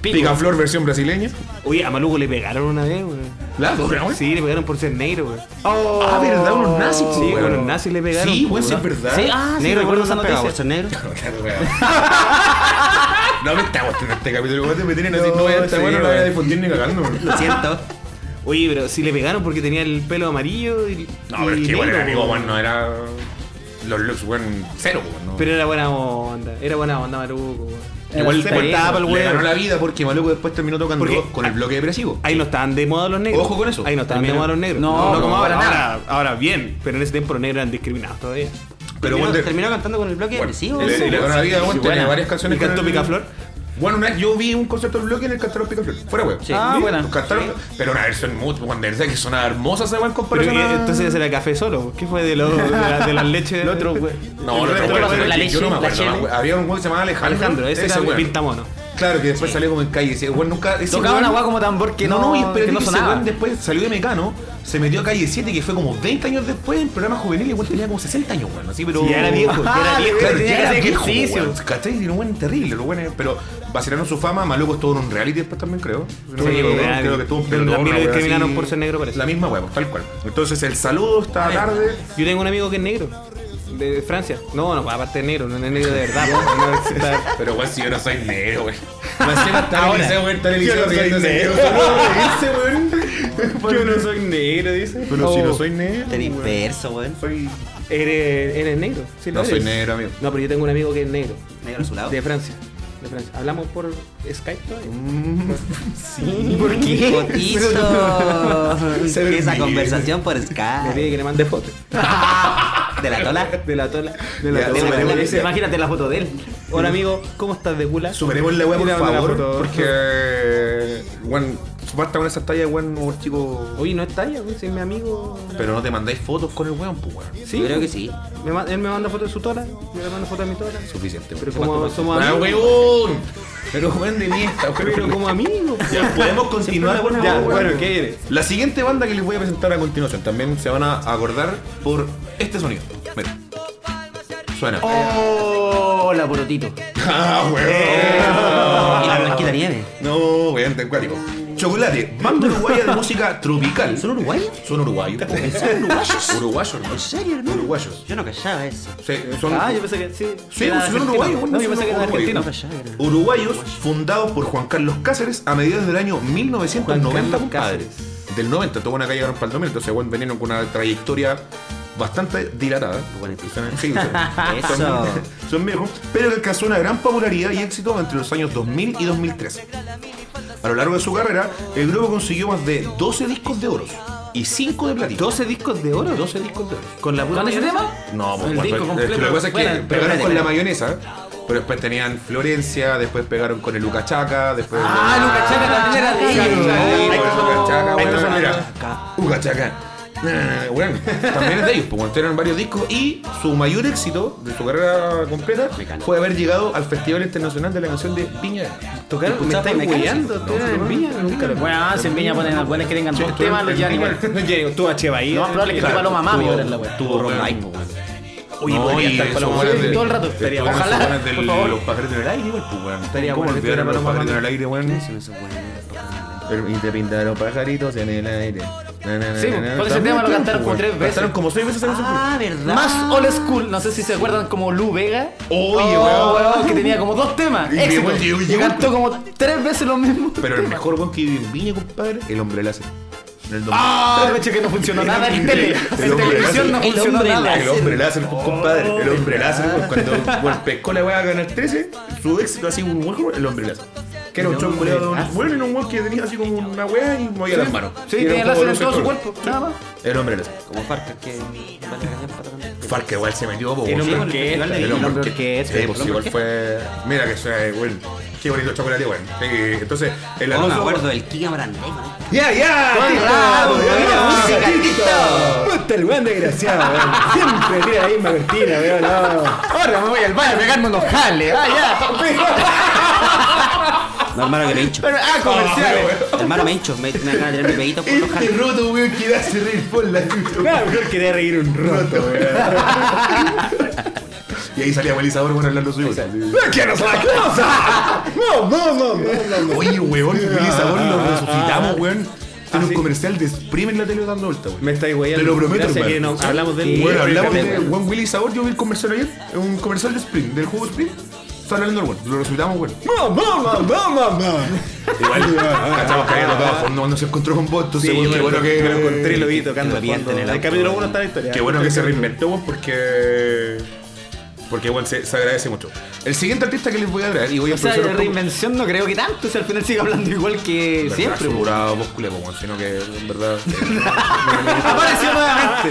E: Picaflor versión brasileña.
C: Oye, a Maluco le pegaron una vez, weón.
E: La dura, güey.
C: Sí, le pegaron por ser negro, weón.
F: Oh.
E: Ah, verdad, unos nazis, pues,
C: Sí,
E: güey.
C: con los nazis le pegaron.
E: Sí, güey, sí,
C: weón.
E: es verdad.
F: Sí, ah, sí,
C: negro, recuerdo
F: recuerdo esa
C: esa
D: Pegado por
C: noticia.
D: ser negro.
C: *laughs*
E: No me está gustando este capítulo, güey. Me tienen así, no voy a
F: No,
E: estar bueno,
F: sí,
E: no voy a
F: güey.
E: difundir ni cagando. güey.
D: Lo siento.
C: Oye, pero si le pegaron porque tenía el pelo amarillo y.
E: No,
C: y
E: pero
C: pues.
E: es que igual
C: negro,
E: era amigo,
C: po.
E: weón, no era. Los looks, weón, cero, pues, weón. no.
C: Pero era buena onda, era buena onda Maruco. weón.
E: igual
C: se
E: le-
C: portaba el
E: pues, Le ganó
C: weón.
E: la vida porque Maluco después terminó tocando
C: Porque-
E: con el bloque depresivo.
C: Ahí no estaban de moda los negros.
E: Ojo con eso.
C: Ahí no estaban de
E: Termina-
C: moda los negros.
F: No,
C: como
F: no,
C: ahora.
F: para
C: Ahora, ahora bien, pero en ese tiempo los negros eran discriminados todavía.
E: Pero
D: terminó,
E: bueno, de-
D: terminó cantando con el bloque
E: bueno,
D: depresivo.
E: le- le ganó la vida, weón, tenía
C: buena.
E: varias canciones.
C: ¿Y cantó
E: con el-
C: Picaflor?
E: Bueno, una vez yo vi un concierto del bloque en el Cantaron Picaflor. Fuera, weón.
D: Sí.
F: Ah,
E: Sí,
F: buena.
E: los Cantaron, pero una versión mucho, weón, de verdad que sonaba hermosa esa weón en
C: Pero
E: comparación.
C: ¿qué-
E: a-
C: entonces era café solo. ¿Qué fue de, los de, la- de las *laughs* leches?
F: El otro, güey.
E: No, no,
D: resto
E: no,
D: era la
E: yo no me
D: leche,
E: acuerdo.
D: la
E: más, weón. Había un weón que se llamaba Alejandro.
C: Alejandro, ese era
E: weón.
C: pintamono.
E: Claro, que después salió como en calle. Ese weón nunca. ese
F: Tocaba
E: weón-
F: una weá como tambor que no,
E: y espérate
F: que no
E: que ese
F: sonaba.
E: weón después salió de Mecano, se metió a Calle 7, que fue como 20 años después en programa juvenil, y weón tenía como 60 años, weón, así, pero...
C: Sí, ya era
E: *laughs*
C: viejo, ya era
E: Ah,
C: viejo,
E: claro,
C: tenía
E: ya
C: que
E: era
C: hacer
E: viejo,
C: ejercicio.
E: weón, ¿cachai? Era un weón terrible, los weones, pero vacilaron su fama, Maluco estuvo en un reality después también, creo. Si no me
C: Sí,
E: equivoco,
C: reality.
E: creo que estuvo en
C: También
E: Perdón,
C: lo
E: una weá
C: discriminaron
E: así.
C: por ser negro, parece.
E: La misma weón, tal cual. Entonces, el saludo esta tarde...
C: Yo tengo un amigo que es negro. De Francia. No, no, aparte es negro, no es negro de verdad. po, no exista-
E: Pero weón, si yo no soy negro, weón. *laughs* Me hacían estar en el liceo, weón, estar en el
C: Yo no
E: liceo
C: soy
E: riéndose.
C: negro. *laughs* Yo no soy negro, dice. Oh.
E: Pero si no soy negro,
D: Te
E: weón,
D: disperso, weón.
E: soy...
C: Eres, eres negro. Sí, lo
E: No soy
C: eres.
E: negro, amigo.
C: No, pero yo tengo un amigo que es negro.
D: Negro azulado.
C: De Francia. De Francia. Hablamos por Skype todavía.
D: Sí. ¿Por qué?
E: Se ve *laughs*
D: Esa
E: bien.
D: conversación por
E: *laughs*
C: Me
D: Skype.
C: pide que le mande fotos.
D: De la tola.
C: De la tola. De la
E: Ya, de la
C: tola.
E: tola.
C: Ese, Imagínate la foto de él. Hola amigo, ¿cómo estás de cula?
E: Superemos la weá, por
C: Mira, una
E: favor.
C: foto.
E: Porque. Weón, basta con esa talla, weón, un chico.
C: Oye, no es talla, güey, si es mi amigo.
E: Pero no te mandáis fotos con el weón, pues weón.
C: Sí,
D: Yo creo que sí.
C: Me ma- él me manda fotos de su tola, yo le mando fotos de mi tola.
E: Suficiente, weón.
C: Pero como somos
E: ¡Ah,
C: amigos.
E: weón! Pero weón de mierda,
C: Pero
E: weón.
C: como amigos.
E: Ya, podemos continuar,
C: Siempre me
E: ya,
C: ponen a-
E: bueno,
C: ¿qué eres?
E: La siguiente banda que les voy a presentar a continuación también se van a acordar por este sonido. Mira. Suena.
D: Hola, porotito.
E: ¡Ah,
D: Y la
E: weón!
D: blanquita nieve.
E: No, weón, te acuático. Chocolate, banda uruguaya de música tropical.
D: ¿Son uruguayos?
E: Son uruguayos. Son uruguayos. *laughs* Uruguayos, ¿no? ¿En serio, Uruguayos.
D: Yo no callaba eso. este
E: Sí, son,
C: Ah, yo pensé que sí.
E: sí, pues,
C: Era
E: son
C: argentino.
E: uruguayos. bueno,
C: No, yo
E: son
C: pensé que era argentino.
E: uruguayos. Uruguayos, fundados por Juan Carlos Cáceres a mediados del año 1990,
C: Juan Carlos
E: compadre. Del 90, toda una calle llegaron para el 2000, entonces bueno, venían con una trayectoria bastante dilatada.
D: Bueno,
E: Sí, son-
D: Eso.
E: son viejos, pero que alcanzó una gran popularidad y éxito entre los años 2000 y 2013. A lo largo de su carrera, el grupo consiguió más de 12 discos de oro y 5 de platino.
C: 12 discos de oro.
E: 12 discos de oro.
C: Con la puta.
F: ¿Con ese
C: mayonesa?
F: tema?
E: No, pues,
C: El
E: bueno,
C: disco
E: es que
C: completo.
E: Lo que pasa es que
C: Bueno, pero
E: pegaron
D: espérate,
E: con la
D: espérate.
E: mayonesa, pero después tenían Florencia, después pegaron con el Ucachaca, después.
F: Ah, Luca Chaca también era de ellos.
E: Ahí
F: Ahí está
E: Ucachaca,
F: sonando. Ahí está
E: bueno,
F: sonando.
E: mira. Ucachaca. Na, na, na, Bueno, también es de ellos, pues bueno, tenían varios discos y su mayor éxito de su carrera completa fue haber llegado al Festival Internacional de la Canción de Viña. del Mar.
C: Tocaron, me
D: Escuchaste,
C: estáis
D: me canso.
C: hueveando.
E: No,
C: Estuvieron en
E: no,
C: Viña.
E: no,
C: Nunca lo
F: Bueno, ah, se empeña ponen algunos que tengan dos temas, los llevan igual.
C: No llego. Tú a Chevaí.
F: Lo más probable es que
E: Claro,
F: tu paloma mami
E: tuvo-
F: ahora es la wea.
E: Tuvo
D: Ron
E: Ron
D: Light,
E: Light, pues, bueno.
F: Oye, podría estar
E: para
F: Paloma Mami todo el rato. Estaría bueno. Ojalá,
E: Del,
F: por favor.
E: Los pajaritos en el aire, igual, pues, weón.
C: Estaría
E: ¿Cómo
C: bueno que
E: olvidar a
C: estuviera
E: los
C: Paloma
E: pajaritos en
C: Mami.
E: el aire, weón?
D: Eso no se puede.
E: Y te pintaron pajaritos en el aire. Na, na, na,
F: Sí,
E: na,
F: con
E: na.
F: ese
E: También,
F: tema lo
E: claro,
F: cantaron como
E: weón.
F: tres veces.
E: Cantaron como seis veces esa canción.
D: Ah, ¿verdad?
F: Más old school, no sé si se acuerdan como Lu Vega.
E: Oye,
F: Oh,
E: weón.
F: weón, que tenía como dos temas.
E: Y
F: éxito.
E: llegó- llegó-
F: Y
E: llegó-
F: cantó como tres veces lo mismo.
E: Pero el mejor weón que vive en Viña, compadre, el hombre láser. En el 2000.
F: Ah, me eché que no funcionó nada en tele.
E: El
F: En
E: hombre
F: televisión no
D: láser. El
F: funcionó
D: hombre
F: nada.
D: láser.
E: El hombre láser, pues, compadre. El hombre láser, pues, cuando bueno, pescó la weá a ganar 13, su éxito así un hueco, el hombre láser. Que era un chon culeado de un bueno era un weón que tenía así como una weá y movía las manos.
F: Sí,
E: Y era
F: tenía
E: un juego
F: láser en
E: de
F: todo su
E: sectores.
F: cuerpo. Nada más.
E: El hombre láser.
D: Como Farca que. vale, gracias, patrón.
E: Farca igual se metió, po,
D: hombre
E: weón.
D: orquesta,
E: El
D: el
E: hombre
D: hombre
E: orquesta. Sí, pues, igual fue. Mira que suena, weón. Qué bonito chocolate, weón. Sí, Entonces, el
D: Oh, me
E: Alonso.
D: acuerdo del Kika Brandey.
E: ¡Ya, ya!
F: Con
E: Tito,
F: rabo,
E: ya,
F: weón,
E: ya,
F: música,
E: Tito.
H: Puta el weón desgraciado, weón. Siempre tira la misma cortina, weón. No.
F: Ahora me voy al baño a pegarme unos jales. Ah, ya.
D: No, hermano, que me hincho.
F: Pero, ah, comerciales.
D: Hermano, me hincho. Me, me van a tirar mi peguito por los
E: Este
D: jardines.
E: roto, weón, que a hacer reír por la chucha.
H: Claro, yo quería reír un roto, weón.
E: Y ahí salía Belizador, bueno, hablando suyo. ¡Eh,
H: ¡Quiero la cosa! No, no, no, no, no.
E: Oye, weón, Belizador lo resucitamos, weón. Tiene un comercial de Spring en la tele dando vuelta, weón.
C: Me estáis hueveando.
E: Te lo prometo,
C: Gracias
E: hermano.
C: que no, hablamos de él.
E: Bueno, hablamos
C: Sí,
E: de
C: weón.
E: Juan Willy Sabor. Yo vi el comercial ayer, un comercial de Spring, del juego Spring. Está hablando el weón, lo resucitamos, weón.
H: No, no, no, no, no, no.
E: Igual, cachamos que había tocado a fondo cuando se encontró con vos, entonces, weón, qué bueno que.
F: me lo encontré y lo vi tocando
D: lo vi
F: fondo.
D: en el
F: el,
D: auto,
F: capítulo
D: weón.
F: 1 está la historia.
E: Qué bueno que se reinventó, weón, porque. Porque, weón, se, se agradece mucho. El siguiente artista que les voy a traer, y voy a
D: O sea, la
E: improvisar un poco-
D: reinvención no creo que tanto, si al final sigue hablando igual que
E: ¿Verdad?
D: siempre.
E: Su
D: weón.
E: curado vos culé, po, weón, sino que, en verdad. *laughs*
F: Apareció nuevamente.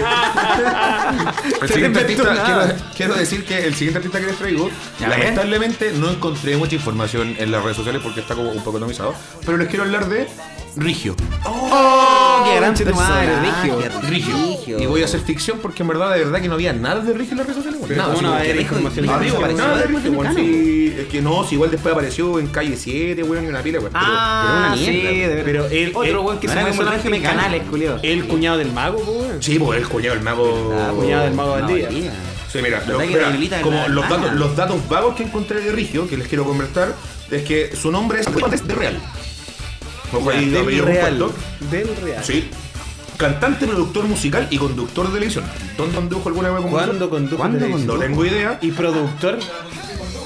E: El siguiente
F: inventó
E: artista,
F: nada.
E: quiero, quiero decir que el siguiente artista que les traigo,
D: Ya,
E: lamentablemente no encontré mucha información en las redes sociales porque está como un poco atomizado, pero les quiero hablar de Rigio.
D: Oh, qué gran tu madre,
F: personaje,
D: Rigio.
E: Rigio. Y voy a hacer ficción porque en verdad, de verdad que no había nada de Rigio en las redes sociales. weón. Nada,
C: ¿Cómo
E: así
C: no va a
E: como que
C: haber
D: Rico,
C: información
D: Rico
C: de
E: Arriba,
D: Apareció
E: weón, nada de
D: Rico
E: Rigio, weón,
D: Mexicano.
E: sí, es que no, si igual después apareció en calle 7, weón, y una pila, weón. pero-
D: Ah, Pero una mierda,
F: sí, de verdad.
C: Pero él.
D: Otro
C: él-
D: weón que
C: no
D: se
C: era como
D: mueve
C: el
D: solamente en
C: mexicano.
D: canales, culiado.
C: El cuñado del mago, weón.
E: Sí, pues el cuñado, el mago.
D: Ah,
C: cuñado del mago
D: no,
C: Valdivia.
D: valía.
E: Sí, mira,
D: ¿Verdad
E: lo-
D: que
E: mira,
D: la Lolita es
E: como
D: la
E: los
D: hermana?
E: datos, los datos vagos que encontré de Rigio, que les quiero conversar, es que su nombre es Fuentes de Real. Ojo ahí,
F: Del
E: apellido
F: real.
E: Fuentes.
F: Del real.
E: Sí. Cantante, productor musical y conductor de televisión. ¿Dónde condujo alguna vez?
C: ¿Cuándo condujo televisión?
E: No tengo idea.
C: Y productor.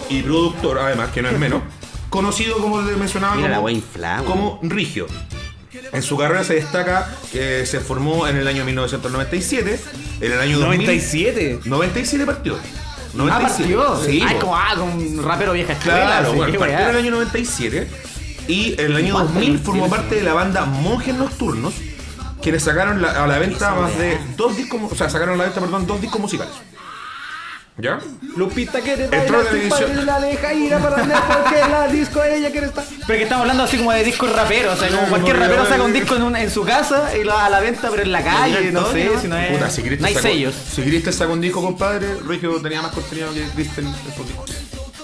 E: Y productor, además, que no es menos. Conocido, como les mencionaba,
D: Mira la
E: como,
D: wea inflada,
E: como Rigio. En su carrera se destaca que se formó en el año 1997. En el año 2000,
C: 97.
E: 97 partió.
D: Ah,
E: 97.
D: partió.
E: Sí,
D: Ay,
E: po.
D: como ah, con un rapero vieja escuela.
E: Claro,
D: sí,
E: bueno,
D: qué
E: partió en
D: weá.
E: el año 97 y en el año 2000 formó parte de la banda Monjes Nocturnos, quienes sacaron la- a la venta más de dos discos, mu- o sea, sacaron a la venta, perdón, dos discos musicales. ¿Ya?
F: Lupita que te
E: Entró en
F: baila, tu
E: edición.
F: padre la deja ir a para porque la disco ella quiere estar.
D: Pero que estamos hablando así como de discos raperos, o sea, como cualquier rapero saca un disco en, un- en su casa y lo da a la venta, pero en la calle, no sé, si no es.
E: Puta, si Cristo
D: no hay
E: sacó-
D: sellos.
E: Si Crystal sacó un disco, compadre, Rigio tenía más contenido que Crystal en sus discos.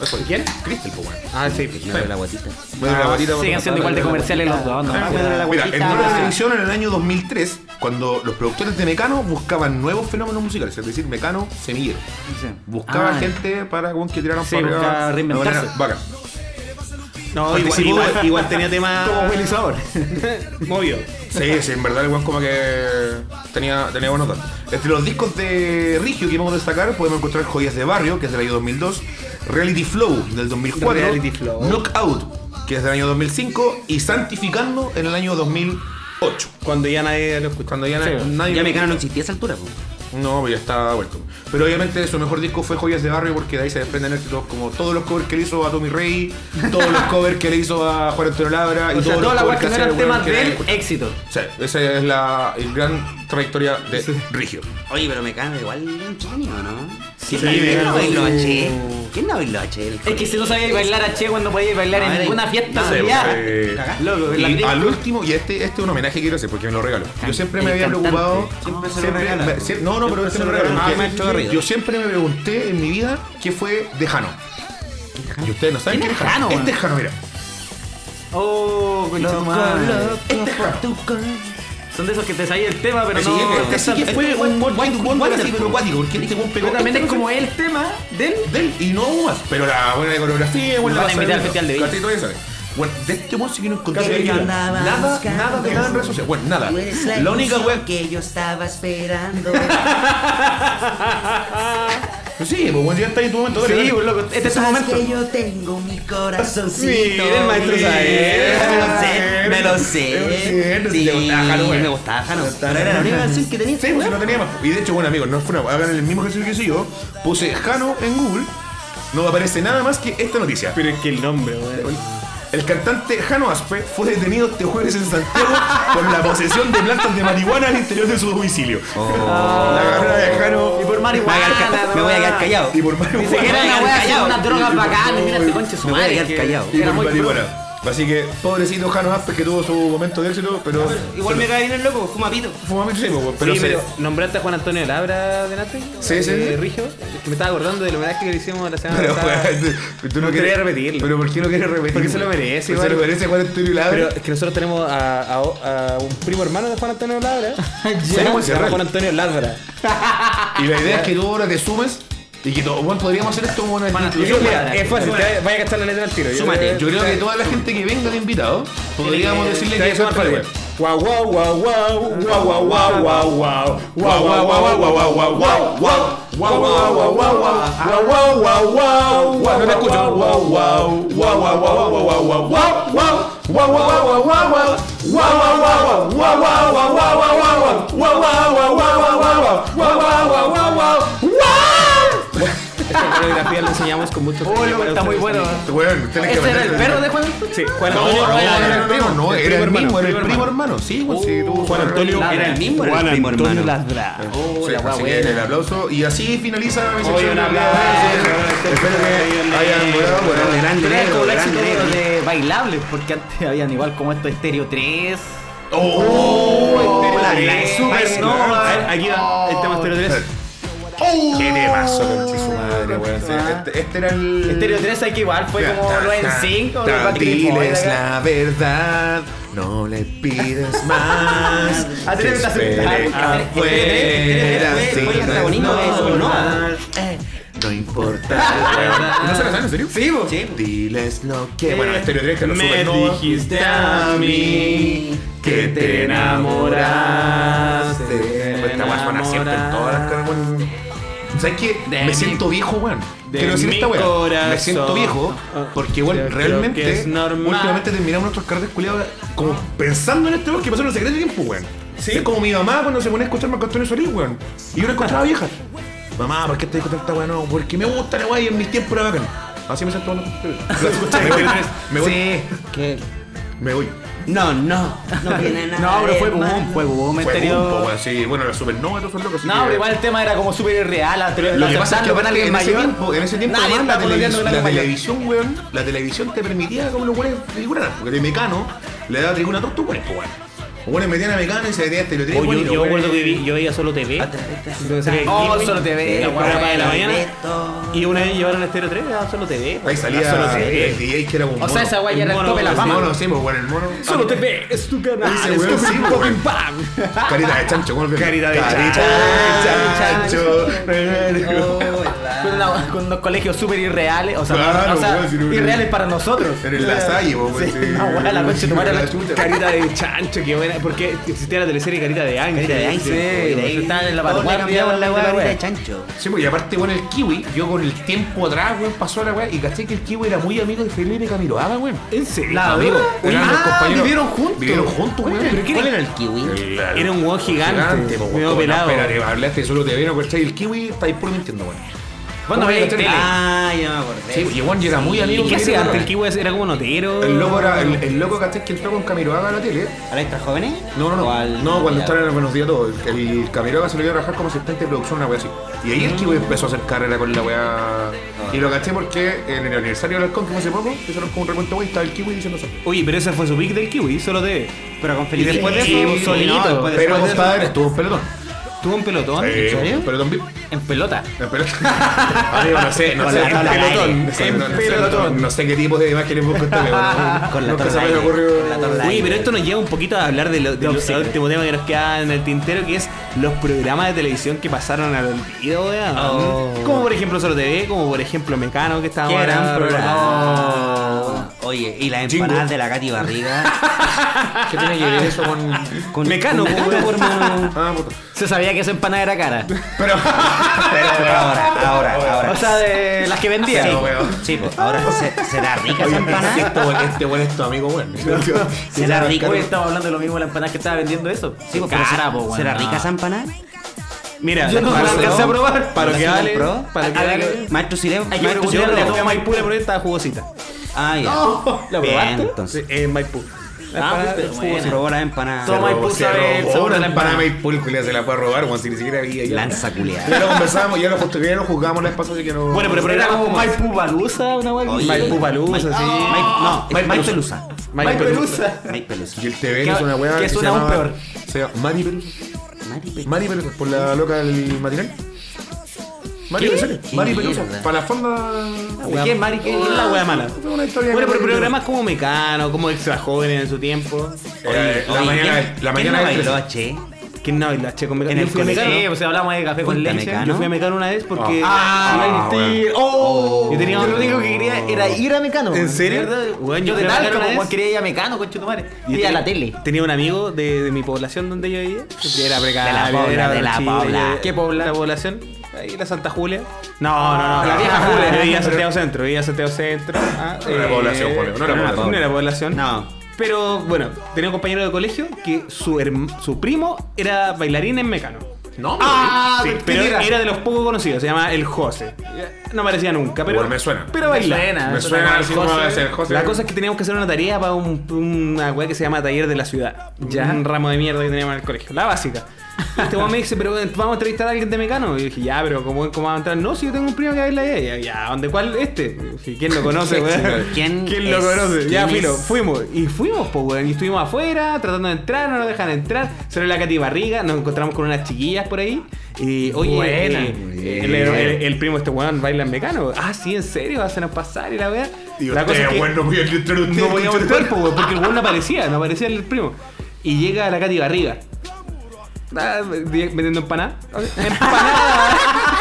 E: Eso,
C: ¿Quién?
E: Crystal, pues bueno.
C: Ah, sí.
D: Me duele la guatita.
E: Me duele la guatita,
D: Ah, Siguen
E: bueno.
D: siendo igual de comerciales los dos, no me duele la
E: Mira, en una
D: guatita.
E: televisión en el año 2003, cuando los productores de Mecano buscaban nuevos fenómenos musicales, es decir, Mecano semillero. Buscaba
D: Ah.
E: gente para weón, que tiraran
D: Sí,
E: para
D: buscaba reinventarse.
E: Bueno, bacán.
C: No, igual,
E: Participó-
C: igual- igual
E: *laughs*
C: tenía tema
D: Willy Sabor.
C: movido.
E: Sí, sí, en verdad el weón como que tenía, tenía buenos datos. Entre los discos de Rigio que vamos a destacar podemos encontrar Joyas de Barrio, que es del año 2002, Reality Flow, del 2004,
C: Reality Flow.
E: Knockout, que es del año 2005, y Santificando en el año 2008.
C: Cuando ya nadie lo escuchaba.
E: Cuando ya na- nadie...
D: Ya Mecano no existía a esa altura, po.
E: No, ya está vuelto. Pero obviamente su mejor disco fue Joyas de Barrio porque de ahí se desprenden éxitos como todos los covers que le hizo a Tommy Rey, todos los covers que le hizo a Juan Antonio Labra y
D: O sea,
E: todos
D: toda la
E: los
D: guay
E: covers
D: que no
E: hacía el
D: eran
E: weón
D: temas
E: que nadie
D: del
E: escucha.
D: éxito.
E: Sí, esa es la el gran trayectoria de Rigio.
D: Oye, pero Mecano igual era un genio, ¿no?
C: Sí,
D: ¿Quién no
C: Mecano.
D: bailó a Che? ¿Quién no bailó a Che?
F: Es que si no sabía bailar a Che cuando podía bailar
D: en
F: en
D: ninguna
F: ninguna fiesta
E: Sí,
F: familiar.
E: eh,
D: Loco,
E: y
D: la gringa.
E: al último, y este, este es un homenaje que quiero hacer porque me lo regalo. Yo siempre me
D: el
E: había
D: cantante.
E: preocupado.
D: Siempre se lo
E: siempre-
D: regalan.
E: me- sie- no, no, pero este me lo regalan.
D: regalan.
E: porque
D: Ah, Maestro Garrido.
E: Yo siempre me pregunté en mi vida qué fue Dejano. Y ustedes no saben qué
D: ¿Quién
E: es
D: es Jano,
E: Dejano.
D: man?
E: Este es Jano, mira.
D: Oh, concha tu madre. Este Son de esos que te sabía el tema, pero
E: Así
D: no.
E: que este sí que fue un White Wonder así, pero cuático, porque este weón pegó.
F: Pero también
E: este
F: es como
E: fue
F: el tema del.
E: del y no hubo más. Pero la buena coreografía, bueno,
D: Nos van a invitar al Festival de Viña.
E: Bueno, de este weón sí que no encontré
C: Casi
E: nada,
C: que
D: andaba
E: nada,
D: buscando.
E: nada de nada en redes sociales. Bueno, nada.
D: Pues
E: La única wea que.
D: yo estaba esperando.
E: Sí, *laughs* pues bueno, ya está ahí en tu momento. dale,
F: Sí,
E: dale.
F: un loco. Este es tu momento.
D: yo tengo mi
C: Mira,
D: corazoncito.
C: el maestro
E: sabe.
D: Me lo
E: Me lo
D: sé,
E: sé.
D: me lo sé. Sí,
E: Le gustaba Jano, güey.
D: me gustaba Jano. Pero era la única canción que tenía.
E: Sí, pues no tenía más. Y de hecho, bueno, amigos, no fue una. Hagan el mismo ejercicio que hice yo. Puse Jano en Google. No aparece nada más que esta noticia.
C: Pero es que el nombre, weón.
E: El cantante Jano Aspe fue detenido este jueves en Santiago por la posesión de plantas de marihuana al interior de su domicilio.
D: Oh.
E: La carrera de Jano.
F: Y por
D: Me voy a quedar
F: marihuana.
D: ca- me voy a quedar callado.
E: Y por marihuana. *laughs*
F: Que era una
D: Me voy a
F: wea
D: quedar
F: así,
D: callado.
F: unas drogas bacanas. Mira este conche su
D: Me voy a
F: madre.
D: quedar
F: que
D: callado.
E: Y
F: Era
E: por
F: muy pro.
E: marihuana. Así que, pobrecito Jano Aspe que tuvo su momento de éxito, pero.
D: Igual me cae bien el loco, fuma pito.
E: Fuma mucho tiempo, pues, pero
C: Oye,
E: se-
C: pero ¿Nombraste a Juan Antonio Labra delante?
E: Sí, sí,
C: Eh,
E: sí.
C: Rigio. Es que Me estaba acordando del homenaje que le hicimos la semana
E: *laughs* Pero,
C: pasada.
E: weón,
C: no
E: tú no
C: quería
E: quieres
C: repetirlo.
E: Pero, ¿por qué no quieres repetirlo?
C: Porque se lo merece,
E: Porque Se lo
C: igual.
E: merece Juan Antonio Labra.
C: Pero es que nosotros tenemos a, a- a un primo hermano de Juan Antonio Labra.
E: Sí,
C: Se
E: pues,
C: llama
E: cerrar.
C: Juan Antonio Labra.
E: Y la idea es que tú ahora te sumes y que todo, bueno, podríamos hacer esto como una
C: Yo,
E: institución.
C: mira, es fácil, te vaya a gastar la letra al tiro. Yo-
E: Súmate, yo creo que toda la gente que venga de invitado, podríamos decirle
C: Te
E: que
C: vas a
E: eso
C: sumar para
E: es
C: ti.
E: Guau, guau, guau, guau, guau, guau, guau, guau, guau. Guau, guau, guau, guau, guau, guau, guau, guau. Guau, guau, guau, guau, guau, guau, guau, guau, guau, guau. No te escucho. Guau, guau, guau, guau, guau, guau, guau, guau, guau, guau. Guau, guau, guau, guau, guau, guau. Guau, guau, guau, guau, guau, guau, guau, guau, guau, guau. Guau, guau, guau, guau, guau, guau, guau. Guau, guau, guau, guau, guau. ¡Guau!
C: Esta coreografía la enseñamos con mucho
F: Oh,
C: cariño para
F: está muy
C: ustedes
F: bueno.
C: también.
E: Weón, tenés que
D: Este
F: ¿Ese era el
E: aprender.
F: perro de Juan?
C: Sí, Juan
E: No,
C: Antonio.
E: no,
C: era-
E: era el primo, no, era el
C: hermano,
E: mismo, era el
C: primo
E: primo hermano. Sí, güey, sí, tuvo
C: Juan Antonio
F: Ladra.
C: era el mismo, era el primo hermano.
E: Sí,
F: pues,
E: así que el aplauso. Y así finaliza mi
C: Oye,
E: sección.
C: un
E: de-
C: aplauso.
E: Espero que hayan volado por ahí.
F: Pero
C: Grande,
F: era como el éxito
C: grande.
F: de bailables, porque antes habían igual como esto Estéreo 3.
E: Mm. ¡Oh!
F: Estéreo
C: La-
F: 3,
C: la supernova.
F: Supernova.
C: A ver, Aquí va el tema Estéreo 3. Oh.
E: ¡Qué temazo, conche su madre, weón! Sí,
C: Ah.
E: Este, este era el.
F: Estéreo 3 hay que igual fue como
E: Ta-
F: lo en
E: ta-
F: 5.
E: ta- Diles la verdad, no le pides
F: *laughs*
E: más.
F: Ah,
E: Te
F: tiene que hacer-
E: espere
F: ah, ah,
E: afuera,
F: fue-
E: si
F: fue el
E: no
F: antagonismo de
E: es
F: eso, ¿no?
E: normal, eh, No importa. ¿No se la saben, en serio?
F: Sí, po.
E: Diles lo que. Bueno, Estéreo 3 que lo
C: Me
E: supernova.
C: dijiste a mí que te enamoraste.
E: Pues esta weá suena siempre en todas las caras, weón. ¿Sabes qué? me siento viejo, weón.
C: de
E: Quiero decir
C: mi
E: esta weá. Me siento
C: corazón.
E: viejo porque,
C: Yo
E: weón,
C: creo que
E: realmente,
C: es normal.
E: últimamente terminamos nuestros carretes culiados como pensando en este weón que pasó en el secreto de tiempo, weón. Es como mi mamá cuando se ponía a escuchar Marco Antonio Solís, weón. Y yo la encontraba vieja. Mamá, ¿por qué te escuchando esta weá? No, porque me gusta la weá y en mis tiempos era bacán. Así me siento, weón.
C: *laughs*
E: Me voy, me voy,
F: Sí.
E: me voy.
C: No, no.
D: No *laughs* tiene nada.
F: No, pero
D: de
F: fue boom,
D: malo.
F: fue boom.
E: Fue
F: Estéreo-
E: un poco así. Bueno, la supernova, todos son locos. así
F: No,
E: que-
F: pero igual el tema era como súper irreal.
E: Lo que pasa es que
F: con
E: aparte,
F: alguien
E: en ese
F: mayor.
E: tiempo, en ese tiempo
F: Nadie
E: weón, la,
F: está
E: televisión,
F: pololeando con alguien
E: la
F: mayor.
E: televisión, weón, la televisión te permitía como los weones figuraran, porque de Mecano le daba tribuna a todos tus weones, pues, weón. Los weones metían a Mecano y se metían este
C: Oye,
E: teléfono.
C: yo, yo recuerdo que vi- yo veía solo TV.
F: Oh, solo TV,
C: La
F: la
C: guapa de la
F: guapa.
C: mañana. Y una vez llevaron a Estéreo 3, era solo TV.
E: Ahí
F: Ah,
C: Era solo
E: salía
C: TV.
E: el DJ que era un mono.
F: O sea, esa guay
C: El
F: era el
C: mono,
F: tope de la
C: el
E: El
F: fama.
E: mono, sí, pues, weón, el mono.
C: Solo TV es tu canal.
E: Ese weón, sí, weón. Carita de chancho, weón.
C: Carita de
E: chancho.
D: Oh,
F: Con, una- con unos colegios súper irreales, o sea,
E: Claro,
F: para- o sea,
E: weón, si no-
F: irreales para nosotros.
E: Pero en la salle, weón.
F: Sí,
E: pues,
F: Ah,
E: sí.
F: no, weón, la concha de tu madre, la
E: chucha.
C: Carita de chancho, que buena. Porque existía la teleserie Carita de Ángel.
D: Mira, ahí
F: Sí,
D: sí, mira, ahí.
F: estaban en la
D: Todos le
F: vanguardia
D: cambiaban la
F: de la
D: guardia
F: wea.
D: de chancho.
E: Sí, porque aparte, bueno, el kiwi, yo con el tiempo atrás, weón, pasó la weá, y caché que el kiwi era muy amigo de Felipe Camiroaga, weón.
C: ¿En serio?
F: La
E: Amigo,
F: verdad.
E: eran los
F: Ah,
E: compañeros.
F: vivieron juntos.
E: Vivieron juntos, weón.
D: ¿Cuál era el kiwi?
C: Era un hueón gigante, pues,
E: po,
C: medio
E: weón. No,
C: pelado.
E: Espérate, hablaste solo te vieron, ¿cachai? El kiwi está ahí puro mintiendo, weón.
F: Cuando
E: ¿Cómo
F: veis
E: cachai?
F: tele.
D: Ah, ya me acordé.
E: Sí, pues, y weón, yo era muy amigo
C: ¿Y qué
E: de
C: hacía
E: Felipe
C: antes? El
E: Camiroaga.
C: kiwi era como notero.
E: El loco era, el, el loco, ¿cachai? Que entró con Camiroaga a la tele.
D: ¿A la extra jóvenes?
E: No, no,
D: eh? ¿O
E: no.
D: al-
E: No, cuando
D: ya.
E: estaban en el Buenos Días Todos. El, el Camiroaga se lo iba a rajar como asistente de producción, una weá así. Y ahí el kiwi empezó a hacer carrera con la weá. Y lo caché porque en el aniversario del Halcón, como hace poco, empezaron con un recuento, weón, y estaba el kiwi diciendo eso.
C: Oye, pero ese fue su pick del kiwi, solo TV.
D: Pero con Felipe.
C: Y después de
D: Sí,
C: eso,
D: sí,
C: solito,
D: no, después de-
E: Pero, compadre, estuvo un pelotón.
C: Tuvo un pelotón.
E: Eh, un pelotón VIP.
F: En pelota.
E: No, pero-
G: Ah,
E: Amigo, no sé, no
D: Con
E: sé.
D: la tabla al
E: pelotón,
D: aire.
E: no sé, no- no sé, No sé qué tipo de imágenes vos contarle.
D: pues, Con la
E: *laughs* Nunca se
D: tabla al
E: me
D: aire,
E: ocurrió.
D: con la tabla al
C: Oye,
D: aire.
C: pero esto nos lleva un poquito a hablar de lo, de lo- del último tema que nos queda en el tintero, que es los programas de televisión que pasaron al olvido, weón. Como por ejemplo Solo TV, como por ejemplo Mecano, que estábamos
D: Oh. Qué gran
C: ahora
D: programa. Oye, y las empanadas de la Katy Barriga.
E: *laughs* ¿Qué tiene que ver eso con.? pues,
D: Con
C: Mecano,
D: con-
C: po, weón.
E: Ah, puta.
F: Se sabía que esa empanada era cara.
E: Pero.
D: Pero ahora, ahora, ahora.
F: O sea, de las que vendía.
D: Sí,
E: no, weón.
D: sí, pues, ahora se- será rica
E: Oye,
D: esa empanada.
E: este buen- Este buen es tu amigo, bueno.
D: *laughs* Será rica.
F: Hoy estaba hablando de lo mismo de la empanada que estaba vendiendo eso.
D: Sí, pues, pero
F: cara,
D: se-
F: po, weón.
D: ¿Será rica esa empanada?
C: Mira,
F: Yo no
C: para-
F: la alcancé a probar.
C: Para lo
D: ¿No Ah,
C: que
D: se
C: vale,
D: compró?
C: para lo que
F: A- a-
C: vale.
D: Maestro Sileo.
F: Hay que
D: Maestro
C: Yo
F: preguntarle
C: la
D: Sileo.
C: fui a Maipú y la probé y estaba jugosita.
D: Ah, ya.
F: ¿La
D: Bien,
F: probaste?
D: entonces.
C: En Maipú.
F: Ah,
C: Para-
F: pero
D: Se
F: bueno.
D: probó la empanada.
F: Toma
E: Se
F: y puso el
E: robó
F: sobre
E: una empanada
F: la empanada.
E: Maipú, el culiao se la fue a robar, weón, si ni siquiera había. ya.
D: Lanza culiada.
E: Ya lo conversamos, ya lo justo- ya lo juzgamos la vez pasada, así que no.
C: Bueno, pero
F: Era
C: programas
F: como
C: como
F: Maipú Balusa, una wea.
D: Oye.
C: Maipú Palusa, sí.
D: Mike- no, es Mike Pelusa.
F: Maipú
C: Pelusa.
F: Balusa.
D: Mike Pelusa.
E: Y el TVN es una weá.
F: que
E: se
F: suena aún
E: llamaba-
F: peor.
E: Se llama Mari Pelusa.
D: Mari Pelusa.
E: Mari Pelusa, por la loca del matinal. Mari Pelusa.
D: ¿Qué
E: Mari Pelusa.
D: mierda?
E: Para la fonda.
C: ¿Qué, Mari? ¿Qué es la
E: Oh.
C: wea mala?
E: Fue una historia
C: Bueno, pero
E: que-
C: programas como Mecano, como Extra Jóvenes en su tiempo.
E: Eh, la
D: Oye,
E: mañana,
D: ¿quién-
E: la
D: quién
E: mañana
D: no
E: del
D: bailó,
E: 13.
D: che?
C: ¿Quién no baila? Che, con Mecano.
D: En
C: Yo
D: el
C: fui a Mecano.
F: Sí, pues hablamos de café con
D: Cuéntame,
F: leche.
D: cara.
C: Yo
D: ¿no?
C: fui a Mecano una vez porque.
F: Ah, mentira. Oh,
C: Yo tenía
F: yo
C: un-
F: lo único que quería era ir a Mecano.
C: ¿En
F: weón.
C: serio?
F: De verdad,
C: Weón, yo
F: yo de
C: fui a Mecano
F: tal
C: una
F: como
C: vez.
F: quería ir a Mecano, con Chutumare.
C: Yo
D: este
F: Y a la
C: tenía-
F: tele.
C: Tenía un amigo de, de mi población donde yo vivía. Que era precario.
D: pobla,
C: era
D: de la
C: chile,
D: pobla.
C: de-
F: ¿Qué pobla?
C: La población. Ahí, la Santa Julia. No, no, no.
F: la
C: no.
F: vieja Julia.
C: Yo vivía a Santiago Centro. Vivía a Santiago Centro. Ah,
E: No era población, Julia, no era
C: No
E: población.
C: era población.
D: No.
C: Pero bueno, tenía un compañero de colegio que su, herm- su primo era bailarín en Mecano.
G: No,
F: Ah,
G: sí,
F: ¿quién
C: Pero
F: era?
C: era? de los poco conocidos, se llama El Jose. No aparecía nunca, pero.
G: Igual me suena.
C: Pero baila.
F: suena.
G: me
F: eso
G: suena
F: era
G: así como
F: José.
G: a ser José.
C: La cosa es que teníamos que hacer una tarea para un- una weá que se llama Taller de la Ciudad.
F: Ya.
C: Un ramo de mierda que teníamos en el colegio. La básica. Y este weón me dice, pero vamos a entrevistar a alguien de Mecano. Y yo dije, ya, pero ¿cómo, cómo va a entrar? No, si yo tengo un primo que baila ahí. Y yo, Ya, ¿dónde cuál? Este. Y dije, ¿Quién lo conoce, weón?
D: ¿Quién
C: lo
D: es?
C: conoce? Ya,
D: ¿Quién
C: filo,
D: es?
C: fuimos. Y fuimos, pues, weón. Y estuvimos afuera, tratando de entrar, no nos dejan entrar. Solo la Cati Barriga, nos encontramos con unas chiquillas por ahí. Y, oye,
F: Buena.
C: eh, eh, el, el- el primo de este weón baila en Mecano. Ah, sí, en serio, hacenos pasar y la weá.
G: Y
C: La cosa es que-
G: ustedes, bueno, no podían entrar ustedes.
C: no podíamos entrar, po, weón, porque el weón no aparecía, no aparecía el primo. Y llega la Katy Barriga. Ah, Vendiendo empanada. Empanada.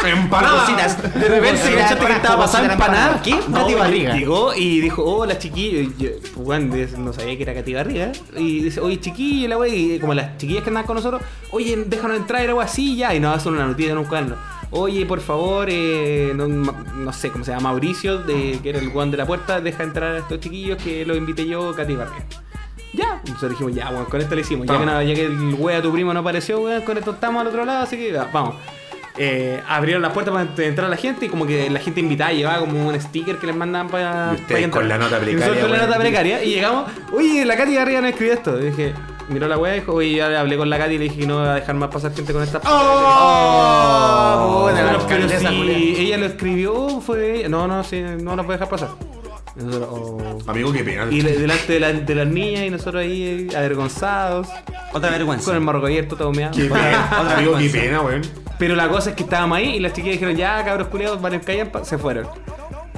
G: Empanada.
D: Cositas.
F: De repente
D: Cositas,
F: cachaste que estaba pasando empanada. ¿Qué?
C: No,
F: Katy Barriga.
C: Llegó y dijo, hola chiquillo. Y yo, weón, de- no sabía que era Katy Barriga. Y dice, oye chiquillo, y la wey. Y como las chiquillas que andaban con nosotros, oye, déjanos entrar, y la wey así ya. Y nos hacen una noticia en un cuaderno. Oye, por favor, eh, no, ma- no sé cómo se llama, Mauricio, de, que era el guan de la puerta, deja entrar a estos chiquillos que los invité yo, Katy Barriga. Ya, y nosotros dijimos, ya, weón, con esto le hicimos. Ya que, no- ya que el wea tu primo no apareció, weón, con esto estamos al otro lado, así que ya, vamos. Eh, abrieron las puertas para entrar la gente y como que la gente invitada llevaba como un sticker que les mandaban para.
G: Y ustedes con la nota precaria,
C: Nosotros con la
G: weón.
C: nota precaria y llegamos, oye, la Katy Garriga no escribió esto. Y dije, miró la wea y dijo, oye, ya le hablé con la Katy y le dije que no va a dejar más pasar gente con esta.
F: ¡Oh! Buena la
C: Pero
F: alcaldesa,
C: si
F: Julián.
C: ella lo escribió, fue. ella. No, no, sí, no la puede dejar pasar. Y nosotros, oh.
G: Amigo, qué pena.
C: Y le- delante de, la- de las niñas y nosotros ahí eh, avergonzados,
D: Otra vergüenza.
C: con el marco abierto, todo meado.
G: Qué pena. Amigo, qué pena, weón.
C: Pero la cosa es que estábamos ahí y las chiquillas dijeron, ya cabros culiados, van en callampa, se fueron.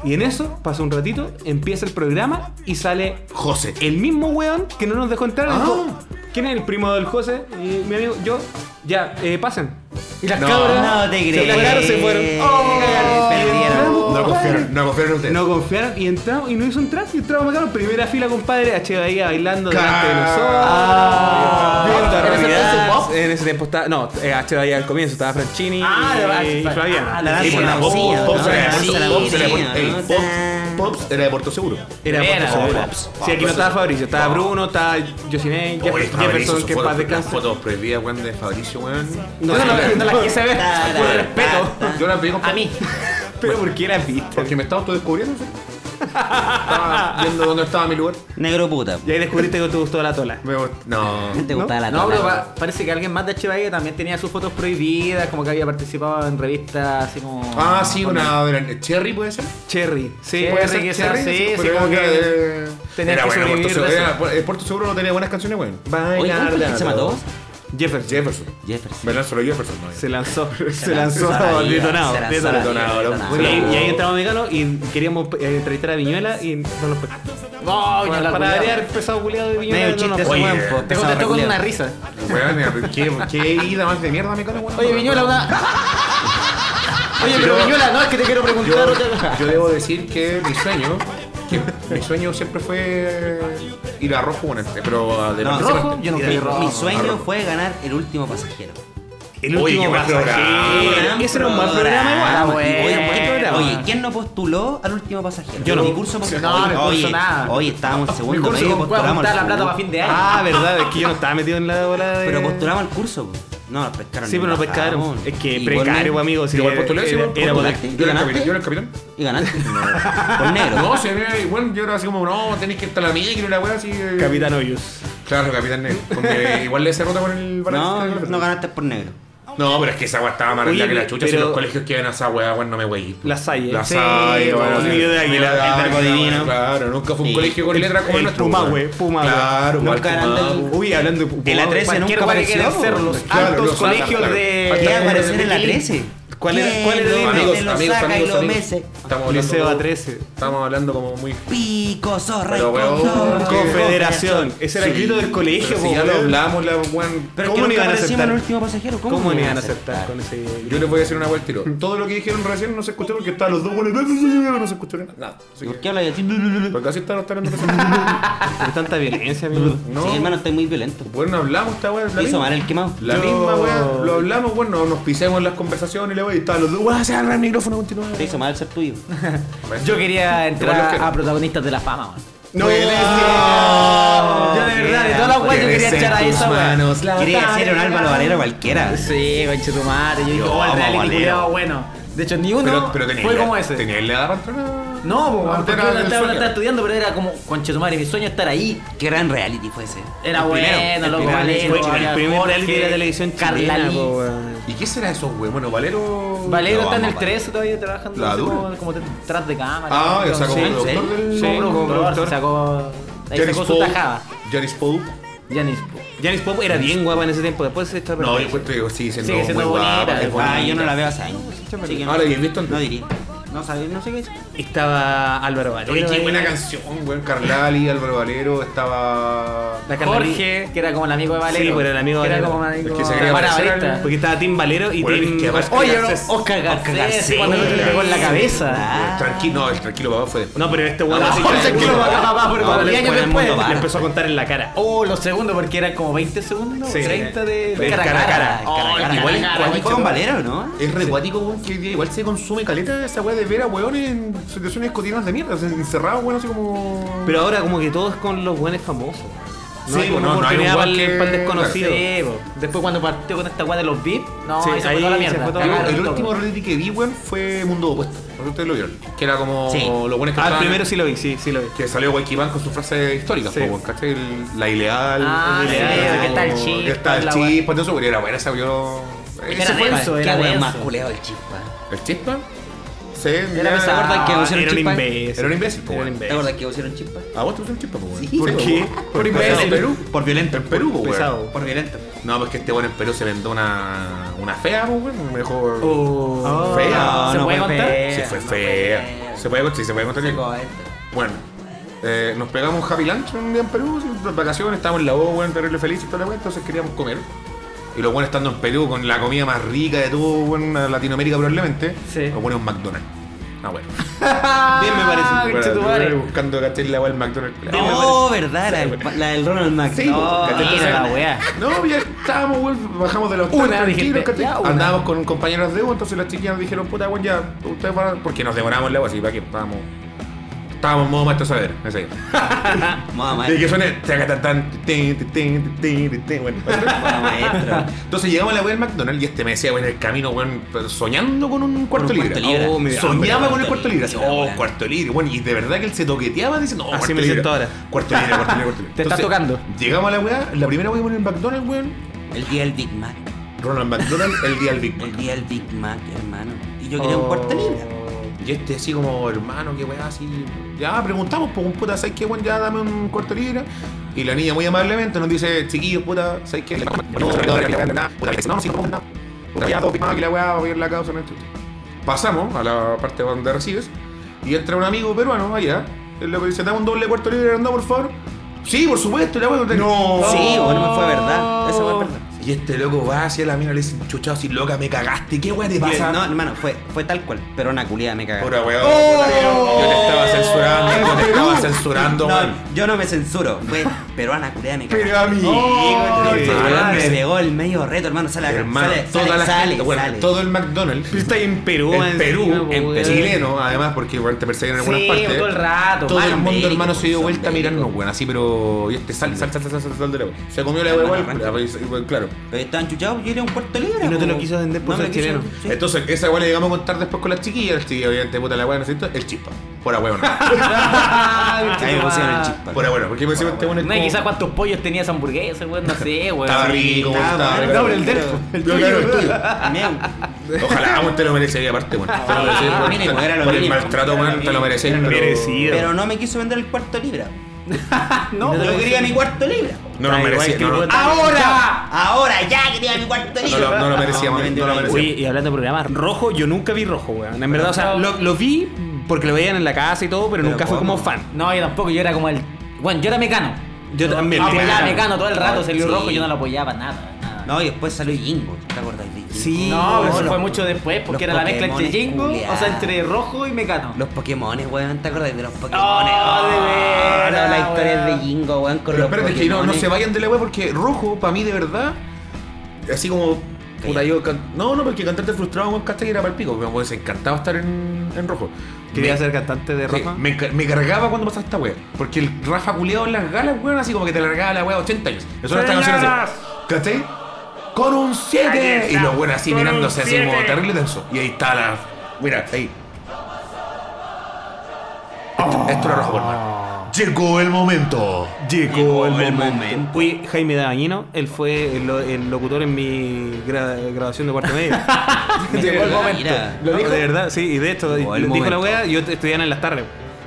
C: Y en eso, pasó un ratito, empieza el programa y sale
G: José.
C: el mismo weón que no nos dejó entrar.
G: Ah.
C: dijo, ¿Quién es el primo del José? Y mi amigo, yo, ya, eh, pasen. Y las
G: No,
C: cabras
D: no te
C: se
D: creo.
C: cagaron, se fueron.
D: Oh, perdieron.
G: No confiaron, no confiaron en ustedes.
C: No confiaron y entramos y no hizo entrar y entramos acá en primera fila, compadre, a Chevadía bailando delante de nosotros.
G: Ah.
C: Viendo a
F: ¿En ese
C: Rocky
F: entonces
C: Dance.
F: pop?
C: En ese tiempo estaba. No, eh, a Chevadía al comienzo, estaba Franchini
F: Ah, la-
C: y, y
F: ah,
C: Fabián.
F: la danza
G: Sí, pues,
D: la
G: la Pop-
D: Lucía,
G: Pops
D: ¿no?
G: era de
D: La
G: Puerto-
D: Lucía,
G: Pops era de Puerto-
D: ¿no?
G: Ey, Pops- Pops era de Puerto Seguro.
C: Era
F: Era,
C: Pops,
F: Pops,
C: era.
G: Pops,
C: Sí, aquí no
G: Pops.
C: estaba Fabricio, estaba Bruno, estaba Josiné, Jeff-
G: Oye, Fabricio,
C: Jefferson,
G: sus
C: que en paz
G: fotos- las
C: descanse.
G: fotos prohibidas, weón, de Fabricio, weón.
C: No,
G: Yo
C: no,
G: la-
C: no la quise ver.
D: Ta,
C: Por
D: ta,
C: respeto.
G: *laughs*
D: ta, ta.
G: Yo las vi con
D: A mí.
C: Pero ¿por qué la viste?
G: Porque me estaba autodescubriendo, ¿sí? Estaba viendo dónde estaba mi lugar.
D: Negro puta.
C: Y ahí descubriste que te gustó la tola.
G: Me gust- No.
D: ¿Te gustaba la
F: No,
D: tabla?
F: pero pa- parece que alguien más de Echevarría también tenía sus fotos prohibidas, como que había participado en revistas así como.
G: Ah, sí,
F: como-
G: una. era- ¿Cherry puede ser?
C: Cherry. Sí,
F: Cherry,
C: puede ser
F: quizás,
C: Cherry.
F: sí, sí,
G: Pero
F: como
G: era
F: que
G: de-
F: tenía
G: era bueno,
F: que
G: Puerto
F: sobrevivir
G: Seguro.
F: de eso.
G: era- Pu- eh, Puerto Seguro no tenía buenas canciones, weón.
D: Oye, ¿cuál fue el que se mató?
C: Jefferson.
G: Jefferson.
D: Jefferson.
G: Bernard solo Jefferson, no.
C: Se lanzó, *laughs* se lanzó
D: lanzó a la vida,
C: detonado. detonado.
D: se lanzó a la vida,
G: Detonado,
D: detonado.
G: era un
C: Y,
G: buen-
C: ahí- y ahí entramos Mecano y queríamos eh, entrevistar a Viñuela y no nos pescó.
F: No,
C: Para-
F: la
C: para
F: culiao.
C: variar, pesado culiado de Viñuela.
D: Medio
C: no nos
D: chiste ese
G: Oye,
D: weón,
G: te
D: po,
F: Te
D: pesado
F: contestó con
D: culiao.
F: una risa.
G: Weón, qué, qué ida más de mierda me cago, weón.
F: Oye,
E: *laughs*
F: Viñuela, una. Oye, pero Viñuela, no, es que te quiero preguntar
G: Yo,
F: otra cosa.
G: yo debo decir que mi sueño, que mi sueño siempre fue ir a rojo, bueno, pero a de
D: No,
G: principal.
F: rojo, yo no fui
D: Mi-
F: rojo.
D: Mi sueño fue ganar el último pasajero.
C: El
G: Oye, qué
C: último
G: buen
C: pasajero.
G: programa.
C: Eh, Ese era un buen programa
F: Ah,
C: igual.
F: bueno.
C: Oye, buen programa.
D: Oye, ¿quién no postuló al último pasajero?
C: Yo no.
D: Mi curso postuló.
F: No, no
D: oye,
F: puso nada.
D: oye, estábamos en segundo
F: curso
D: medio,
F: con cuál
D: postulamos
F: juntar la
D: al
F: plata
D: curso.
F: para fin de año.
C: Ah, verdad, es que yo no estaba metido en la bola de.
D: Pero postulamos al curso. po. No, nos pescaron.
C: Sí,
D: ni
C: pero no
D: bajamos.
C: pescaron. Es que
D: Y
C: precario,
D: Goldman-
C: amigo. sí,
G: Yo igual postulé,
C: era-
G: sí, igual
C: era-
G: postulé.
D: postulaste.
G: Yo era el
D: ¿Ganaste?
G: capitán. Yo era el capitán.
D: Y
C: *laughs*
D: ganaste. Por negro.
G: No, sí, era- bueno, yo era así como, no, tenés que estar a la mía, que una weá así. eh.
C: Capitán Hoyos.
G: Claro, capitán negro. Porque igual le cerró con el
D: No,
G: Valencia.
D: no ganaste por negro.
G: No, pero es que esa weá estaba más
C: Oye,
G: arreglada que la chucha. Si
C: pero-
G: los colegios que iban a esa weá, weón, no me weí.
C: La Salle.
G: La
C: Sí,
G: Salle,
C: o
G: weón.
C: el nido de águila, el
G: águila,
C: arco divino.
G: Claro, nunca fue un
D: Sí.
G: colegio con letras como el
C: El eh.
G: nuestro. pues.
C: Pumahue,
G: weón.
C: Pumahue.
G: Claro,
C: Nunca
G: igual
D: eran del-
G: Pumahue.
C: Uy, hablando de.
D: De la 13
C: Cualquier
D: nunca
C: weá que quieran
D: apareció,
C: ser
D: po.
C: los
G: Claro,
C: altos
G: los
C: colegios
G: altos,
C: de.
G: claro.
D: ¿Qué va a
G: como
D: aparecer en la 13?
C: ¿Cuál era-
D: ¿Quién
C: cuál era el
D: lo
C: índice?
D: mete,
G: Amigos,
D: lo
G: amigos,
D: saca y
G: amigos,
D: lo
G: amigos.
D: mece?
G: Estamos hablando
C: Liceo
G: como-
C: A13.
G: Estamos hablando como muy.
D: Pico, zorra y
G: Pero, weón,
D: con-
G: ¿qué?
C: Confederación. Ese era el grito del colegio,
G: Pero
C: po,
G: si ya lo
C: weón.
G: hablamos, la weón.
D: Pero
C: ¿Cómo
D: ¿Cómo
C: no
D: ni
C: iban a
D: van a
C: aceptar?
D: aceptar? el último pasajero? ¿Cómo,
C: ¿Cómo
D: no
C: le iban a aceptar con ese
G: Yo les voy a decir una vuelta tiro. *laughs* Todo lo que dijeron recién no se escuchó porque estaban los dos buenos. No se escuchó nada. Nada.
D: ¿Y
G: Así
D: por
G: que-
D: qué hablas así? Sí,
G: Porque así estaban los talentos recién. *laughs*
C: Por tanta violencia, amigo.
G: No.
D: hermano, estoy muy violento.
G: Bueno, hablamos esta weá. la
D: Hizo
G: misma.
D: mal el quemado.
G: La misma weá. Lo hablamos, bueno, nos pisemos en las conversaciones y la weá. Y estaban los dos. Weá, se agarra el micrófono, continúa.
D: Te hizo mal el ser tuyo.
F: Yo quería
G: Igual los
F: entrar
G: quiero.
F: a protagonistas de la fama, man.
G: No,
F: Yo de verdad, de todas las weas yo quería echar a esa wea.
D: Quería decir un Álvaro Valero cualquiera.
F: Sí, conche tu madre. Yo dije,
E: Yo
F: oh, el
E: amo
F: reality
E: Valero.
F: culiao bueno. De hecho, ni uno
E: pero, pero tenía
F: fue
E: idea-
F: como ese.
E: ¿Tenía la patrona?
F: No, po,
E: No,
F: porque
E: era
F: yo
E: el
F: estaba,
E: sueño.
F: estaba estudiando, pero era como, conche tu madre, mi sueño es estar ahí.
D: Qué gran reality fue ese.
F: Era bueno,
C: el
F: loco,
C: primer-
F: Valero.
C: fue el
F: había
C: primer
F: Jorge,
C: reality de la televisión
F: Carla
C: chilena,
F: Liz.
C: po, weón.
E: ¿Y qué será de esos güey? Bueno, Valero.
F: Valero
E: No,
F: está en el
E: vamos,
F: 13 todavía trabajando
E: La
F: no sé,
E: dura.
F: como, como detrás de cámara.
E: Ah, o sea, como
F: Sí,
E: el
F: sí.
E: doctor del.
C: Sí,
F: Como
C: como
F: productor,
C: productor.
F: se sacó, ahí
E: Janis
F: sacó su
E: Pope.
F: tajada.
E: Janis Pope.
F: Janis. po.
C: Janis Pop era bien guapa en ese tiempo, después se está
E: No, yo encuentro que sigue siendo
G: Oh,
F: Sigue
E: muy
F: siendo bonita,
E: guapa. que es
F: guapa,
D: Ah, yo no
E: bonita.
D: la veo hace años. Así que no-
E: Ahora, ¿y has visto
D: No
E: Ah, antes?
D: diría. No sabía, no sé qué es.
C: Estaba Álvaro Valero.
E: Oye, qué
C: ahí.
E: buena canción, güey. Carlali, Álvaro Valero, estaba.
C: La Carla Liz.
F: Jorge, que era como el amigo de Valero.
C: Sí, pero el amigo de
F: que era
C: Valero.
F: como un
E: El
F: amigo
E: que se quería
F: Barbarista.
E: parecer al-
C: Porque estaba Tim Valero y
E: Bueno,
C: Tim
E: es que aparte-
F: Oye,
C: Garcés.
F: no, Oscar Garcés,
D: Garcés,
F: cuando el otro le pegó en la cabeza.
E: El eh, Tranquilo, no, el tranquilo papá fue después.
C: No, pero este weón
F: Ah,
C: así
F: Jorge,
C: que-
F: *laughs* tranquilo,
C: Uy,
F: papá, papá, porque
C: no,
F: diez
C: le-
F: años
C: bueno,
F: después.
C: el mundo le empezó a contar en la cara.
F: Oh, los segundos, porque eran como 20 segundos,
C: Sí.
F: 30 de,
C: De
F: a
C: cara a cara.
F: Oh,
D: Cara, cara,
E: igual
D: cara,
E: es
D: cara,
E: cuático.
D: fue con Valero, ¿no?
E: Es re cuático, weón, que hoy día igual se consume caleta esa weá de ver a weón en situaciones cotidianas de mierda, o sea, encerrado, weón, así como.
C: Pero ahora como que todo es con los buenos famosos. No
E: Sí,
C: hay
E: bueno,
C: una
E: no, no hay un
C: oportunidad para
E: weón
C: el,
E: que-
C: para el desconocido.
F: Sí, po. Después cuando partió con esta weá de los VIP, no,
C: Sí,
F: ahí se fue
C: ahí
F: toda la
C: se
F: mierda.
C: fue todo.
E: Yo,
F: Cagaron
E: el
F: todo.
E: último reality que vi, weón, fue Mundo Opuesto. No sé si ustedes lo vieron. Que era como
D: Sí.
E: lo bueno es que
C: Ah, el
E: estaban-
C: primero sí lo vi, sí, sí lo vi.
E: Que salió Guayquipán con su frase histórica,
C: Sí.
E: po, weón, ¿cachai? El- La ileal.
F: Ah,
E: el
C: sí,
E: ileal,
C: que
F: está el
E: como-
F: chispa,
E: que está el
F: la weá.
E: chispa, entonces, weón, era buena esa, yo.
F: Era
E: Ese fue
F: denso,
D: Qué
F: era
D: weón
F: denso.
D: más culeado el chispa.
E: el chispa. Sí,
F: Era
E: ya-
D: ¿Te
F: pesado.
D: acuerdas que
C: Ah,
D: pusieron
C: era un
D: chispa?
C: imbécil.
E: Era un imbécil, po,
C: Era un
E: weón.
D: ¿Te
C: imbécil.
D: acuerdas que pusieron chispa?
E: ¿A Ah, vos te gusta el chispa, po, weón?
D: Sí,
E: ¿Por
D: po,
E: qué?
C: weón.
E: ¿Por
C: Por
E: imbécil?
C: imbécil.
E: Perú?
D: Por violento.
E: En Perú, po, weón.
C: Pesado.
D: Por violento.
E: No, pues que este weón en Perú se vendó una, una fea, pues, weón. Me dejó.
F: Oh,
E: Fea.
F: ¿Se
D: no
F: puede
D: fue
F: contar?
D: fea.
E: Sí, fue
D: no
E: fea. Se puede, sí, se puede contar. bien. Bueno, eh, nos pegamos un happy lunch un día en Perú, sí, de vacaciones, estábamos en la O, weón, terrible feliz y toda la weá, entonces queríamos comer. Y los buenos estando en Perú con la comida más rica de todo, weón, Latinoamérica probablemente,
F: Sí.
E: nos ponen un McDonald's. Ah, bueno.
C: Bien me parece.
F: Ah, conche tu madre.
E: Bueno, buscando caché la weá del McDonald's.
D: Oh, verdad, la, del- la del Ronald Mac.
E: Sí,
D: no,
E: porque te-
F: Mira la weá.
E: No, ya estábamos, weón, bajamos de los
F: Una, dijiste,
E: ¿cachai?
F: ya, una.
E: Andábamos con compañeros de U, entonces las chiquillas nos dijeron, puta, weón, ya, ustedes van a-" Porque nos devoramos el agua, así, para que estábamos... Estábamos en modo maestro saber, ese.
D: Mamá,
E: Y que suene... tacatantán, tin, tin, tin, tin, tin, tin, bueno.
D: mamá, maestro.
E: Entonces llegamos a la web del McDonald's y este me decía, weón, en el camino, weón, soñando con un cuarto
D: Con un
E: libre.
D: cuarto libra.
E: Oh,
C: me da
E: Soñaba
D: hambre,
E: con el cuarto libre. Así,
D: cuarto
E: oh,
D: libra,
E: cuarto libre. Bueno, y de verdad que él se toqueteaba diciendo, oh,
C: Así
E: cuarto
C: me
E: libre.
C: siento ahora.
E: Cuarto libre, cuarto libre, cuarto libre.
F: Te estás
E: Entonces,
F: tocando.
E: Llegamos a la weá, la primera weá que pone en el McDonald's, weón,
D: El día del Big Mac.
E: Ronald McDonald, el día del Big
D: El
E: Mac.
D: día del Big Mac, hermano. Y yo
E: Oh.
D: quería un cuarto libre.
E: Y este así como, hermano, qué weá, así. Ya preguntamos, pues, puta, ¿sabes qué, weón? Ya dame un cuarto libre. Y la niña muy amablemente nos dice, chiquillos, puta, ¿sabes qué? No, no, sí, no, no. Puta, ya dos Big Mac y la weá, voy a ir la causa, no esto. Pasamos a la parte donde recibes. Y entra un amigo peruano allá. El loco dice, dame un doble cuarto libre, anda, por favor. Sí, por supuesto, la weá. No.
D: Sí, bueno, me fue verdad. Esa fue verdad.
E: Y este loco va hacia la mina y le dice, chuchado, si loca, me cagaste, ¿qué weá te pasa?
D: No, hermano, fue, fue tal cual. Pero una culiada me cagó.
E: Pura weón, pura weón. Yo te estaba censurando, yo te estaba censurando,
D: No,
E: weón.
D: yo no me censuro.
E: *laughs*
D: Fue peruana culiada me cagó.
E: Pero amigo,
D: El
E: te
D: weón me
E: mames,
D: pegó el medio reto, hermano. Sale acá,
E: hermano,
D: sale,
E: toda
D: sale,
E: la
D: sale,
E: gente, bueno,
D: sale.
E: todo el McDonald's.
C: Pero está ahí en Perú.
E: En Perú,
C: encima,
E: en
C: weón.
E: chileno, además, porque igual te persiguen en algunas
F: Sí,
E: partes.
F: todo el rato,
E: Todo el
F: Mario
E: mundo,
F: Américo,
E: hermano, se dio
D: Mario
E: vuelta a
D: Américo.
E: mirarnos, weón, así, pero. Y este sal, sal, sal, sal, sal, sal, sal de la weá. Se comió la weá,
D: Hermano,
E: igual,
D: arranca.
E: pero- y, bueno, claro.
D: Pero estaban chuchados, yo era un cuarto libre.
C: Y no te lo
D: po.
C: quiso vender por
D: me
C: ser
D: quiso-
C: chileno.
D: sí.
E: Entonces, esa weá le llegamos a contar después con las chiquillas. Las chiquillas, obviamente, puta la weá, no sé, el chispa. Por weón,
D: Ahí me pusieron el chispa.
E: Por weón, porque me decimos este weón es
F: No, y
E: como-
F: quizás cuántos pollos tenía esa hamburguesa, weón, no sé, weón.
E: Estaba rico,
D: estaba
E: estaba
D: bueno.
E: rico.
D: No, pero el del-
E: Yo, claro, el tuyo.
D: Amén.
E: Ojalá, vamos, te lo merecería aparte, bueno. Te lo merecías
D: *laughs* Ah,
E: por,
D: mínimo,
E: por
D: era lo
E: el
D: mínimo.
E: maltrato,
D: Era
E: bueno,
D: lo
E: te lo
D: mínimo.
E: merecías.
C: Era lo
E: pero-
C: merecido.
D: Pero no me quiso vender el cuarto
C: *laughs*
D: libra.
F: No,
D: No, yo quería mi cuarto libra.
E: No lo
C: Ah, igual
E: merecía,
C: que
E: no,
C: el
E: no,
D: Ahora, ahora ya quería mi cuarto libra.
E: lo- no lo merecía,
D: me
E: man,
D: vendió
E: no lo
D: la-
E: merecía.
C: Oye, y hablando de programas, rojo, yo nunca vi rojo, weón. En verdad, o sea, lo, lo vi porque lo veían en la casa y todo, pero,
D: Pero
C: nunca fui
D: ¿cómo?
C: como fan.
F: No, yo tampoco, yo era como el. Bueno, yo era mecano.
C: Yo también,
F: Apoyaba
C: tenía-
F: a mecano todo el rato, salió
D: Sí.
F: rojo, yo no lo apoyaba nada. nada.
D: No, y después salió Jingo, ¿te acordás de Jingo?
C: Sí,
F: No, pero
C: no,
F: eso
C: los-
F: fue mucho después, porque
D: los
F: era la mezcla entre
D: Pokémones
F: Jingo, o sea,
D: culiados.
F: entre rojo y mecano.
D: Los Pokémones, weón, ¿te acordás de los Pokémones?
F: Oh, de veras,
D: no, las historias
F: weón.
D: de Jingo, weón, con
E: Pero
D: los
E: espérate, que no, no
D: Pokémones.
E: se vayan de la web porque rojo, para mí, de verdad, así como
G: Puta, yo can- No, no, porque cantante frustrado, weón, casta que era para el pico. Me pues, encantaba estar en, en rojo.
C: Quería
G: Me-
C: ser cantante de
G: Sí,
C: Rafa.
G: me, enca- me cargaba cuando pasaba esta wea. Porque el Rafa culeado en las galas, weón, así como que te largaba la wea 80 años. Eso era esta canción así. ¿Cachai? Con un 7. Y los weones así mirándose así como terrible tenso. Y ahí está la. Mira, ahí. Esto, esto era rojo, hermano. Llegó el
F: *laughs*
G: momento.
C: Llegó el momento. Fui Jaime Dabañino, él fue el, lo- el locutor en mi gra- grabación de cuarto *laughs* medio.
D: Llegó el momento.
C: No, De verdad, sí, y de hecho,
D: Llegó el
C: dijo la
D: momento.
C: wea, yo te- estudiaba en las tardes.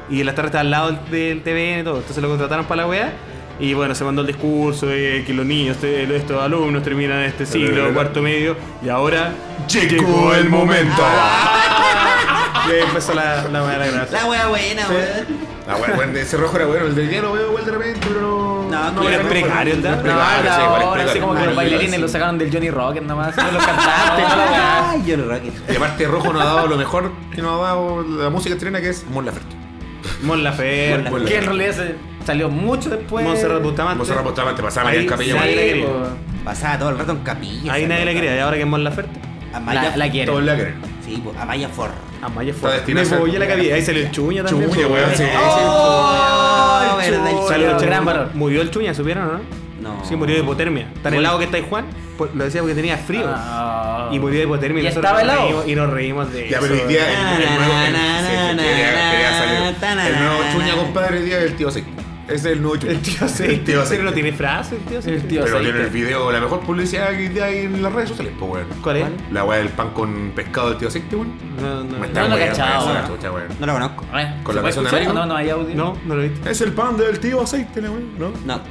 C: Y en las tardes estaba al lado del TVN y todo, entonces lo contrataron para la wea. Y bueno, se mandó el discurso de que los niños, eh, estos alumnos terminan este siglo, cuarto medio, y ahora
G: Llegó el momento.
C: Y ahí empezó la, la wea de la grabación.
D: La wea buena, weón.
G: Ah, bueno, bueno, ese rojo era bueno. El del día lo veo igual de repente, pero no.
D: No, no,
C: era precario, ¿no?
G: Precario, sí, igual es
F: ahora, así
G: precario.
F: como que los bailarines lo sacaron del Johnny Rocket nomás. Los cantantes, toda la weá.
D: Ay, yo no rocket.
G: Y aparte, rojo no ha
F: Ah.
G: dado lo mejor que nos ha dado la
F: *laughs*
G: música chilena, que es Mon Laferte.
C: Mon Laferte,
G: Mon
F: Que
G: Laferte.
F: en realidad se- salió mucho después.
C: Montserrat Bustamante.
G: Monserrat Bustamante pasaba media
C: Ahí
G: capilla.
C: nadie la
G: weón.
F: Sí,
C: quería.
F: po.
D: Pasaba todo el rato en capilla.
C: Ahí
D: esa
C: nadie le
D: loca.
C: crea, y ahora que es Mon Laferte.
D: Amaya,
F: La, la quiere.
G: Todos la creen.
D: Sí, po, Amaya Ford.
C: Amaya
G: Está
C: fue. Me
G: destinado a ser-
C: voy a la cabilla. Ahí salió el Chuña también.
G: Chuña,
C: po,
G: weón, sí.
D: Oh,
F: el
D: verdad, el
F: chulo.
C: Salió el Chuña.
F: Gran varón.
C: Murió el Chuña, ¿supieron o no?
D: No.
C: Sí, murió de hipotermia. Tan helado que está ahí Juan, pues, lo decía porque tenía frío.
F: Ah.
C: Y murió de hipotermia.
F: ¿Y
C: nosotros
F: estaba
C: nos
F: helado?
C: reímos- Y nos reímos de
G: Ya,
C: eso.
G: pero hoy día el, el nuevo, el- sí, sí, quería, quería
D: Ta-na-na-na-na.
G: salir. El nuevo chuña, compadre, el día del tío Seco. Ese es el nuevo chuña.
C: El tío aceite.
G: El tío
C: Pero
G: Seco.
C: no tiene frase, el tío aceite.
F: El tío
G: Pero tiene el
F: aceite.
G: video, la mejor publicidad que hoy día hay en las redes sociales, pues, weón.
C: ¿Cuál es?
G: La weá del pan con pescado del tío Aceite, weón.
C: No, no.
G: Me
C: No,
G: está
F: no,
G: weón,
F: cachado,
G: esa
F: ¿no?
G: chucha, weón.
D: No la conozco.
F: Eh,
G: Con
F: ¿se
G: la
F: puede
G: canción de
F: escuchar?
G: América.
F: No, no hay audio.
C: no, no lo viste.
G: Es el pan del tío Aceite, la weón, ¿no?
D: No.
G: No.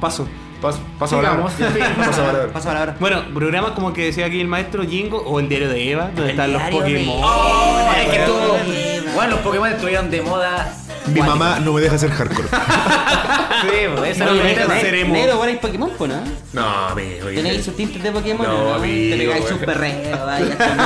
C: Paso.
G: Paso, paso a *laughs*
F: Sigamos.
G: hablar. Paso a hablar.
D: Pasa palabra.
C: Bueno, programas como que decía aquí el maestro Jingo o el diario de Eva, donde están los
D: diario de
C: Pokémon. *laughs*
F: Oh, es que
D: Bueno,
F: estuvo- Bueno, los Pokémon estuvieron de moda.
G: Mi mamá no me deja hacer hardcore. *laughs*
C: pues,
F: Sí, po, esa
C: No,
F: era la
C: no,
F: idea.
C: seremos.
D: Negro, ahora hay Pokémon, pues, ¿no?
G: No, amigo.
D: Tenéis sus tintes de Pokémon.
G: No,
D: ¿o Te
G: amigo,
D: pegáis
G: weón.
D: sus perreos, ahí hasta los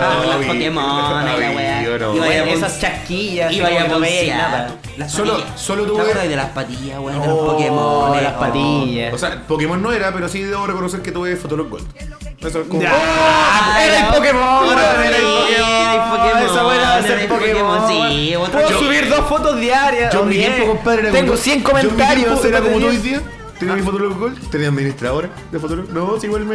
G: No,
D: los
G: amigo,
D: Pokémon, ahí la
G: amigo, no.
D: weá. Y
F: Bueno,
D: vaya a
F: Esas chasquillas.
D: Iba
F: así
D: a
F: como que no veía
D: boxear.
F: nada.
D: Las
G: Solo-
D: patillas.
G: solo tuve-
D: ¿Te acuerdas de las patillas, weón? De los
G: Oh,
D: Pokémon.
F: las
D: oh.
F: patillas.
G: O sea, Pokémon no era, pero sí debo reconocer que tuve Fotolog Gold. Eso es como. Oh,
F: Ah, Era el Pokémon.
D: Ahora era el Pokémon.
F: Esa buena va a ser
D: Era el
F: Pokémon.
D: Pokémon, sí.
F: Puedo
D: Yo-
F: subir dos fotos diarias.
G: Yo en mi
F: diez.
G: tiempo, compadre, era
F: Tengo
G: como-
F: 100
G: yo en mi tiempo
F: comentarios.
G: Era como tú hoy
F: diez.
G: día. Tenía mi Fotolog Gold, tenía administradora de Fotolog. No, si igual me.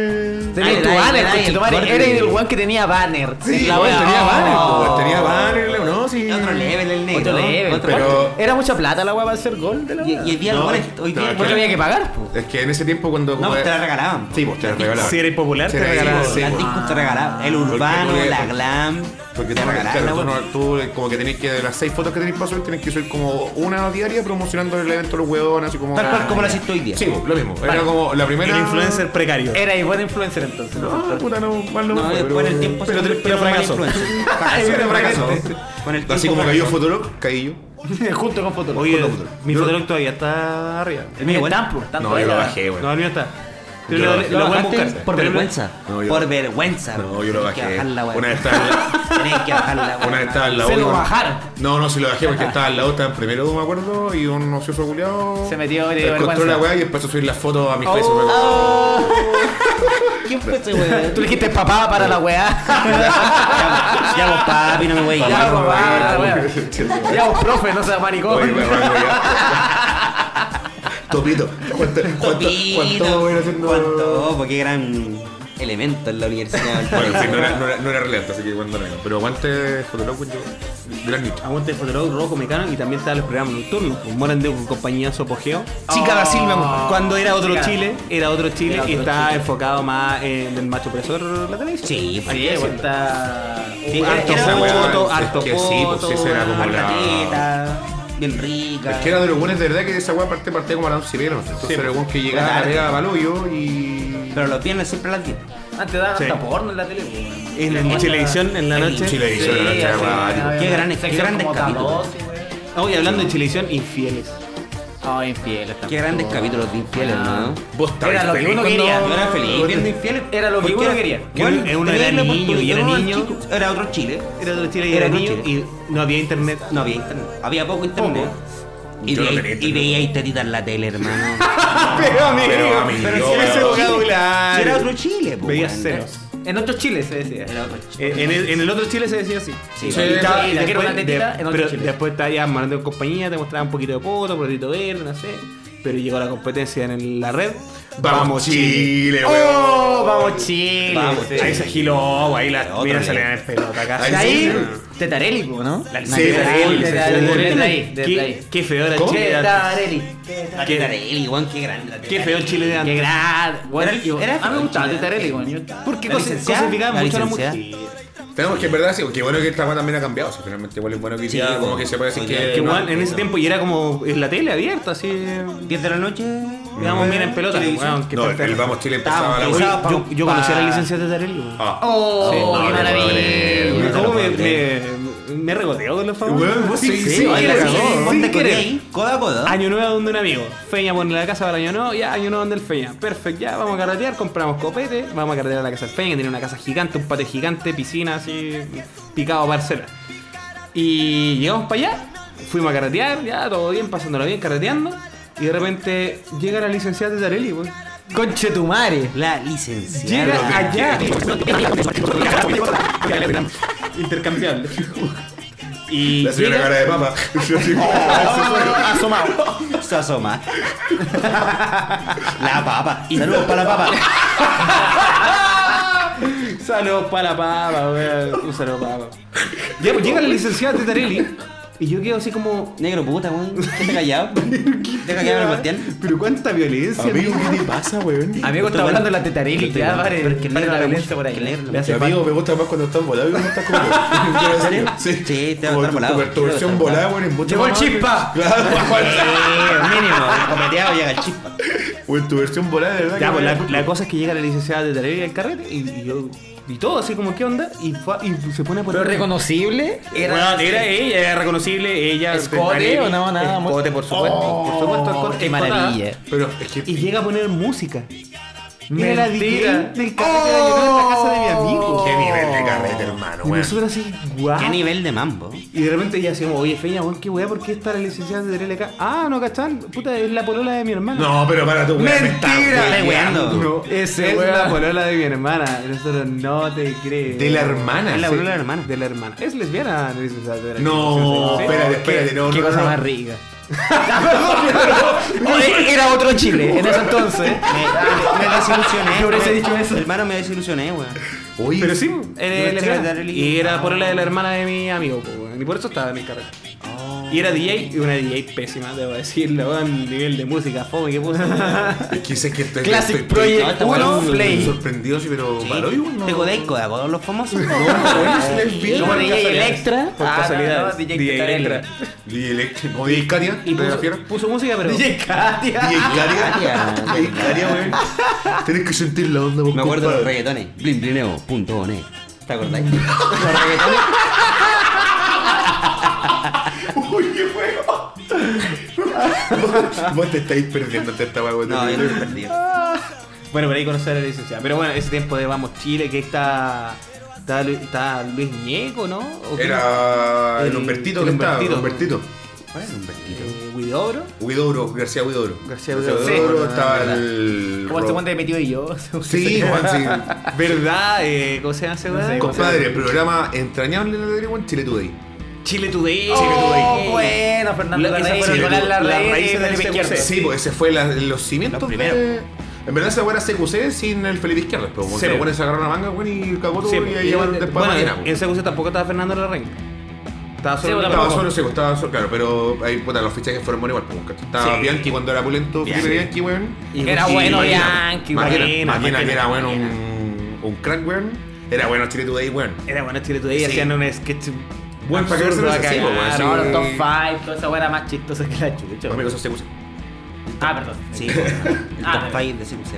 F: Tenía
D: Ay,
F: tu
D: ay,
F: banner,
D: ay,
F: conchetumare.
D: ay,
F: Era
D: ay.
F: el weón que tenía banner.
G: Sí,
F: La
G: igual
F: wea.
G: tenía
F: Oh.
G: banner, pues, tenía banner, Leo, no, sí.
D: Otro level el negro.
F: Otro level,
D: Otro
G: pero-
F: ¿Cuánto? Era mucha plata la weá para hacer gol de la
D: Y,
F: weá.
D: y el día
G: No,
D: lunes, hoy
G: no,
D: día
G: es
D: bueno,
F: Porque había que pagar, po.
G: Es que en ese tiempo cuando.
C: pues,
D: No, pues te la regalaban.
G: Sí, pues te la regalaban.
C: Si eres popular,
G: Sí,
C: te
G: sí,
C: regalaban.
G: sí,
D: Las
G: pues.
D: discos te regalaban. El urbano,
G: Porque-
D: la glam.
G: Porque
D: te
G: tú, no-
D: regalaban.
G: claro, tú,
D: la
G: no-
D: weá.
G: tú, eh, como que tenés que de las seis fotos que tenés para subir, tenés que subir como una diaria promocionando el evento de los huevones, así como.
D: Tal cual como lo haces tú hoy día.
G: Sí, pues, lo mismo. Era como la primera.
C: El influencer precario.
F: Era ahí buen influencer entonces.
G: No, puta, no, mal no.
D: No,
G: fue,
D: después en el tiempo se
G: pero, pero,
D: convirtió en
C: fracasó.
D: un mal influencer.
G: *laughs*
D: Fracasó,
G: pero fracasó.
D: Con el
G: Así
D: tiempo
G: como cayó
D: fracasó.
G: Fotolog, caí yo.
C: *laughs*
F: Junto con fotos.
C: Oye,
G: Foto, foto.
C: mi
G: Yo-
C: fotolog todavía está arriba.
F: el mío tampo.
G: No, yo lo bajé, weón.
C: No, el mío está.
G: Yo
C: Lo, lo,
G: lo- lo
C: voy a
D: bajaste
C: buscar.
D: Por
C: Te lo-
D: vergüenza.
G: No, yo-
D: por vergüenza.
G: No, yo lo
D: Tenés que
G: bajé.
D: bajarla, weón.
G: Una vez estaba-
D: Tenés que bajarla, weón.
G: Una vez estaba en la
F: Se
G: U,
F: lo
G: bueno.
F: bajaron.
G: No, no, si lo bajé porque estaba al lado, estaba en primero, me acuerdo, y un ocioso culiado.
F: Se metió de
G: Encontró la
F: vergüenza. Oh,
G: weá y empezó a subir las fotos a mi Facebook.
D: ¿Quién fue ese weón?
G: *laughs*
F: Tú le dijiste papá para la weá.
G: "Ah,
D: Ya vos, papi, no me voy a ir.
F: Ya vos,
D: weón.
F: papi, la
G: *laughs*
F: weá. Ya vos, profe, no seas maricón.
G: Oye, weón, Topito. ¿Cuánto, cuánto, cuánto voy a ir haciendo?
D: ¿Cuánto? Opo, qué gran elemento en la universidad.
G: *laughs* Bueno, sí, no era, no era, no era relevante, así que cuando no. Pero aguante Fotolog, weón, yo. Gran nicho.
C: Aguante el fotolog, rojo, mecano y también estaban los programas nocturnos. Pues, Moran de compañía Sopogeo. Chica Brasil, vamos. Cuando era otro
F: Chica.
C: Chile, era otro Chile
F: Era
C: y
F: otro
C: estaba
F: Chile.
C: enfocado más en el macho presor la televisión.
D: Sí, pues.
F: *laughs* Sí, weón, está.
C: Sí,
D: era-
C: harto
D: era-
C: foto,
G: es
C: harto
G: que sí, pues,
C: foto,
G: sí, esa era como
C: harta
G: la-
C: teta.
D: Bien rica.
G: Es que era de los buenos de verdad que esa weá parte partía como a las 11 y media, ¿no? Entonces era el weón que llegaba,
D: Claro.
G: llegaba al hoyo y.
D: Pero los viernes siempre a las 10.
F: Antes daban
C: Sí.
F: hasta porno en la tele, weón.
C: En la televisión, en la noche.
G: Chile hizo la noche acuática.
D: Qué grandes- qué grandes capítulos.
F: capítulos.
C: Hoy hablando de televisión, infieles.
F: Ay, Oh, infieles también.
D: Qué grandes capítulos de infieles, ¿no?
G: Vos estabas
F: Era lo que
G: feliz
F: uno
G: cuando-
F: quería,
D: Yo era feliz viendo infieles.
F: Era lo que
D: Porque
F: uno quería.
C: Que uno- uno
D: tenía
C: era
D: la
C: niño y era
D: oportunidad,
C: niño.
D: chico. Era otro Chile.
C: Era otro Chile y
D: Era
C: era
D: otro
C: niño
D: Chile.
C: y no había internet.
D: No había internet. Había poco internet. Y,
G: Yo
D: veía-
G: lo tenía
D: y
G: entendido.
D: veía ahí tetitas en la tele, hermano.
I: Pero amigo,
G: Pero, amigo,
I: pero si hubiese
G: pero-
I: jugado
D: Si Era
I: claro.
D: otro Chile, pues.
C: Veía
D: weón.
C: ceros.
F: En otro Chile se decía.
D: Era otro Chile.
C: En, en el, en el otro Chile se decía así.
D: Sí,
G: Sí,
D: weón.
G: sí,
F: estaba-
C: Y
F: era que era
C: después,
F: una tetita,
C: de-
F: en otro
C: pero
F: Chile.
C: después estaba ya mandando en compañía, te mostraba un poquito de poto, potito verde, no sé. Pero llegó la competencia en el- la red.
G: Vamos Chile,
F: ¡Oh!
G: weón.
F: Vamos Chile.
D: Vamos,
F: Sí.
D: Chile.
G: Ahí se agiló, ahí la
D: Otro
G: mira
D: nivel.
G: salían en pelota casi.
F: De
G: sí.
F: ahí, Tetarelli,
D: pues,
F: po, ¿no?
G: Sí, Tetarelli,
F: Tetarelli,
G: sí,
F: Tetarelli,
G: sí.
F: Desde ahí, desde
C: Qué,
F: ahí.
C: qué feo era
G: ¿Cómo?
C: Chile.
F: Tetarelli.
D: La
C: Qué-
D: Tetarelli, weón, qué grande. la
C: Qué feo
D: Tetarelli.
C: Chile de
F: Qué
C: antes.
F: grande. Bueno,
D: Era-
F: yo-
D: era
F: a mí me gustaba
D: feo,
F: Tetarelli,
D: Chile.
F: weón. Yo-
C: Porque
D: La
C: cosas
D: licenciada,
C: cosificaban
D: la
C: mucho a la
D: licenciada.
C: mujer.
G: Tenemos que, en verdad, sí, qué bueno que esta weá también ha cambiado. sí, finalmente, igual es bueno que hoy día
D: Sí,
G: como
D: weón.
G: que se puede decir
D: Hoy
G: que.
D: día-
C: Que
G: no,
C: weón, en ese
G: no.
C: tiempo y era como en la tele abierta, así.
D: 10 de la noche.
C: Digamos, mira en pelota.
D: televisión.
C: weón, que
G: eh, No,
C: falta-
G: el Vamos Chile empezaba a la
C: Oye,
G: weá.
C: yo, yo conocí a la licenciada Tatarelli.
G: Ah.
F: Oh,
G: Sí, no,
F: qué
G: no,
F: maravilla.
G: no, no, no.
C: ¿Cómo me,
D: puedo
C: me, me regodeó con los
G: Weón,
C: famosos?
G: vos sí, sí,
C: oye,
G: sí,
C: la
G: sí,
C: cagó.
G: sí,
C: Sin
D: ¿Cuánta
C: querer.
D: ahí? Coda a
F: ¿Ah?
D: coda.
C: Año nuevo donde un amigo. Feña pone la casa para el año nuevo. Ya, año nuevo donde el Feña. Perfecto, ya, vamos a carretear, compramos copete. Vamos a carretear a la casa del Feña, que tiene una casa gigante, un patio gigante, piscina así, picado parcela. Y llegamos para allá, fuimos a carretear, ya, todo bien, pasándolo bien, carreteando. Y de repente llega la licenciada de Tarelli, weón.
F: Conche tu madre.
D: La licenciada.
C: Llega allá. *laughs*
G: *laughs*
C: Intercambiable. Y
G: La señora
C: llega-
G: cara de papa.
D: asomado. *laughs* Se asoma. *laughs* La papa. Saludos para la papa.
C: Saludos para la papa, weón. Un saludo para la papa. Ya, pues, Llega la licenciada Tetarelli y yo quedo así como.
D: Negro puta, weón. ¿Qué te callado?
C: *laughs*
D: ¿Te callado el Bastián?
C: Pero cuánta violencia.
G: Amigo, ¿qué te pasa, weón?
F: Amigo, está hablando de la Tetarelli. Ya, pare.
D: Pero es que el
F: pare
D: negro
F: la
D: le
F: violencia
D: gusta
F: por ahí.
D: que el negro le
F: Le hace
G: Amigo, me gusta más cuando estás volado y cuando estás como. ¿En serio? Sí.
D: Sí, te va a
G: Como
D: estar
G: tu-
D: volado.
G: Tu, tu versión volada, weón, en
F: Llegó el chispa.
D: *laughs*
G: *laughs*
D: Sí, Eh, mínimo. Cometeado llega el chispa.
G: O en tu versión volada, de verdad.
C: Ya,
G: que
C: pues, la,
G: vale.
C: la cosa es que llega la licenciada Tetarelli al carrete y, y yo. Y todo así como, ¿qué onda? Y, fue- y se pone a poner.
F: Pero reconocible.
C: Bueno, era ella, era reconocible, ella.
F: ¿Escote
C: Tetarelli,
F: o no? Nada,
C: Escote, por supuesto. por supuesto,
D: Oh,
C: escote.
F: Qué
C: escotada.
F: maravilla.
G: Pero es que.
C: y llega a poner música. Mira la DJ
F: Mentira.
C: del carrete de la en la casa de mi amigo.
G: Qué nivel de carrete,
C: Y
G: hermano, weón.
C: nosotros así,
F: Ah.
C: guau.
D: ¿Qué nivel de mambo?
C: Y de repente ya decíamos, oye, Feña, weón, qué weá, ¿por qué está la licenciada de Terele acá? Ah, no, ¿cachán? Puta, es la polola de mi hermana.
G: No, pero para tu weón.
D: Mentira. Está weando.
C: No, ese es la polola de mi hermana. Y Nosotros no te crees.
G: De la hermana.
C: Es la
G: sí.
C: polola de la hermana. De la hermana. Es lesbiana, la licenciada de
G: No, espérate, espérate, no,
F: Oh, Qué
G: no,
F: cosa
G: no.
F: más rica. Oye, Era otro Chile en ese entonces.
C: Ah,
D: Me, me desilusioné.
F: Yo hubiese
D: weón.
F: dicho eso.
D: Hermano, me desilusioné, weón.
G: Oye,
C: Pero sí,
D: Yo
C: era
D: pensé que
C: lesbiana.
D: era
C: Y era
D: lesbiana.
C: polola de la hermana de mi amigo, po, weón. Y por eso estaba en mi carrera. Y era DJ, y una DJ pésima, debo decirlo, weón, el nivel de música fome que puso.
G: Es que sé que estoy.
F: Classic
G: estoy-
F: Project
D: no, esta
G: estoy-
F: Uno
G: estoy
F: Play.
G: Sorprendido, sí, pero.
D: Sí.
G: para hoy,
D: *laughs*
G: weón, no.
D: Te godáis coda, con los famosos.
G: No, es
F: Y
G: lesbiana.
F: como DJ
C: casualidades.
F: Electra.
C: Por
F: ah, no,
C: casualidades.
F: no, DJ
C: DJ
F: Tetarelli.
C: Electra.
G: DJ Electric, como DJ Katia,
C: Y
G: de la
C: puso,
G: fiera.
C: puso música, pero.
F: DJ Katia.
G: DJ Katia, DJ Katia, weón. Tienes que sentir la onda, vos,
D: Me acuerdo de los
G: compadre.
D: reggaetones. Blimblineo.net. ¿Te acordáis?
G: Uy, qué juego. Vos- Vos te estáis perdiendo ante esta weón.
D: No, yo no me perdí.
C: Bueno, por ahí conocer a la licenciada. Pero bueno, ese tiempo de Vamos Chile, que está. Está, Lu- está Luis Ñeco, ¿no? ¿O quién?
G: Era el
C: El-
G: Humbertito
C: el
G: que estaba.
C: Humbertito.
G: Humbertito.
C: Eh, Huidobro.
G: Huidobro, García Huidobro.
C: García Huidobro.
F: Sí.
G: estaba
F: ¿Verdad?
G: el. Ro-
F: ¿Cómo este cuento de metido
C: *laughs*
F: y yo?
G: Sí, Juan, sí. *laughs*
C: ¿Verdad? Eh, ¿Cómo se llama ese weón?
G: Compadre, programa ah, entrañable de la tele, weón, Chile Today.
C: Chile Today.
F: Oh, bueno, Fernando
C: La- esas
F: Larraín.
C: fueron
F: Nicolás
C: las
F: Larraín,
C: raíces del
F: Felipe
C: CQC.
F: Izquierdo.
G: Sí, pues ese fue la- los cimientos
D: Los primeros.
G: de... En verdad esa weá era CQC sin el Felipe Izquierdo, pero
C: Sí,
G: se lo
C: pues.
G: pones a agarrar una manga, weón, y cagó todo
C: Sí,
G: y ahí
C: y-
G: llevaron después
C: bueno,
G: a máquina,
C: en-
G: weón.
C: en Secuce tampoco estaba Fernando Larraín. Estaba
F: Sí,
C: solo.
F: bueno,
G: Estaba
F: tampoco.
G: solo, sí, pues, estaba solo, claro, pero ahí, puta, los fichajes fueron buenos igual, pues, ¿cachai? Estaba
C: Sí.
G: Bianchi cuando era pulento, Felipe Bianchi,
C: Bianchi.
G: weón.
C: Y-
F: Era
C: y-
F: bueno
C: Marina.
F: Bianchi.
G: Máquina,
C: Marina,
G: máquina, que
C: Marina,
G: era, weón,
C: Marina.
G: un, un crack, weón. Era bueno Chile Today, weón.
C: Era bueno Chile Today,
G: Sí.
C: hacían un sketch.
G: Bueno, para que
C: absurdo
G: no se
C: a
G: nos
C: cagar.
G: así, pues,
F: Claro,
G: weón,
F: los top
G: sí.
F: 5, toda esa weá era más chistosa que la chucha.
G: Amigos, eso es CQC.
F: Ah, perdón.
D: Sí, weón. El
F: Ah,
D: top 5 de CQC.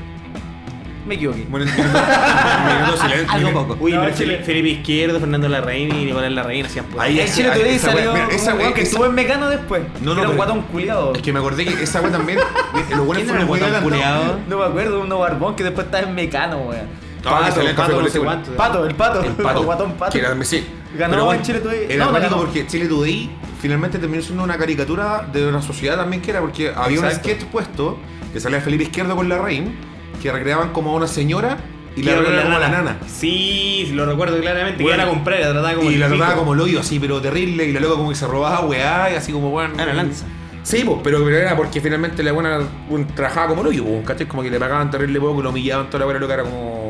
F: Me equivoqué.
G: Bueno, *laughs* minuto de silencio.
D: Algo
G: minuto-
D: poco.
C: Uy,
F: No,
C: pero
F: Chile-
C: Felipe, Felipe Izquierdo, Fernando Larraín y Nicolás Larraín hacían pura-
G: Ahí
F: El
G: esa-
F: Chile Today
G: esa weá-
F: salió
G: mira, esa
F: esa
G: weá
F: weón que
G: esa-
F: estuvo en Mecano después.
G: No, no,
F: Era
G: pero-
F: un guatón culiado.
G: Es que me acordé que esa weá también. Los weones
D: ¿Quién era
G: fueron
D: el
G: muy
D: botón
G: adelantados.
D: culeado?
F: No me acuerdo, uno barbón que después estaba en Mecano, weón.
E: Pato,
C: Pato,
E: salió el café
C: Pato,
E: con
C: no
E: leche,
C: sé
E: weón.
C: cuánto.
F: Pato, el pato.
E: *laughs* El pato.
F: guatón pato.
E: Que era Messi.
F: Ganó
E: Pero,
F: en Chile Today.
E: Era
F: No, no
E: dramático
F: ganó.
E: porque Chile Today finalmente terminó siendo una caricatura de una sociedad también que era, porque había un
F: Exacto.
E: sketch puesto que salía Felipe Izquierdo con la Rein, que recreaban como a una señora y la
C: Quiero
E: recreaban
C: con
E: como a la nana.
C: Sí, lo recuerdo claramente.
E: Bueno.
C: Que iban a comprar y la trataba como
E: Y
C: el
E: la
C: pico.
E: trataba como el hoyo, así, pero terrible, y la loca como que se robaba weá, y así como, weón.
G: Era lanza.
E: Sí, pues, pero, pero era porque finalmente la buena un- trabajaba como el hoyo, pues, ¿cachai? Como que le pagaban terrible poco, lo humillaban, toda la buena loca era como.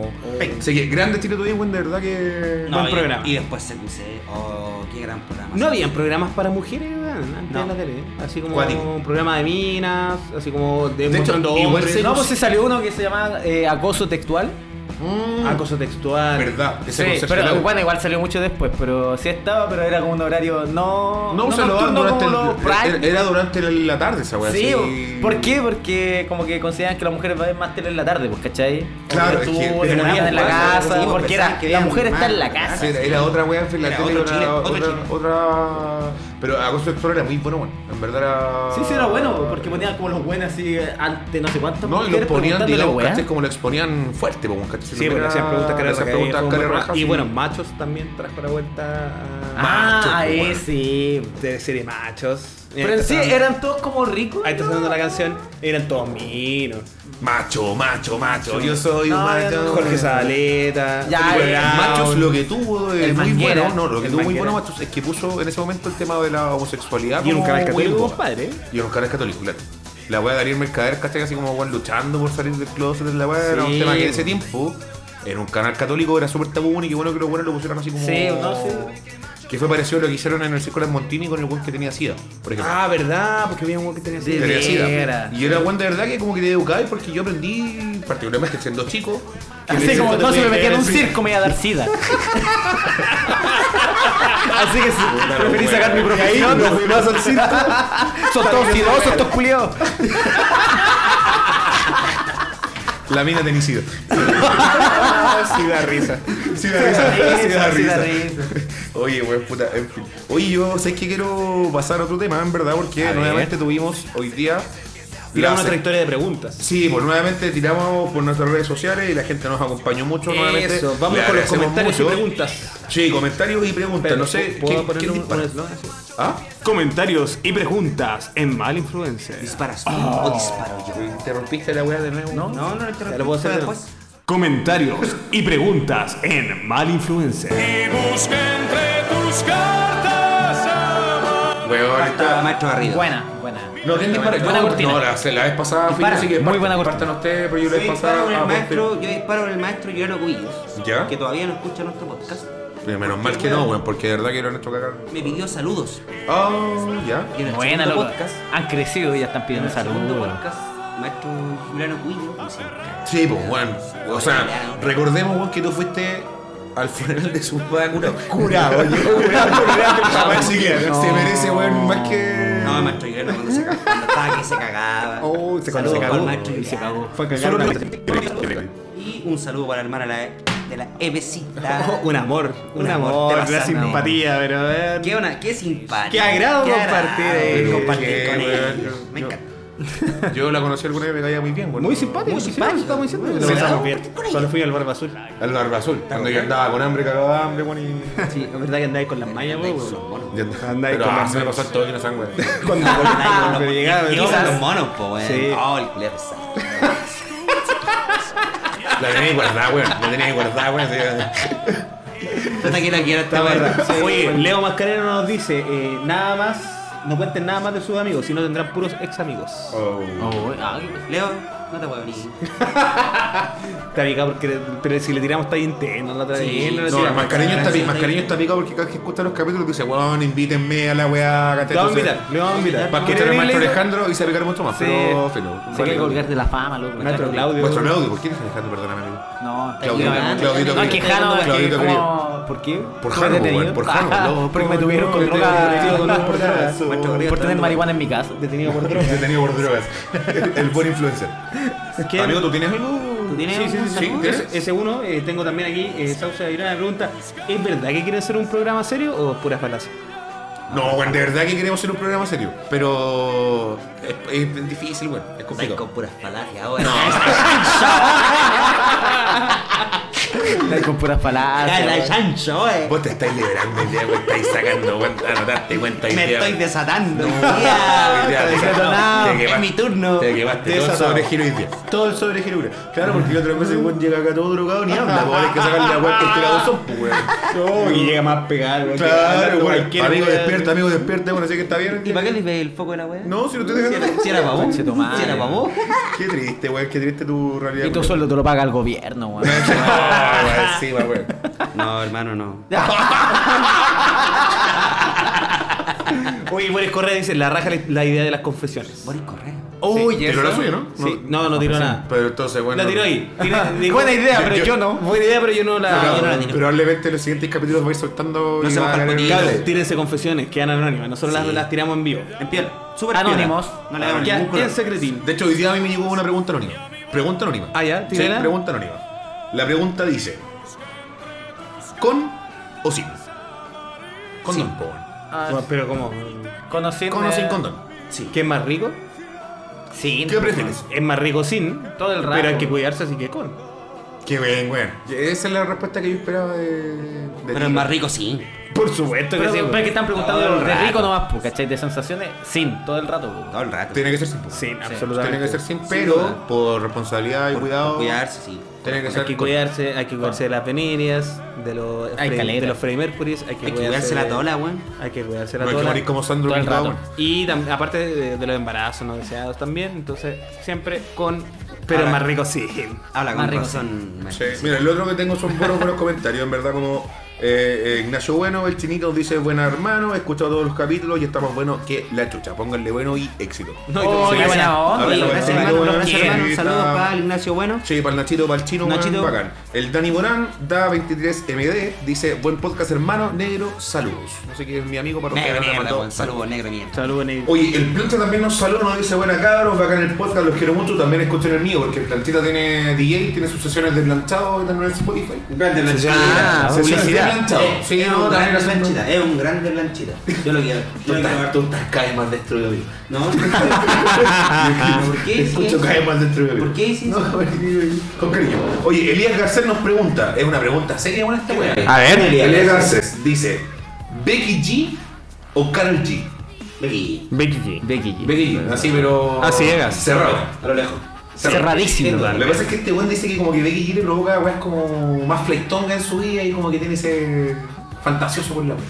E: Así que grande Chile Today, weón, de verdad que.
G: No,
C: Buen
G: y,
C: programa.
G: y después CQC. Oh, qué gran programa.
C: No habían programas para mujeres weón, antes en la tele. Así como
E: Cuático.
C: un programa de minas, así como de,
E: De hecho,
C: mostrando
E: igual
C: hombres,
E: se-
F: No, pues se salió uno que se llamaba eh, acoso textual.
E: Mm.
C: acoso textual.
E: Verdad, ese
F: Sí,
E: concepto
F: pero
E: era-
F: bueno, igual salió mucho después, pero sí estaba, pero era como un horario no.
E: No, se lo daban
F: nocturno
E: durante
F: como
E: el-
F: los prime.
E: era, era durante la- la tarde esa weá.
F: Sí,
E: así.
F: ¿por qué? Porque como que consideran que las mujeres ven más tele en la tarde, pues, ¿cachai?
E: Claro,
F: Porque
E: es que- es
F: tú te
E: verdad,
F: morías en la
E: pues,
F: casa,
G: sí, pues,
F: porque era,
G: pensaban que
F: la
G: veían
F: mujer está
G: mal,
F: en la
G: mal.
F: casa.
E: Era, era otra weá en la
G: Era
E: tele,
G: otro
E: era
G: Chile, otro
E: otra,
G: Chile.
E: otra- Pero Acoso Sexual era muy bueno, bueno. En verdad era.
F: Sí, sí, era bueno, porque ponían como los buenos así eh, ante no sé cuántos.
E: No, y lo ponían, digamos, ¿cachai?
F: digamos,
E: Como lo exponían fuerte, pues, ¿cachai?
C: Sí, porque le hacían preguntas que
E: le
C: eran
E: hacían
C: rajas,
E: preguntas
C: fue un
E: cara
C: buen
E: raja,
C: programa. Y
E: sí.
C: bueno, machos también trajo la vuelta a
E: Macho,
F: Ah,
E: pues, bueno.
F: ese.
C: eh, de serie machos.
F: Pero en sí, eran todos como ricos.
C: Ahí está
F: ¿no?
C: sonando la canción. Eran todos minos.
E: Macho, macho, macho. Yo soy un
F: No,
E: macho.
F: yo no.
C: Jorge Zabaleta.
F: Ya,
C: Julio
F: eh,
C: Brown.
E: Machos lo que tuvo de
F: El
E: muy
F: Manguera.
E: bueno, no, lo que
F: El
E: tuvo muy
F: Manguera.
E: bueno Machos es que puso en ese momento el tema de la homosexualidad
C: Y era un
E: como
C: canal católico,
E: huevo.
C: compadre.
E: Y era un canal católico, claro. La wea de Ariel Mercader, ¿cachai? Así como weón, luchando por salir del closet, la wea era un
C: Sí.
E: tema que en ese tiempo en un canal católico era súper tabú y que bueno que los buenos lo pusieron así como.
F: Sí, no, sí.
E: Que fue parecido a lo que hicieron en el Circo de Montini con el buen que tenía SIDA, por ejemplo.
C: Ah, verdad, porque había un huevo que tenía
F: De
C: así.
E: Tenía SIDA.
F: veras.
E: Y era weón de verdad que como que te educabas porque yo aprendí, particularmente siendo chico. que en el
F: Así
E: Circo
F: como
E: de
F: no se me
E: Montini-
F: metía en un circo, me iba a dar sida. Así que sí,
C: Ah,
E: Puta,
F: preferí
E: weón.
F: sacar mi
C: *laughs*
F: profesión.
H: No fui
E: *laughs*
H: más al circo.
F: Son todos sidosos, estos culiados.
E: La mina tenía SIDA.
C: Sí, da risa.
E: Sí, da risa. Sí, da
F: Sí, da
E: risa.
F: risa.
E: Oye, weón, puta, en fin. Oye, yo sé que quiero pasar a otro tema, en verdad, porque
C: A ver.
E: nuevamente tuvimos hoy día. la
C: Tiramos
E: sec-
C: otra historia de preguntas.
E: Sí, pues nuevamente tiramos por nuestras redes sociales y la gente nos acompañó mucho nuevamente.
C: Eso, vamos
E: Le
C: con los
E: agradecemos
C: comentarios y
E: mucho.
C: preguntas.
E: Sí, comentarios y preguntas.
C: Pero
E: no sé,
C: ¿puedo
E: ¿quién-
C: poner
E: quién
C: un-
E: dispara?
C: un eslogan así?
E: ¿Ah?
C: Comentarios y preguntas en Mal Influencer.
G: ¿Disparas tú o disparo yo?
E: Interrumpiste la weá de nuevo. No,
C: No, no, lo puedo hacer después.
D: pues.
G: después.
C: Comentarios y preguntas en Mal Influencer.
E: weón,
G: Faltaba
E: está.
G: maestro arriba.
F: Buena, buena.
E: No, ¿quién dispara?
F: Buena
E: Yo-
F: cortina.
E: No, la, la vez pasada fui
F: Dispara.
E: así que
F: Muy
E: partan-
F: buena cortina.
E: Partan ustedes, pero yo
G: Yo
E: la vez pasada.
G: disparo con
E: ah,
G: el
E: pues,
G: maestro, yo disparo con el maestro Giorgio Cubillos.
E: ¿Ya?
G: Que todavía no escucha nuestro podcast.
E: pero Menos mal que no, weón, porque de verdad que lo han hecho cagar.
G: Me pidió saludos.
E: Ah, ya.
G: Y en el
F: Buena,
G: segundo
F: loco.
G: podcast.
F: Han crecido y ya están pidiendo
G: Segundo
F: saludos.
G: podcast. Maestro Juliano Cubillos. como siempre.
E: Sí, pues, Juan. O sea, recordemos, Juan, que tú fuiste al funeral de su padre cura. Curado, yo *laughs* curado, sí que Se merece, weón, más que.
G: No, el maestro Giorgio cuando se cagaba. Cuando estaba que se cagaba.
H: Oh, se- cuando
G: Saludos
H: se
G: para
H: cagó.
G: el maestro Giuliano.
H: Fue a cagar una-
G: Y un saludo para la hermana la- de la Evecita.
C: Un amor, un,
G: Un amor,
C: amor,
G: te
C: la
G: pasaste.
C: simpatía, pero a ver.
G: Qué, una, qué simpático.
C: Qué agrado compartir, eh.
G: compartir
E: Sí,
G: con
E: weón,
G: él.
E: yo-
G: Me
E: yo-
G: encanta.
E: *laughs* Yo la conocí alguna vez y me caía muy bien, weón.
H: Muy simpático. Muy simpático. Está muy
C: Lo
H: simpático.
C: pasamos bien. Solo fui al barba azul.
E: Al barba azul. Cuando yo andaba con hambre, cagaba de hambre, weón. Y...
C: Sí, es verdad que andáis con las mallas, vos.
E: y andaba-
C: Andaba ahí
E: Pero
C: con
E: ah,
C: las
E: se me pasó todo que no sangre.
H: Cuando
C: Pero llegaba,
G: Y
C: ¿no?
G: con los monos, po, weón.
C: Sí.
G: Oh, el culiao pesado.
E: La tenía ahí guardada, weón. La tenía ahí guardada, weón. así-
G: Puta que la quiero
D: este
G: esta
C: La
G: weón.
C: verdad. Oye, Leo Mascarero nos dice, eh, nada más, no cuenten nada más de sus amigos, sino tendrán puros ex amigos.
D: Oh.
G: Leo, no te puedo venir.
C: Está picado porque pero si le tiramos está bien teno la otra
G: Sí,
C: vez. le
E: No,
C: tiramos.
E: más cariño está, pi- más cariño está picado porque cada vez que escucha los capítulos dice, weón, invítenme a la weá,
C: Te
E: ¿cachai?
C: vamos a
E: Entonces-
C: invitar, le vamos a invitar.
E: Va a escuchar el maestro Alejandro y se va a pegar mucho más,
C: Sí.
E: pero filo.
F: Se quiere colgar de la fama, loco.
C: Maestro Claudio.
E: Vuestro Claudio, ¿por quién es Alejandro? Perdóname, amigo.
F: No,
E: Claudio,
F: Claudio.
E: Claudito
F: No, es que
E: querido.
F: Jano, es que
E: Claudito
F: como... ¿Por qué?
E: Por
F: ¿Fue
E: Jano,
F: detenido?
E: weón, por Jano,
F: Ajá,
E: loco,
F: Porque me Ah, tuvieron con
E: loco, detenido con
F: droga.
E: por drogas.
F: Maestro Correa, Por tener marihuana en mi casa.
C: Detenido
E: *laughs*
C: por droga.
E: Detenido por drogas. El buen influencer.
C: ¿Quién?
E: Amigo, ¿tú tienes algo?
G: tienes
C: Sí, sí,
G: algún
C: sí,
E: saludo?
C: sí. Ese, ese uno, eh, tengo también aquí, eh, Sauce de Avirana pregunta, ¿es verdad que quieren hacer un programa serio o puras falacias?
E: No, bueno, de verdad que queremos hacer un programa serio. Pero es, es difícil, bueno, es
G: Estáis
D: *laughs*
E: complicado.
G: con puras falacias ahora.
F: Ay, Con puras
D: Ya,
F: palabras.
D: la de
F: weón.
D: Sancho, eh.
E: Vos te estáis liberando hoy día, vos estáis sacando cuenta, no darte cuenta hoy
D: Me
E: día.
D: estoy
E: weón.
D: desatando.
E: Hoy día
D: Ya,
E: te-
D: desatonado.
E: te
D: Es
E: quemaste-
D: mi turno.
E: Te llevaste todo el
J: Desatado.
E: sobregiro hoy día. Todo el sobregiro, weón. Claro, porque la otra cosa es que weón llega acá todo drogado *laughs* ni habla, weón. Hay que sacar la weón que este cabozón, pues, weón.
G: No, y llega más pegado. weón, que
E: Claro,
G: hablando
E: weón.
G: cualquier
E: Amigo,
G: weón.
E: despierta, amigo, despierta, bueno, así que está bien.
D: ¿Y para qué le ve el foco de la wea?
E: No, si no te dejan.
D: Si era para vos. Si
F: Conchetumare.
D: era para vos.
E: Qué triste, weón, qué triste tu realidad.
F: Y tu
E: weón.
F: sueldo te lo paga el gobierno, weón.
E: *laughs* Ah, weón, encima, weón.
D: No, hermano, no.
C: Oye, Boris Correa dice, la raja la idea de las confesiones.
D: Boris Correa.
C: Oye,
E: Tiró la suya, ¿no?
C: Sí, no, no tiró nada.
E: Pero entonces, bueno.
C: La tiró
G: *laughs*
C: ahí. Tira- dijo-
F: Buena idea, pero
E: yo-
F: yo, no.
C: Buena idea, pero yo no la, yo no la
E: Pero
C: tiré.
E: probablemente en los siguientes capítulos va a ir soltando.
D: No
E: y
D: se
E: va
D: moja
E: a
D: el
E: ganar el
D: potito.
E: cable.
C: Tírense confesiones, quedan anónimas. Nosotros
D: Sí.
C: las, las tiramos en vivo.
D: En piola. Súper
F: Anónimos.
D: piola. No le damos
C: Quedan
D: ningún color.
C: en secretín.
E: De hecho, hoy día a mí me llegó una pregunta anónima. Pregunta anónima.
C: Ah, ya,
E: Sí,
C: tírala.
E: pregunta anónima. La pregunta dice: ¿Con o sin? Condón, po, weón.
C: Bueno, Ah, pero como...
F: Conociendo.
E: ¿Con o sin condón?
C: ¿Qué es más rico? Sin.
E: ¿Qué prefieres?
C: Es más rico sin.
F: Todo el rato.
C: Pero hay que cuidarse, así que con.
E: Qué bien, weón. Esa es la respuesta que yo esperaba de. de
D: Pero es más rico, sí.
C: Por supuesto que sí.
F: Siempre que están
C: Todo
F: preguntando
C: el
F: de
C: rato.
F: rico nomás, po, ¿cachai? De sensaciones, sin, todo el rato. po.
D: Todo el rato.
E: Tiene que ser sin. po.
C: Sin,
E: Tiene que
C: absolutamente.
E: ser sin, pero por responsabilidad y
D: Por-
E: cuidado.
D: por Cuidarse, sí.
E: Tiene que
C: Hay
E: ser.
C: que
E: con-
C: cuidarse, hay que cuidarse de las venerias, de los,
F: Hay
C: Fre-
F: calera.
C: de los Freddie Mercury, hay que
D: Hay que
C: cuidarse
D: cuidarse
C: de-
D: la tola, weón.
C: Hay que cuidarse la
E: No hay que
C: tola.
E: morir como Sandro
F: Todo el
E: Bilbao,
F: rato.
E: weón.
C: Y tam- aparte de, de los embarazos no deseados también, entonces siempre con... Pero
D: Ahora-
C: más rico sí.
D: Habla
F: Más
D: con
F: rico,
D: razón. man.
E: Sí, mira, el otro que tengo son *laughs* buenos, buenos comentarios, en verdad, como eh, eh, Ignacio Bueno, el chinito dice, buena hermano, he escuchado todos los capítulos y estamos buenos que la chucha, pónganle bueno y éxito.
C: No, y como
F: Oh,
C: se
F: qué
C: hace-
F: buena onda.
E: Abrazo,
D: Oye,
E: abrazo,
D: gracias, hermano.
E: bueno,
D: Gracias,
E: bien.
D: hermano. Un saludo
E: Está-
D: para el Ignacio Bueno.
E: Sí, para el Nachito, para el chino, weón,
D: Nachito.
E: bacán. El Dani Morán, da 23MD, dice, buen podcast hermano, negro, saludos. No sé quién es mi amigo para
D: Negro,
E: me
D: mierda,
E: mandó
D: weón. Saludos, negro, mierda.
C: Saludos, Ney.
E: Oye, el Planta también nos saluda, nos dice buena cabros, bacán el podcast, los quiero mucho, también escuchen el mío, porque el Plantita tiene DJ, tiene sus sesiones de planchado en el Spotify.
D: Grande planchita.
E: Ah, sesiones de planchado. Sí,
D: es
E: no,
D: un
E: también
D: grande
E: hacen-
D: planchita. Es un grande planchita. Yo lo quiero. Yo lo quiero.
E: Tú estás cada vez más destruido, amigo. *laughs*
D: No. ¿Por
E: Te
D: qué?
E: escucho cada vez más destruido, amigo.
D: ¿Por qué hiciste
E: No, con cariño. Oye, Elías Garcés nos pregunta, es una pregunta seria, buena esta weá.
D: A ver.
E: Elías Garcés dice, ¿Becky G o Carol G?
D: Becky.
F: Becky G.
E: Becky G, así pero...
C: A ciegas.
E: Cerrado.
D: A lo lejos.
F: Cerradísimo.
E: Lo que pasa es que este weón dice que como que Becky G le provoca weas como más flectonga en su vida y como que tiene ese fantasioso por la wea.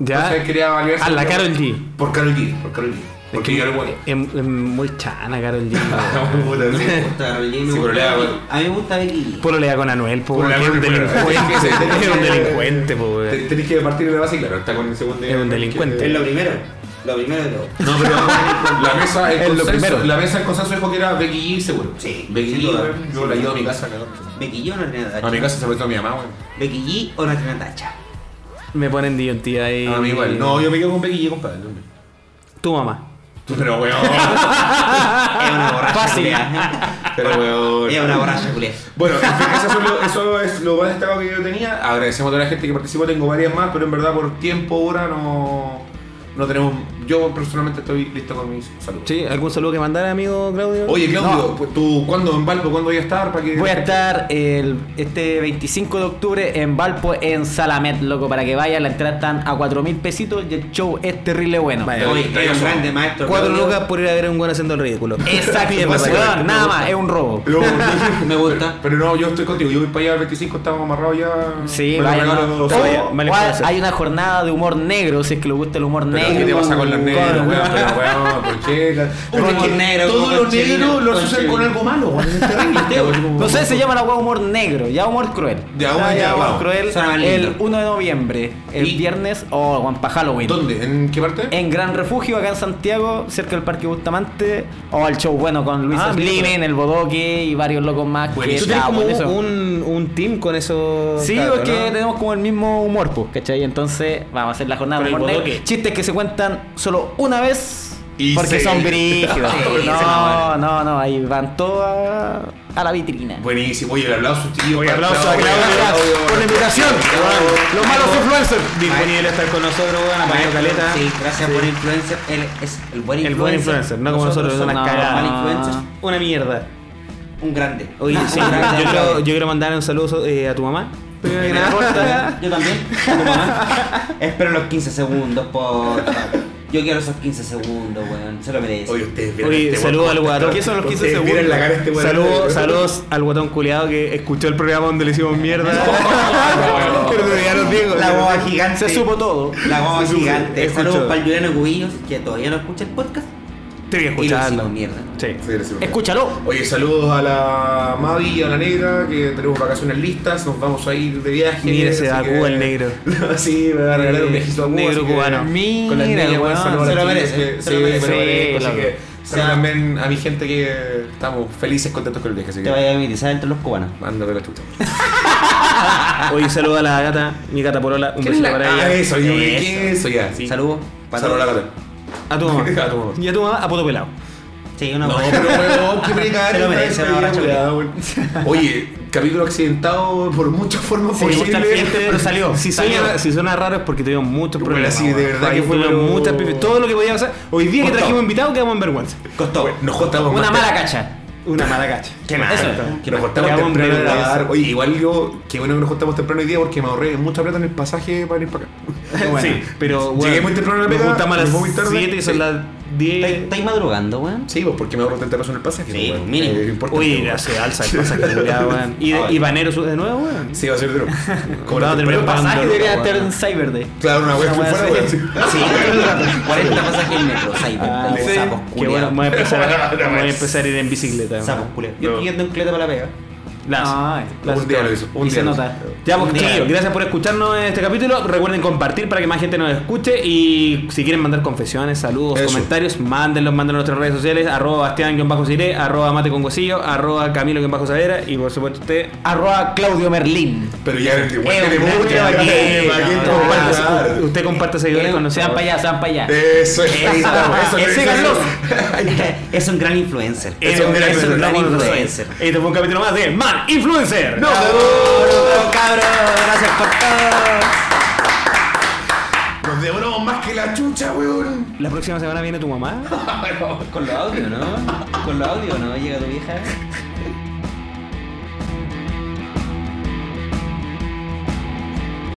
C: Ya.
E: Entonces quería validar
C: A la
E: si-
C: Karol G.
E: Por Ah, Carol G, por Carol G. Porque yo era *laughs* bueno.
C: Es, es muy chana, Carol G.
E: Ah, *laughs* Puta, sí.
D: Me gusta Carol G, me
E: Sí,
D: gusta
E: pero le da-
D: Becky. A mí me gusta Becky.
C: *laughs* Puro le da con Anuel, po,
E: Pura
C: porque es un
E: weá,
C: delincuente.
E: sí,
C: *laughs*
E: tenés
C: Es un
E: que-
C: delincuente, po, weón.
E: te- Tenés que partir de la base, y claro, está con el segundo.
C: Es un delincuente.
D: Es lo primero. Lo primero de todo.
E: No, pero la mesa, el
F: Es lo
E: consenso,
F: primero.
E: la mesa, el consenso dijo que era Becky G seguro.
D: Sí,
E: Becky
D: sin
E: G,
D: duda.
E: weón. yo la llevo a mi casa, cabrón.
D: Becky G o Natalia Tacha.
E: A mi casa se metió a mi mamá, weón.
D: Becky G o Natalia Tacha.
C: Me ponen Dion, tía, ahí.
E: A mí igual. No, yo me quedo con Becky G, compadre. hombre.
C: Tu mamá.
E: Pero weón,
D: Es
C: *laughs*
D: una borracha culia.
E: *laughs* pero weón.
D: Es una borracha culia.
E: Bueno, en fin, eso, son lo- eso es lo más destacado que yo tenía. Agradecemos a toda la gente que participó, tengo varias más, pero en verdad por tiempo, hora, no, no tenemos... Yo personalmente estoy listo con mis saludos.
C: Sí, ¿algún saludo que mandar, amigo Claudio?
E: Oye, Claudio, pues, ¿tú cuándo en Valpo, cuándo voy a estar? Para que
F: Voy a estar el, este 25 de octubre en Valpo, en Salamet, loco, para que vayan. La entrada están a 4 mil pesitos y el show es terrible bueno.
C: Vaya.
D: Oye,
E: Oye,
D: es un
E: eso.
D: grande maestro.
C: Cuatro
D: Claudio.
C: lucas por ir a ver a un guano haciendo el ridículo.
F: Exacto,
C: Mierda,
F: pues,
C: vaya.
F: weón, nada más, es un robo. *laughs*
E: Pero-
C: *laughs*
D: *laughs* Me gusta.
E: Pero no, yo estoy contigo, yo voy para allá el 25, estamos amarrados ya.
F: Sí,
E: Me lo
F: vayan.
E: regalo
F: O-
E: dos-
C: vaya, mala
F: o
C: influencia.
F: hay una jornada de humor negro, si es que le gusta el humor
E: Pero
F: negro.
E: ¿qué te pasa con los negros,
F: Con- *laughs*
E: weón? Pero weón, ¿por qué? Pero es que
D: negro,
E: Todo
D: como
E: lo
D: Conchevino,
E: negro lo asocian
D: Conchevino.
E: con algo malo, weón. Es terrible.
F: *laughs* No sé, se llama la hueá humor negro, ya humor cruel.
E: Ya, weón, ya,
F: humor
E: wow.
F: cruel.
D: Suena más lindo.
F: El 1 de noviembre, el
E: ¿Y?
F: viernes, oh, o Juan pa' Halloween.
E: ¿Dónde? ¿En qué parte?
F: En Gran Refugio, acá en Santiago, cerca del Parque Bustamante, o al show bueno con Luis
C: Ah, mira,
F: Slimen, el Bodoque y varios locos más. que
C: Tú tenés
F: está
C: como
F: bueno eso.
C: un, un team con esos.
F: Sí,
C: cabros,
F: porque
C: ¿no?
F: tenemos como el mismo humor, pues, ¿cachai? Entonces vamos a hacer la jornada
C: Con
F: de
C: el
F: humor negro.
C: Bodoque.
F: Chistes que se cuentan solo una vez
E: Y se-
F: porque son brígidos.
D: Sí, se
F: no,
D: enamoran.
F: no, no, ahí van todas a la vitrina.
E: Buenísimo, oye, el aplauso, tío. Oye,
C: aplauso a Claudio por la invitación.
E: Los malos influencers.
C: Disponible a estar con nosotros, weón, a Mario Caleta.
D: Sí, gracias por influencer. Él es el buen influencer.
C: El buen influencer, no como nosotros,
D: somos
C: es una
D: los
C: cagada.
D: mal influencer.
C: Una mierda.
D: Un grande.
C: Oye, sí,
D: *laughs* Un grande.
C: yo, quiero, yo quiero mandar un saludo eh, a tu mamá. Primera que
D: Me ¿eh?
C: nada. *laughs*
D: corta, *laughs* Yo también. a tu mamá. Espero los 15 segundos, por favor. Yo quiero esos 15 segundos, weón. Se lo merece.
K: Oye, ustedes vieron
C: Oye,
K: este
C: saludos al
K: weón.
C: guatón. ¿Qué son los 15
K: Ustedes
C: segundos?
K: vieron la cara de este weón.
C: Saludos- saludos al guatón culiado que escuchó el programa donde le hicimos mierda. *laughs* Pero te olvidaron, Diego.
D: La boba gigante.
E: Se supo todo.
D: La boba gigante.
C: Escucho.
D: Saludos para el Juliano Cubillos, que todavía no escucha el podcast.
C: Te voy a
D: Y lo hicimos
C: escucharlo.
D: mierda.
C: Sí.
G: Sí, le hicimos.
E: Escúchalo.
G: Oye, saludos a la Mavi y a la Negra, que tenemos vacaciones listas, nos vamos a ir de viaje.
C: Mira, se
G: así
C: va a
G: que-
C: Cuba el negro.
G: *laughs* sí, me va a regalar un viajecito a Cuba.
C: Negro
G: así que-
C: cubano.
E: Mira,
G: Con las niñas, weón, saludos a
D: se lo
G: las niñas,
D: merece,
G: que-
D: se
G: sí,
D: lo merece.
G: se lo merece,
C: Sí,
G: así
C: claro.
G: que saludos también a mi gente que estamos felices, contentos con el viaje. Así
D: Te
G: que
D: vaya a mirar entre los cubanos.
G: mándame la chucha.
C: Oye, saludos a la gata, mi gata Porola. Un besito para
G: Ah,
C: ella.
G: eso, yo dije
D: Eso.
G: eso ya. Sí.
D: Saludos. para
G: Saludos a la gata.
C: A tu mamá.
G: A tu mamá.
C: Y a tu mamá, a Poto Pelado.
D: Sí, una
G: No,
D: buena.
G: pero weón, qué precario.
D: Se lo merece,
G: está
D: una
G: despedida,
D: borracha
G: weón. Oye, capítulo accidentado por muchas formas
C: Sí,
G: posibles.
C: mucha gente, pero salió. Si
G: Salió.
C: suena, si suena raro es porque tuvieron muchos
G: Bueno,
C: problemas.
G: sí, de
C: weón.
G: verdad que fue
C: tuvieron
G: lo-
C: muchas pipis. Todo lo que podía pasar. Hoy día que
G: Cortado.
C: trajimos invitados quedamos en vergüenza.
G: Costó. Nos cortamos
E: Una
G: más
E: mala
G: tem-
E: cacha.
C: Una mala cacha. Qué mal.
G: que Nos cortamos
C: Quedamos en
G: temprano de
C: vergüenza.
G: grabar. Oye, igual yo, qué bueno que nos cortamos temprano hoy día porque me ahorré mucha plata en el pasaje para ir
F: *laughs*
G: para acá.
C: Sí, pero
G: Llegué muy temprano a la
C: me
G: pega,
C: juntamos a
G: me
C: las
G: fue muy tarde.
C: 7 y son
G: Sí.
C: las
D: ¿Estáis
C: 10.
D: estáis madrugando, weón?
G: Sí, pues porque me ahorro 30 pesos en el pasaje.
D: Sí,
G: weón.
D: mínimo.
G: Eh, importante,
C: Uy,
G: weón.
C: hace alza el pasaje,
G: *laughs*
C: culiao, weón. Y,
D: Ah,
C: y Banero sube de nuevo, weón.
G: Sí, va a ser duro. Como
C: Vamos a terminar
G: la temporada
C: pagando
G: pasada,
E: Pasaje
C: Ando,
E: debería
C: weón.
E: estar en Cyber Day.
G: Claro, una wea que fuera, weón. sí.
D: Sí, 40 pasajes en metro, Cyber.
C: Ah,
D: Los
C: sí.
D: sapos
C: Qué bueno,
D: culiados.
C: voy a
G: *laughs*
C: empezar a,
G: Pero bueno,
C: voy a, empezar a ir en bicicleta. weón.
D: Sapos culiados. Yo estoy yendo en cleta para la pega.
C: Las-
E: Ah,
C: las-
G: Un día lo hizo. Un
E: y
G: día
E: se
G: lo
E: nota.
G: hizo.
C: Ya, pues,
D: Un día.
C: chiquillos, gracias por escucharnos en este capítulo. Recuerden compartir para que más gente nos escuche. Y si quieren mandar confesiones, saludos,
G: Eso.
C: comentarios, mándenlos, mándenlos a nuestras redes sociales. Arroba Bastián-Cire, arroba Mate con Gocillo, arroba Camilo-Savera. Y por supuesto, usted.
E: Arroba Claudio Merlín.
G: Pero ya, igual
E: Eh,
G: tenemos
E: un
G: mucha
E: gran
G: gente,
E: tema
G: ¿para
E: aquí,
G: quién
E: no,
G: te
E: no,
G: vamos a
C: comparta-
G: dar?
C: usted comparta seguidores con
E: Se van
C: nosotros.
E: para allá, se van para allá.
G: Eso es, ahí estamos, eso es.
E: Ese ganó.
D: Es un gran influencer.
C: Eh,
G: Es un gran
C: eso es
G: influencer.
C: lo que nosotros somos. Este fue un capítulo más de Man Influencer.
G: ¡No!
E: Cabrón, gracias por todo.
G: Nos devoramos más que la chucha, weón.
C: La próxima semana viene tu mamá.
D: Con los audios, ¿no? Con los audios, ¿no? Llega tu vieja.